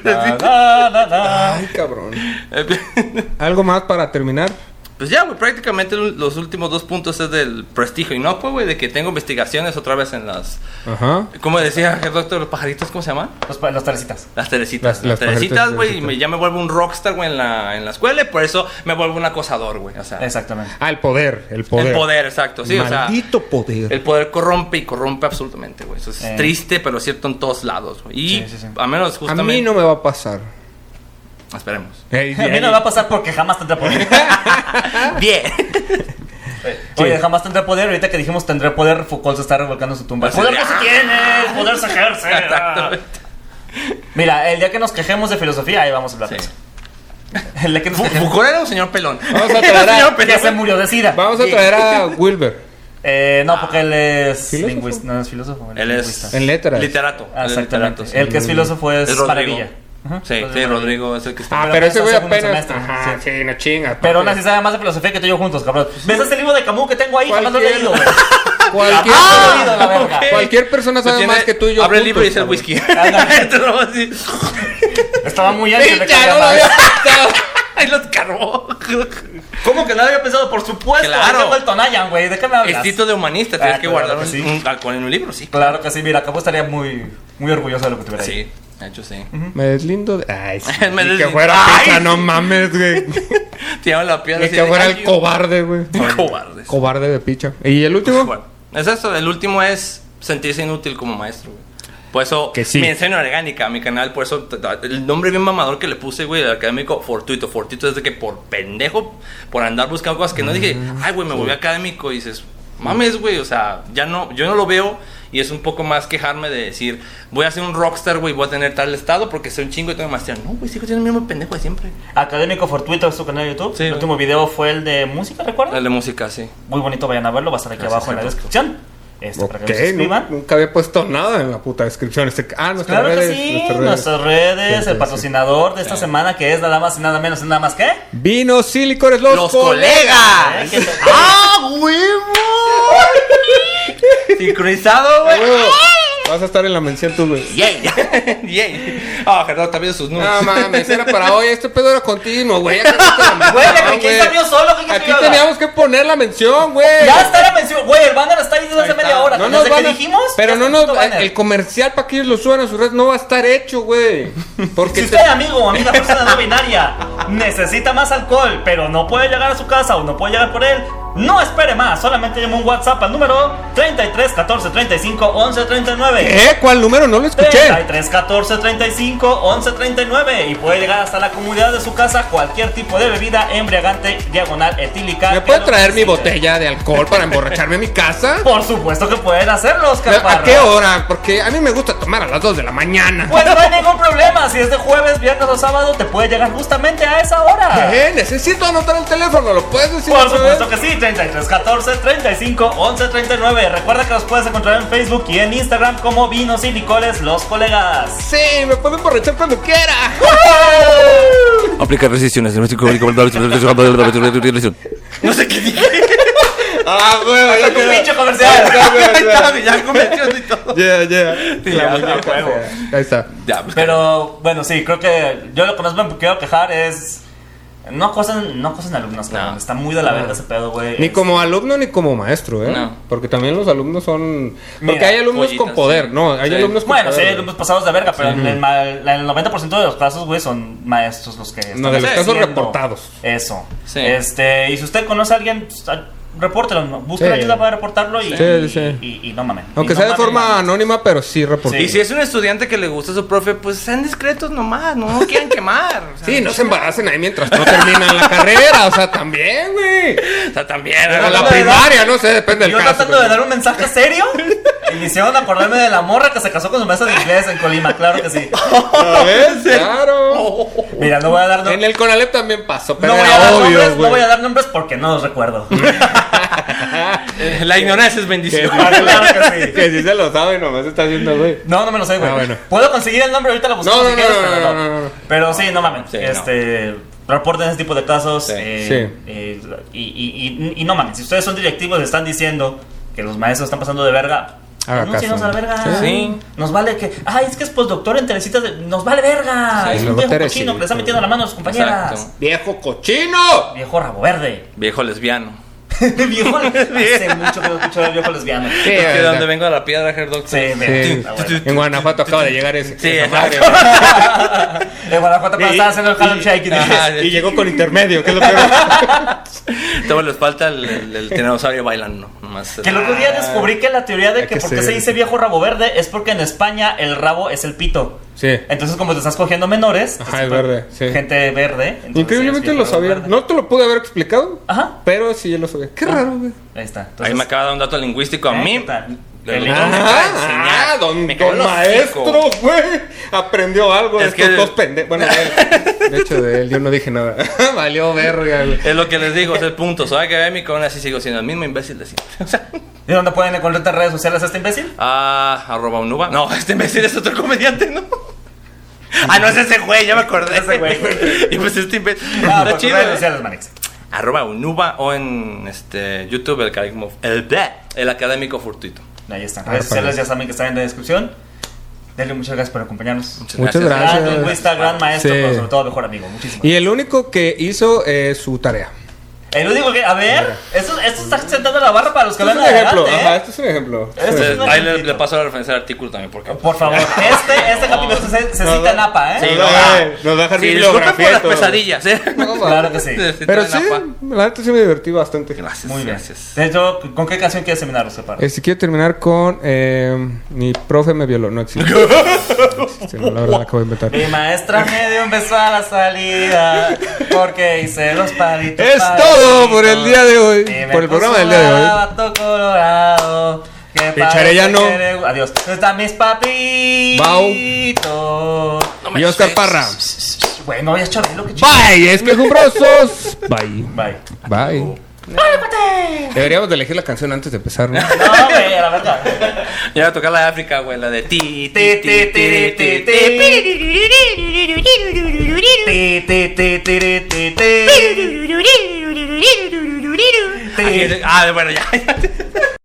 Speaker 4: Na, na, na, na.
Speaker 2: Ay, cabrón. ¿Algo más para terminar?
Speaker 3: (laughs) Pues ya, güey, prácticamente los últimos dos puntos es del prestigio inocuo, güey, de que tengo investigaciones otra vez en las...
Speaker 2: Ajá.
Speaker 3: ¿Cómo decía el doctor? ¿Los pajaritos? ¿Cómo se llaman?
Speaker 4: Los, pa- Pues, los tarecitas.
Speaker 3: Las Teresitas.
Speaker 2: Las-
Speaker 3: Las,
Speaker 2: las
Speaker 3: Teresitas,
Speaker 2: pajaritas,
Speaker 3: güey, y
Speaker 2: teresitas.
Speaker 3: me- ya me vuelvo un rockstar, güey, en la, en la escuela, y por eso me vuelvo un acosador, güey. O sea,
Speaker 4: Exactamente.
Speaker 2: Ah, el poder. El poder.
Speaker 3: el poder, exacto. Sí,
Speaker 2: Maldito
Speaker 3: o
Speaker 2: poder.
Speaker 3: sea, el poder corrompe y corrompe absolutamente, güey. Eso es
Speaker 4: Eh.
Speaker 3: triste, pero cierto en todos lados, güey. Y
Speaker 4: Sí, sí, sí.
Speaker 3: a menos
Speaker 2: A
Speaker 3: justamente...
Speaker 2: mí no me va a pasar.
Speaker 3: Esperemos. (laughs)
Speaker 2: Ey,
Speaker 4: A mí
Speaker 2: ey.
Speaker 4: no me va a pasar porque jamás tendré poder.
Speaker 3: Bien.
Speaker 4: Oye, jamás tendré poder. Ahorita que dijimos tendré poder, Foucault se está revolcando en su tumba. El
Speaker 3: Así
Speaker 4: poder
Speaker 3: de,
Speaker 4: no se
Speaker 3: "Ah".
Speaker 4: tiene, el (laughs) poder se ejerce.
Speaker 3: Exactamente.
Speaker 4: Mira, el día que nos quejemos de filosofía, ahí vamos a hablar. de
Speaker 3: Sí.
Speaker 4: eso. El día que nos
Speaker 3: Fu-
Speaker 4: quejemos.
Speaker 3: Foucault era un señor pelón.
Speaker 2: Vamos a
Speaker 3: Era
Speaker 2: (laughs)
Speaker 3: un
Speaker 2: traer a-
Speaker 3: señor
Speaker 4: Que se
Speaker 3: pelón.
Speaker 4: murió de sida.
Speaker 2: Vamos a
Speaker 4: Sí.
Speaker 2: traer a Wilber.
Speaker 4: Eh, no, porque él es
Speaker 2: ¿Filósofo?
Speaker 4: lingüista. No es filósofo.
Speaker 3: Él es...
Speaker 4: lingüista.
Speaker 2: En letras.
Speaker 3: Literato.
Speaker 4: Ah,
Speaker 3: Él es
Speaker 4: Pues, Exactamente.
Speaker 3: literato, sí.
Speaker 4: El
Speaker 2: Mm.
Speaker 4: que es filósofo es,
Speaker 3: Es Rodrigo.
Speaker 4: Maravilla. Ajá.
Speaker 3: Sí, sí, Rodrigo es el que está...
Speaker 2: Ah,
Speaker 4: Pero
Speaker 2: pero ese
Speaker 4: apenas
Speaker 2: güey
Speaker 4: segundo
Speaker 2: apenas.
Speaker 4: semestre,
Speaker 2: Ajá,
Speaker 4: sí.
Speaker 2: sí, no chingas.
Speaker 4: Pero aún
Speaker 2: papi.
Speaker 4: así sabe más de filosofía que tú y yo juntos, cabrón. ¿Ves este libro de Camus que tengo ahí? Jamás lo he
Speaker 2: Cualquier-
Speaker 4: leído. güey.
Speaker 2: Cualquier,
Speaker 4: Ah, leído, la verga.
Speaker 3: ok.
Speaker 2: Cualquier persona sabe
Speaker 3: Tiene-
Speaker 2: más que tú y yo
Speaker 3: Abre el libro y dice
Speaker 2: juntos,
Speaker 3: el whisky. (laughs)
Speaker 4: Ándale.
Speaker 3: Esto lo va así.
Speaker 4: Estaba muy antes de que
Speaker 2: Ya, no lo
Speaker 4: llamara.
Speaker 2: había-
Speaker 3: Ahí los cargó.
Speaker 4: ¿Cómo que no había pensado? Por supuesto.
Speaker 3: Claro.
Speaker 4: Ahí tengo el Tonayan, güey. ¿De qué me hablas?
Speaker 3: Estito de humanista.
Speaker 4: Ah,
Speaker 3: Tienes que
Speaker 4: claro
Speaker 3: guardar
Speaker 4: que
Speaker 3: un,
Speaker 4: sí.
Speaker 3: un alcohol en un libro, sí.
Speaker 4: Claro que sí. Mira, Camus estaría muy, muy orgulloso de lo que tuviera ahí.
Speaker 3: Sí, de hecho sí.
Speaker 2: Me deslindo de. Ay, sí.
Speaker 3: (laughs) Me
Speaker 2: Ni que
Speaker 3: deslindo.
Speaker 2: fuera
Speaker 3: Ay,
Speaker 2: pizza,
Speaker 3: sí.
Speaker 2: no mames,
Speaker 3: (laughs)
Speaker 2: güey.
Speaker 3: Te llaman la piedra.
Speaker 2: Ni
Speaker 3: así
Speaker 2: que
Speaker 3: de,
Speaker 2: fuera
Speaker 3: "Ay,
Speaker 2: el
Speaker 3: yo-
Speaker 2: cobarde,
Speaker 3: (laughs)
Speaker 2: güey.
Speaker 3: Cobardes.
Speaker 2: Cobarde de picha. ¿Y el último?
Speaker 3: Bueno, es eso. El último es sentirse inútil como maestro, güey. Por eso
Speaker 2: Que sí.
Speaker 3: me enseño orgánica a mi canal. Por eso t- t- el nombre bien mamador que le puse, güey, el académico fortuito. Fortuito es de que por pendejo, por andar buscando cosas que no dije, ay, güey, me volví académico. Y dices, mames, güey, o sea, ya no, yo no lo veo. Y es un poco más quejarme de decir, voy a ser un rockstar, güey, voy a tener tal estado porque soy un chingo y tengo maestría. No, güey, sigo siendo el mismo pendejo de siempre.
Speaker 4: Académico Fortuito es su canal de YouTube.
Speaker 3: Sí,
Speaker 4: el
Speaker 3: güey.
Speaker 4: último video fue el de música,
Speaker 3: El
Speaker 4: ¿recuerdas?
Speaker 3: de música, sí.
Speaker 4: Muy bonito, vayan a verlo. Va a estar aquí
Speaker 3: Gracias,
Speaker 4: abajo en la
Speaker 3: Alberto.
Speaker 4: descripción. Este, para
Speaker 2: Ok,
Speaker 4: que se
Speaker 2: nu-
Speaker 4: suscriban.
Speaker 2: nunca había puesto nada en la puta descripción. Este... Ah, nuestras
Speaker 4: Claro que
Speaker 2: redes.
Speaker 4: sí,
Speaker 2: nuestras redes.
Speaker 4: nuestras redes,
Speaker 2: Sí,
Speaker 4: el
Speaker 2: sí,
Speaker 4: patrocinador de esta semana que es nada más y nada menos y nada más que...
Speaker 2: Vinos y licores, los,
Speaker 3: ¡Los
Speaker 2: colegas.
Speaker 3: colegas!
Speaker 4: ¿Eh? ¿Qué
Speaker 2: (laughs)
Speaker 4: te-
Speaker 3: ¡Ah, huevo! Sincronizado, güey.
Speaker 2: Huevo. Vas a estar en la mención tú, güey.
Speaker 3: Yay. (laughs) Yay. Ah, Gerardo, también sus nudes.
Speaker 2: No mames, era para hoy. Este pedo era continuo, güey.
Speaker 3: (laughs)
Speaker 2: Ya cambiaste
Speaker 4: Güey, le
Speaker 2: la mención,
Speaker 4: cliqué y
Speaker 2: Ah, güey.
Speaker 4: salió solo. ¿qué quieres que
Speaker 2: Aquí
Speaker 4: haga?
Speaker 2: teníamos que poner la mención, güey.
Speaker 4: Ya está la mención. Güey, el banner está ahí desde hace
Speaker 3: está.
Speaker 4: media hora.
Speaker 2: No
Speaker 4: desde
Speaker 2: nos
Speaker 4: que
Speaker 2: van a-
Speaker 4: dijimos.
Speaker 2: Pero
Speaker 4: ya está
Speaker 2: no
Speaker 4: el
Speaker 2: nos.
Speaker 4: puto banner.
Speaker 2: El comercial para que ellos lo suban a su red no va a estar
Speaker 4: (laughs)
Speaker 2: hecho, güey. Porque
Speaker 4: Si
Speaker 2: te-
Speaker 4: usted, amigo o amiga persona no binaria, necesita más alcohol, pero no puede llegar a su casa o no puede llegar por él, no espere más. Solamente llame un WhatsApp al número 33 14 35 11 39.
Speaker 2: ¿Eh? ¿Cuál número? No lo escuché.
Speaker 4: 33 14 35 11 39 y puede llegar hasta la comunidad de su casa cualquier tipo de bebida embriagante diagonal etílica.
Speaker 2: ¿Me
Speaker 4: que
Speaker 2: puede
Speaker 4: lo
Speaker 2: traer mi
Speaker 4: necesite.
Speaker 2: botella de alcohol para emborracharme en
Speaker 4: (laughs)
Speaker 2: mi casa?
Speaker 4: Por supuesto que pueden hacerlo, Oscar
Speaker 2: ¿A
Speaker 4: Parra.
Speaker 2: qué hora? Porque a mí me gusta tomar a las 2 de la mañana.
Speaker 4: Pues no hay ningún problema, si es de jueves, viernes o sábado, te puede llegar justamente a esa hora.
Speaker 2: Eh, necesito anotar el teléfono, ¿lo puedes decir?
Speaker 4: Por
Speaker 2: otra
Speaker 4: supuesto
Speaker 2: vez?
Speaker 4: que sí, 33 14 35 11 39. Recuerda que los puedes encontrar en Facebook y en Instagram como Vinos y Licores Los Colegas.
Speaker 2: Sí, me puedo emborrachar cuando quiera.
Speaker 4: (laughs)
Speaker 5: Aplicar restricciones.
Speaker 3: No sé qué dije.
Speaker 2: Ah, güey, ya
Speaker 4: Tu pinche
Speaker 2: Ahí
Speaker 4: comercial.
Speaker 2: está, güey,
Speaker 3: Ahí está,
Speaker 2: ya.
Speaker 3: güey, (laughs) ya convención y todo.
Speaker 2: Ya, ya.
Speaker 3: Sí, ya,
Speaker 2: La muñeca,
Speaker 4: a huevo.
Speaker 2: ya. Ahí está.
Speaker 3: (laughs) Ya, pues,
Speaker 4: Pero bueno, sí, creo que yo lo que más me quiero quejar es. No acosen, no acosen alumnos, cabrón. Está muy de la verga ese pedo, güey.
Speaker 2: Ni
Speaker 4: Es-
Speaker 2: como alumno ni como maestro, ¿eh?
Speaker 3: No.
Speaker 2: Porque también los alumnos son. Porque
Speaker 4: Mira,
Speaker 2: hay alumnos con
Speaker 3: pollitas,
Speaker 2: poder,
Speaker 3: sí.
Speaker 2: ¿no? Hay
Speaker 3: Sí.
Speaker 2: alumnos con
Speaker 4: Bueno, sí,
Speaker 2: poder.
Speaker 4: hay alumnos pasados de verga, pero en el, ma- en el 90% de los casos, güey, son maestros los que están
Speaker 2: No, de los casos
Speaker 4: haciendo
Speaker 2: reportados.
Speaker 4: Eso.
Speaker 3: Sí.
Speaker 4: Este, y si usted conoce a alguien, pues, a- repórtelo, ¿no? busque
Speaker 2: Sí.
Speaker 4: ayuda para reportarlo y,
Speaker 2: Sí,
Speaker 4: y-
Speaker 2: sí.
Speaker 4: y- y no mames.
Speaker 2: Aunque sea de forma anónima, pero sí reportado.
Speaker 3: Y si es un estudiante que le gusta a su profe, pues sean discretos nomás, no quieren quemar. o sea,
Speaker 2: Sí, no se embaracen ahí mientras no terminan la carrera. O sea, también, güey.
Speaker 3: O sea, también.
Speaker 2: A
Speaker 3: ¿no?
Speaker 2: la primaria, no sé, depende del
Speaker 4: Yo
Speaker 2: caso.
Speaker 4: tratando de dar un mensaje
Speaker 2: (laughs)
Speaker 4: serio y me hicieron acordarme de la morra que se casó con su maestra de inglés en Colima, claro que sí. (laughs)
Speaker 2: pero- ¿Ves? Claro.
Speaker 4: Mira, no voy a dar, no-
Speaker 2: En el Conalep también pasó, pero
Speaker 4: no voy
Speaker 2: era
Speaker 4: a dar
Speaker 2: obvio,
Speaker 4: nombres, no voy
Speaker 2: güey.
Speaker 4: a dar nombres porque no los recuerdo.
Speaker 3: Eh, La ignorancia es bendición.
Speaker 4: claro que sí.
Speaker 2: (laughs) Que sí se lo sabe, nomás está
Speaker 4: (laughs)
Speaker 2: haciendo, güey.
Speaker 4: No, no me lo sé, güey.
Speaker 2: Ah, bueno.
Speaker 4: Puedo conseguir el nombre, ahorita lo buscamos
Speaker 2: No, no,
Speaker 4: si
Speaker 2: no,
Speaker 4: quieres,
Speaker 2: no,
Speaker 4: pero
Speaker 2: no,
Speaker 4: no.
Speaker 2: no, no, no.
Speaker 4: Pero sí, no mames.
Speaker 3: Sí, no.
Speaker 4: este, Reporten ese tipo de casos. eh,
Speaker 2: Sí.
Speaker 4: eh, y, y, y, y no mames, si ustedes son directivos y están diciendo que los maestros están pasando de verga. pues,
Speaker 2: Haga
Speaker 4: Anúncienos a
Speaker 2: caso.
Speaker 4: la verga.
Speaker 3: Sí.
Speaker 4: Nos vale que. Ay, es que es postdoctor en Teresita. de- Nos vale verga.
Speaker 2: Sí,
Speaker 4: es un
Speaker 2: luego
Speaker 4: viejo
Speaker 2: Teresita.
Speaker 4: cochino que le está metiendo la mano a sus compañeras.
Speaker 3: Exacto.
Speaker 2: ¡Viejo cochino!
Speaker 4: Viejo rabo verde. (laughs)
Speaker 3: Viejo lesbiano.
Speaker 4: viejo. Hace mucho que no escucho del viejo lesbiano.
Speaker 2: Sí,
Speaker 3: Es que
Speaker 2: o
Speaker 3: de
Speaker 2: sea,
Speaker 3: donde vengo a la piedra, Herdog.
Speaker 4: Sí,
Speaker 2: sí.
Speaker 4: mira, ah, bueno.
Speaker 2: En Guanajuato acaba de llegar ese.
Speaker 3: Sí,
Speaker 2: esa
Speaker 3: exacto.
Speaker 2: madre, güey.
Speaker 4: En Guanajuato cuando estaba haciendo el Harlem Shake. y dije,
Speaker 3: Ajá,
Speaker 2: Y llegó con intermedio, que es lo peor.
Speaker 3: Todavía les falta el, el, el tiranosaurio bailando. Nomás. ah,
Speaker 4: Que el otro día descubrí que la teoría de
Speaker 2: Hay
Speaker 4: que,
Speaker 2: que
Speaker 4: por qué
Speaker 2: ser.
Speaker 4: se dice viejo rabo verde es porque en España el rabo es el pito.
Speaker 2: Sí.
Speaker 4: Entonces, como te estás cogiendo menores,
Speaker 2: Ajá,
Speaker 4: entonces, pues,
Speaker 2: es verde, sí.
Speaker 4: gente verde. entonces
Speaker 2: Increíblemente
Speaker 4: es
Speaker 2: lo
Speaker 4: viejo rabo
Speaker 2: sabía.
Speaker 4: verde.
Speaker 2: No te lo pude haber explicado,
Speaker 4: Ajá.
Speaker 2: pero sí yo lo sabía. Qué raro, güey.
Speaker 4: Ahí está. Entonces,
Speaker 3: Ahí me acaba de dar un dato lingüístico a
Speaker 4: ¿eh?
Speaker 3: mí.
Speaker 4: ¿Qué tal?
Speaker 3: Lo-
Speaker 4: El-
Speaker 3: lo-
Speaker 2: Ah, ah, don,
Speaker 3: Me cayó
Speaker 2: don
Speaker 3: el hocico.
Speaker 2: maestro, güey. Aprendió algo de
Speaker 3: Es
Speaker 2: estos
Speaker 3: que-
Speaker 2: dos pendejos. Bueno, de él. De hecho, de él yo no dije nada. Valió verga, güey.
Speaker 3: Es lo que les digo, es el punto. Soy académico, aún así sigo siendo el mismo imbécil de siempre. (laughs) O sea,
Speaker 4: ¿De dónde pueden encontrar en redes sociales a este imbécil?
Speaker 3: ah, arroba unuba. No, (laughs) este imbécil es otro
Speaker 4: (laughs)
Speaker 3: comediante, ¿no? Ah, no, es ese güey, ya me acordé.
Speaker 4: Ese güey.
Speaker 3: (laughs) y pues este imbécil.
Speaker 4: Ah,
Speaker 3: Está
Speaker 4: por sus
Speaker 3: chido.
Speaker 2: ¿eh?
Speaker 3: ¿eh?
Speaker 4: redes sociales, Manix.
Speaker 3: Arroba unuba o en este, YouTube, el, académico- el, bleh, el académico fortuito.
Speaker 4: Ahí están.
Speaker 2: Ah,
Speaker 4: Redes sociales
Speaker 2: pues.
Speaker 4: ya saben que están en la descripción. Denle muchas gracias por acompañarnos.
Speaker 2: Muchas gracias.
Speaker 4: Gran lingüista, gran maestro,
Speaker 2: Sí.
Speaker 4: pero sobre todo mejor amigo. Muchísimas
Speaker 2: Y el único que hizo eh, su tarea.
Speaker 4: El único que. A ver, esto, esto está sentando la barra para los que
Speaker 2: Este es
Speaker 4: van
Speaker 2: un ejemplo.
Speaker 4: adelante, ¿eh?
Speaker 2: Ajá, este es un ejemplo.
Speaker 4: Este es
Speaker 3: Entonces,
Speaker 4: un
Speaker 3: Pues, ahí le,
Speaker 4: ejemplito.
Speaker 3: le paso la referencia al artículo también, porque.
Speaker 4: Por favor, este, este capítulo se, se cita en APA, ¿eh?
Speaker 3: Sí,
Speaker 2: nos, va,
Speaker 3: no,
Speaker 2: nos va a dejar
Speaker 3: Sí, disculpen
Speaker 2: bibliografía
Speaker 3: por
Speaker 2: y
Speaker 3: las
Speaker 2: todo.
Speaker 3: pesadillas, ¿eh?
Speaker 2: No,
Speaker 4: (laughs)
Speaker 2: va.
Speaker 4: Claro
Speaker 3: (laughs)
Speaker 4: que sí.
Speaker 2: Pero sí, la neta sí me divertí bastante.
Speaker 3: Gracias.
Speaker 4: Muy bien.
Speaker 3: Gracias.
Speaker 4: De hecho, ¿con qué canción quieres terminar, José Parra?
Speaker 2: Eh, si quiero terminar con eh, mi profe me violó, no existe. No existe, no, la verdad la acabo de inventar.
Speaker 4: Mi maestra me dio un beso a la salida porque hice los palitos.
Speaker 2: Es todo por el día de hoy,
Speaker 4: Y me
Speaker 2: por el programa
Speaker 4: puso
Speaker 2: del día de hoy.
Speaker 4: lavato colorado. que
Speaker 2: Te
Speaker 4: parece
Speaker 2: echaré ya
Speaker 4: que
Speaker 2: no.
Speaker 4: le- Adiós. ¿Dónde están mis papitos?
Speaker 2: Y Oscar Parra.
Speaker 4: Bueno, ya choré lo que chido.
Speaker 2: Bye, es quejumbrosos. Bye.
Speaker 4: Bye.
Speaker 2: Bye. Deberíamos de elegir la canción antes de empezar, ¿no?
Speaker 4: No, güey, a la verdad.
Speaker 3: Ya voy a tocar la de África, güey, la de ti,
Speaker 4: Ti,
Speaker 3: ti,
Speaker 4: ti,
Speaker 3: ti,
Speaker 4: ti,
Speaker 3: ti,
Speaker 4: ti, ti.
Speaker 3: ti, ti.
Speaker 4: Ti, ti, ti, ti, ti, ti, ti.
Speaker 6: Doo doo doo doo doo doo doo doo doo doo doo.
Speaker 4: Ti.
Speaker 3: Ah, bueno, ya.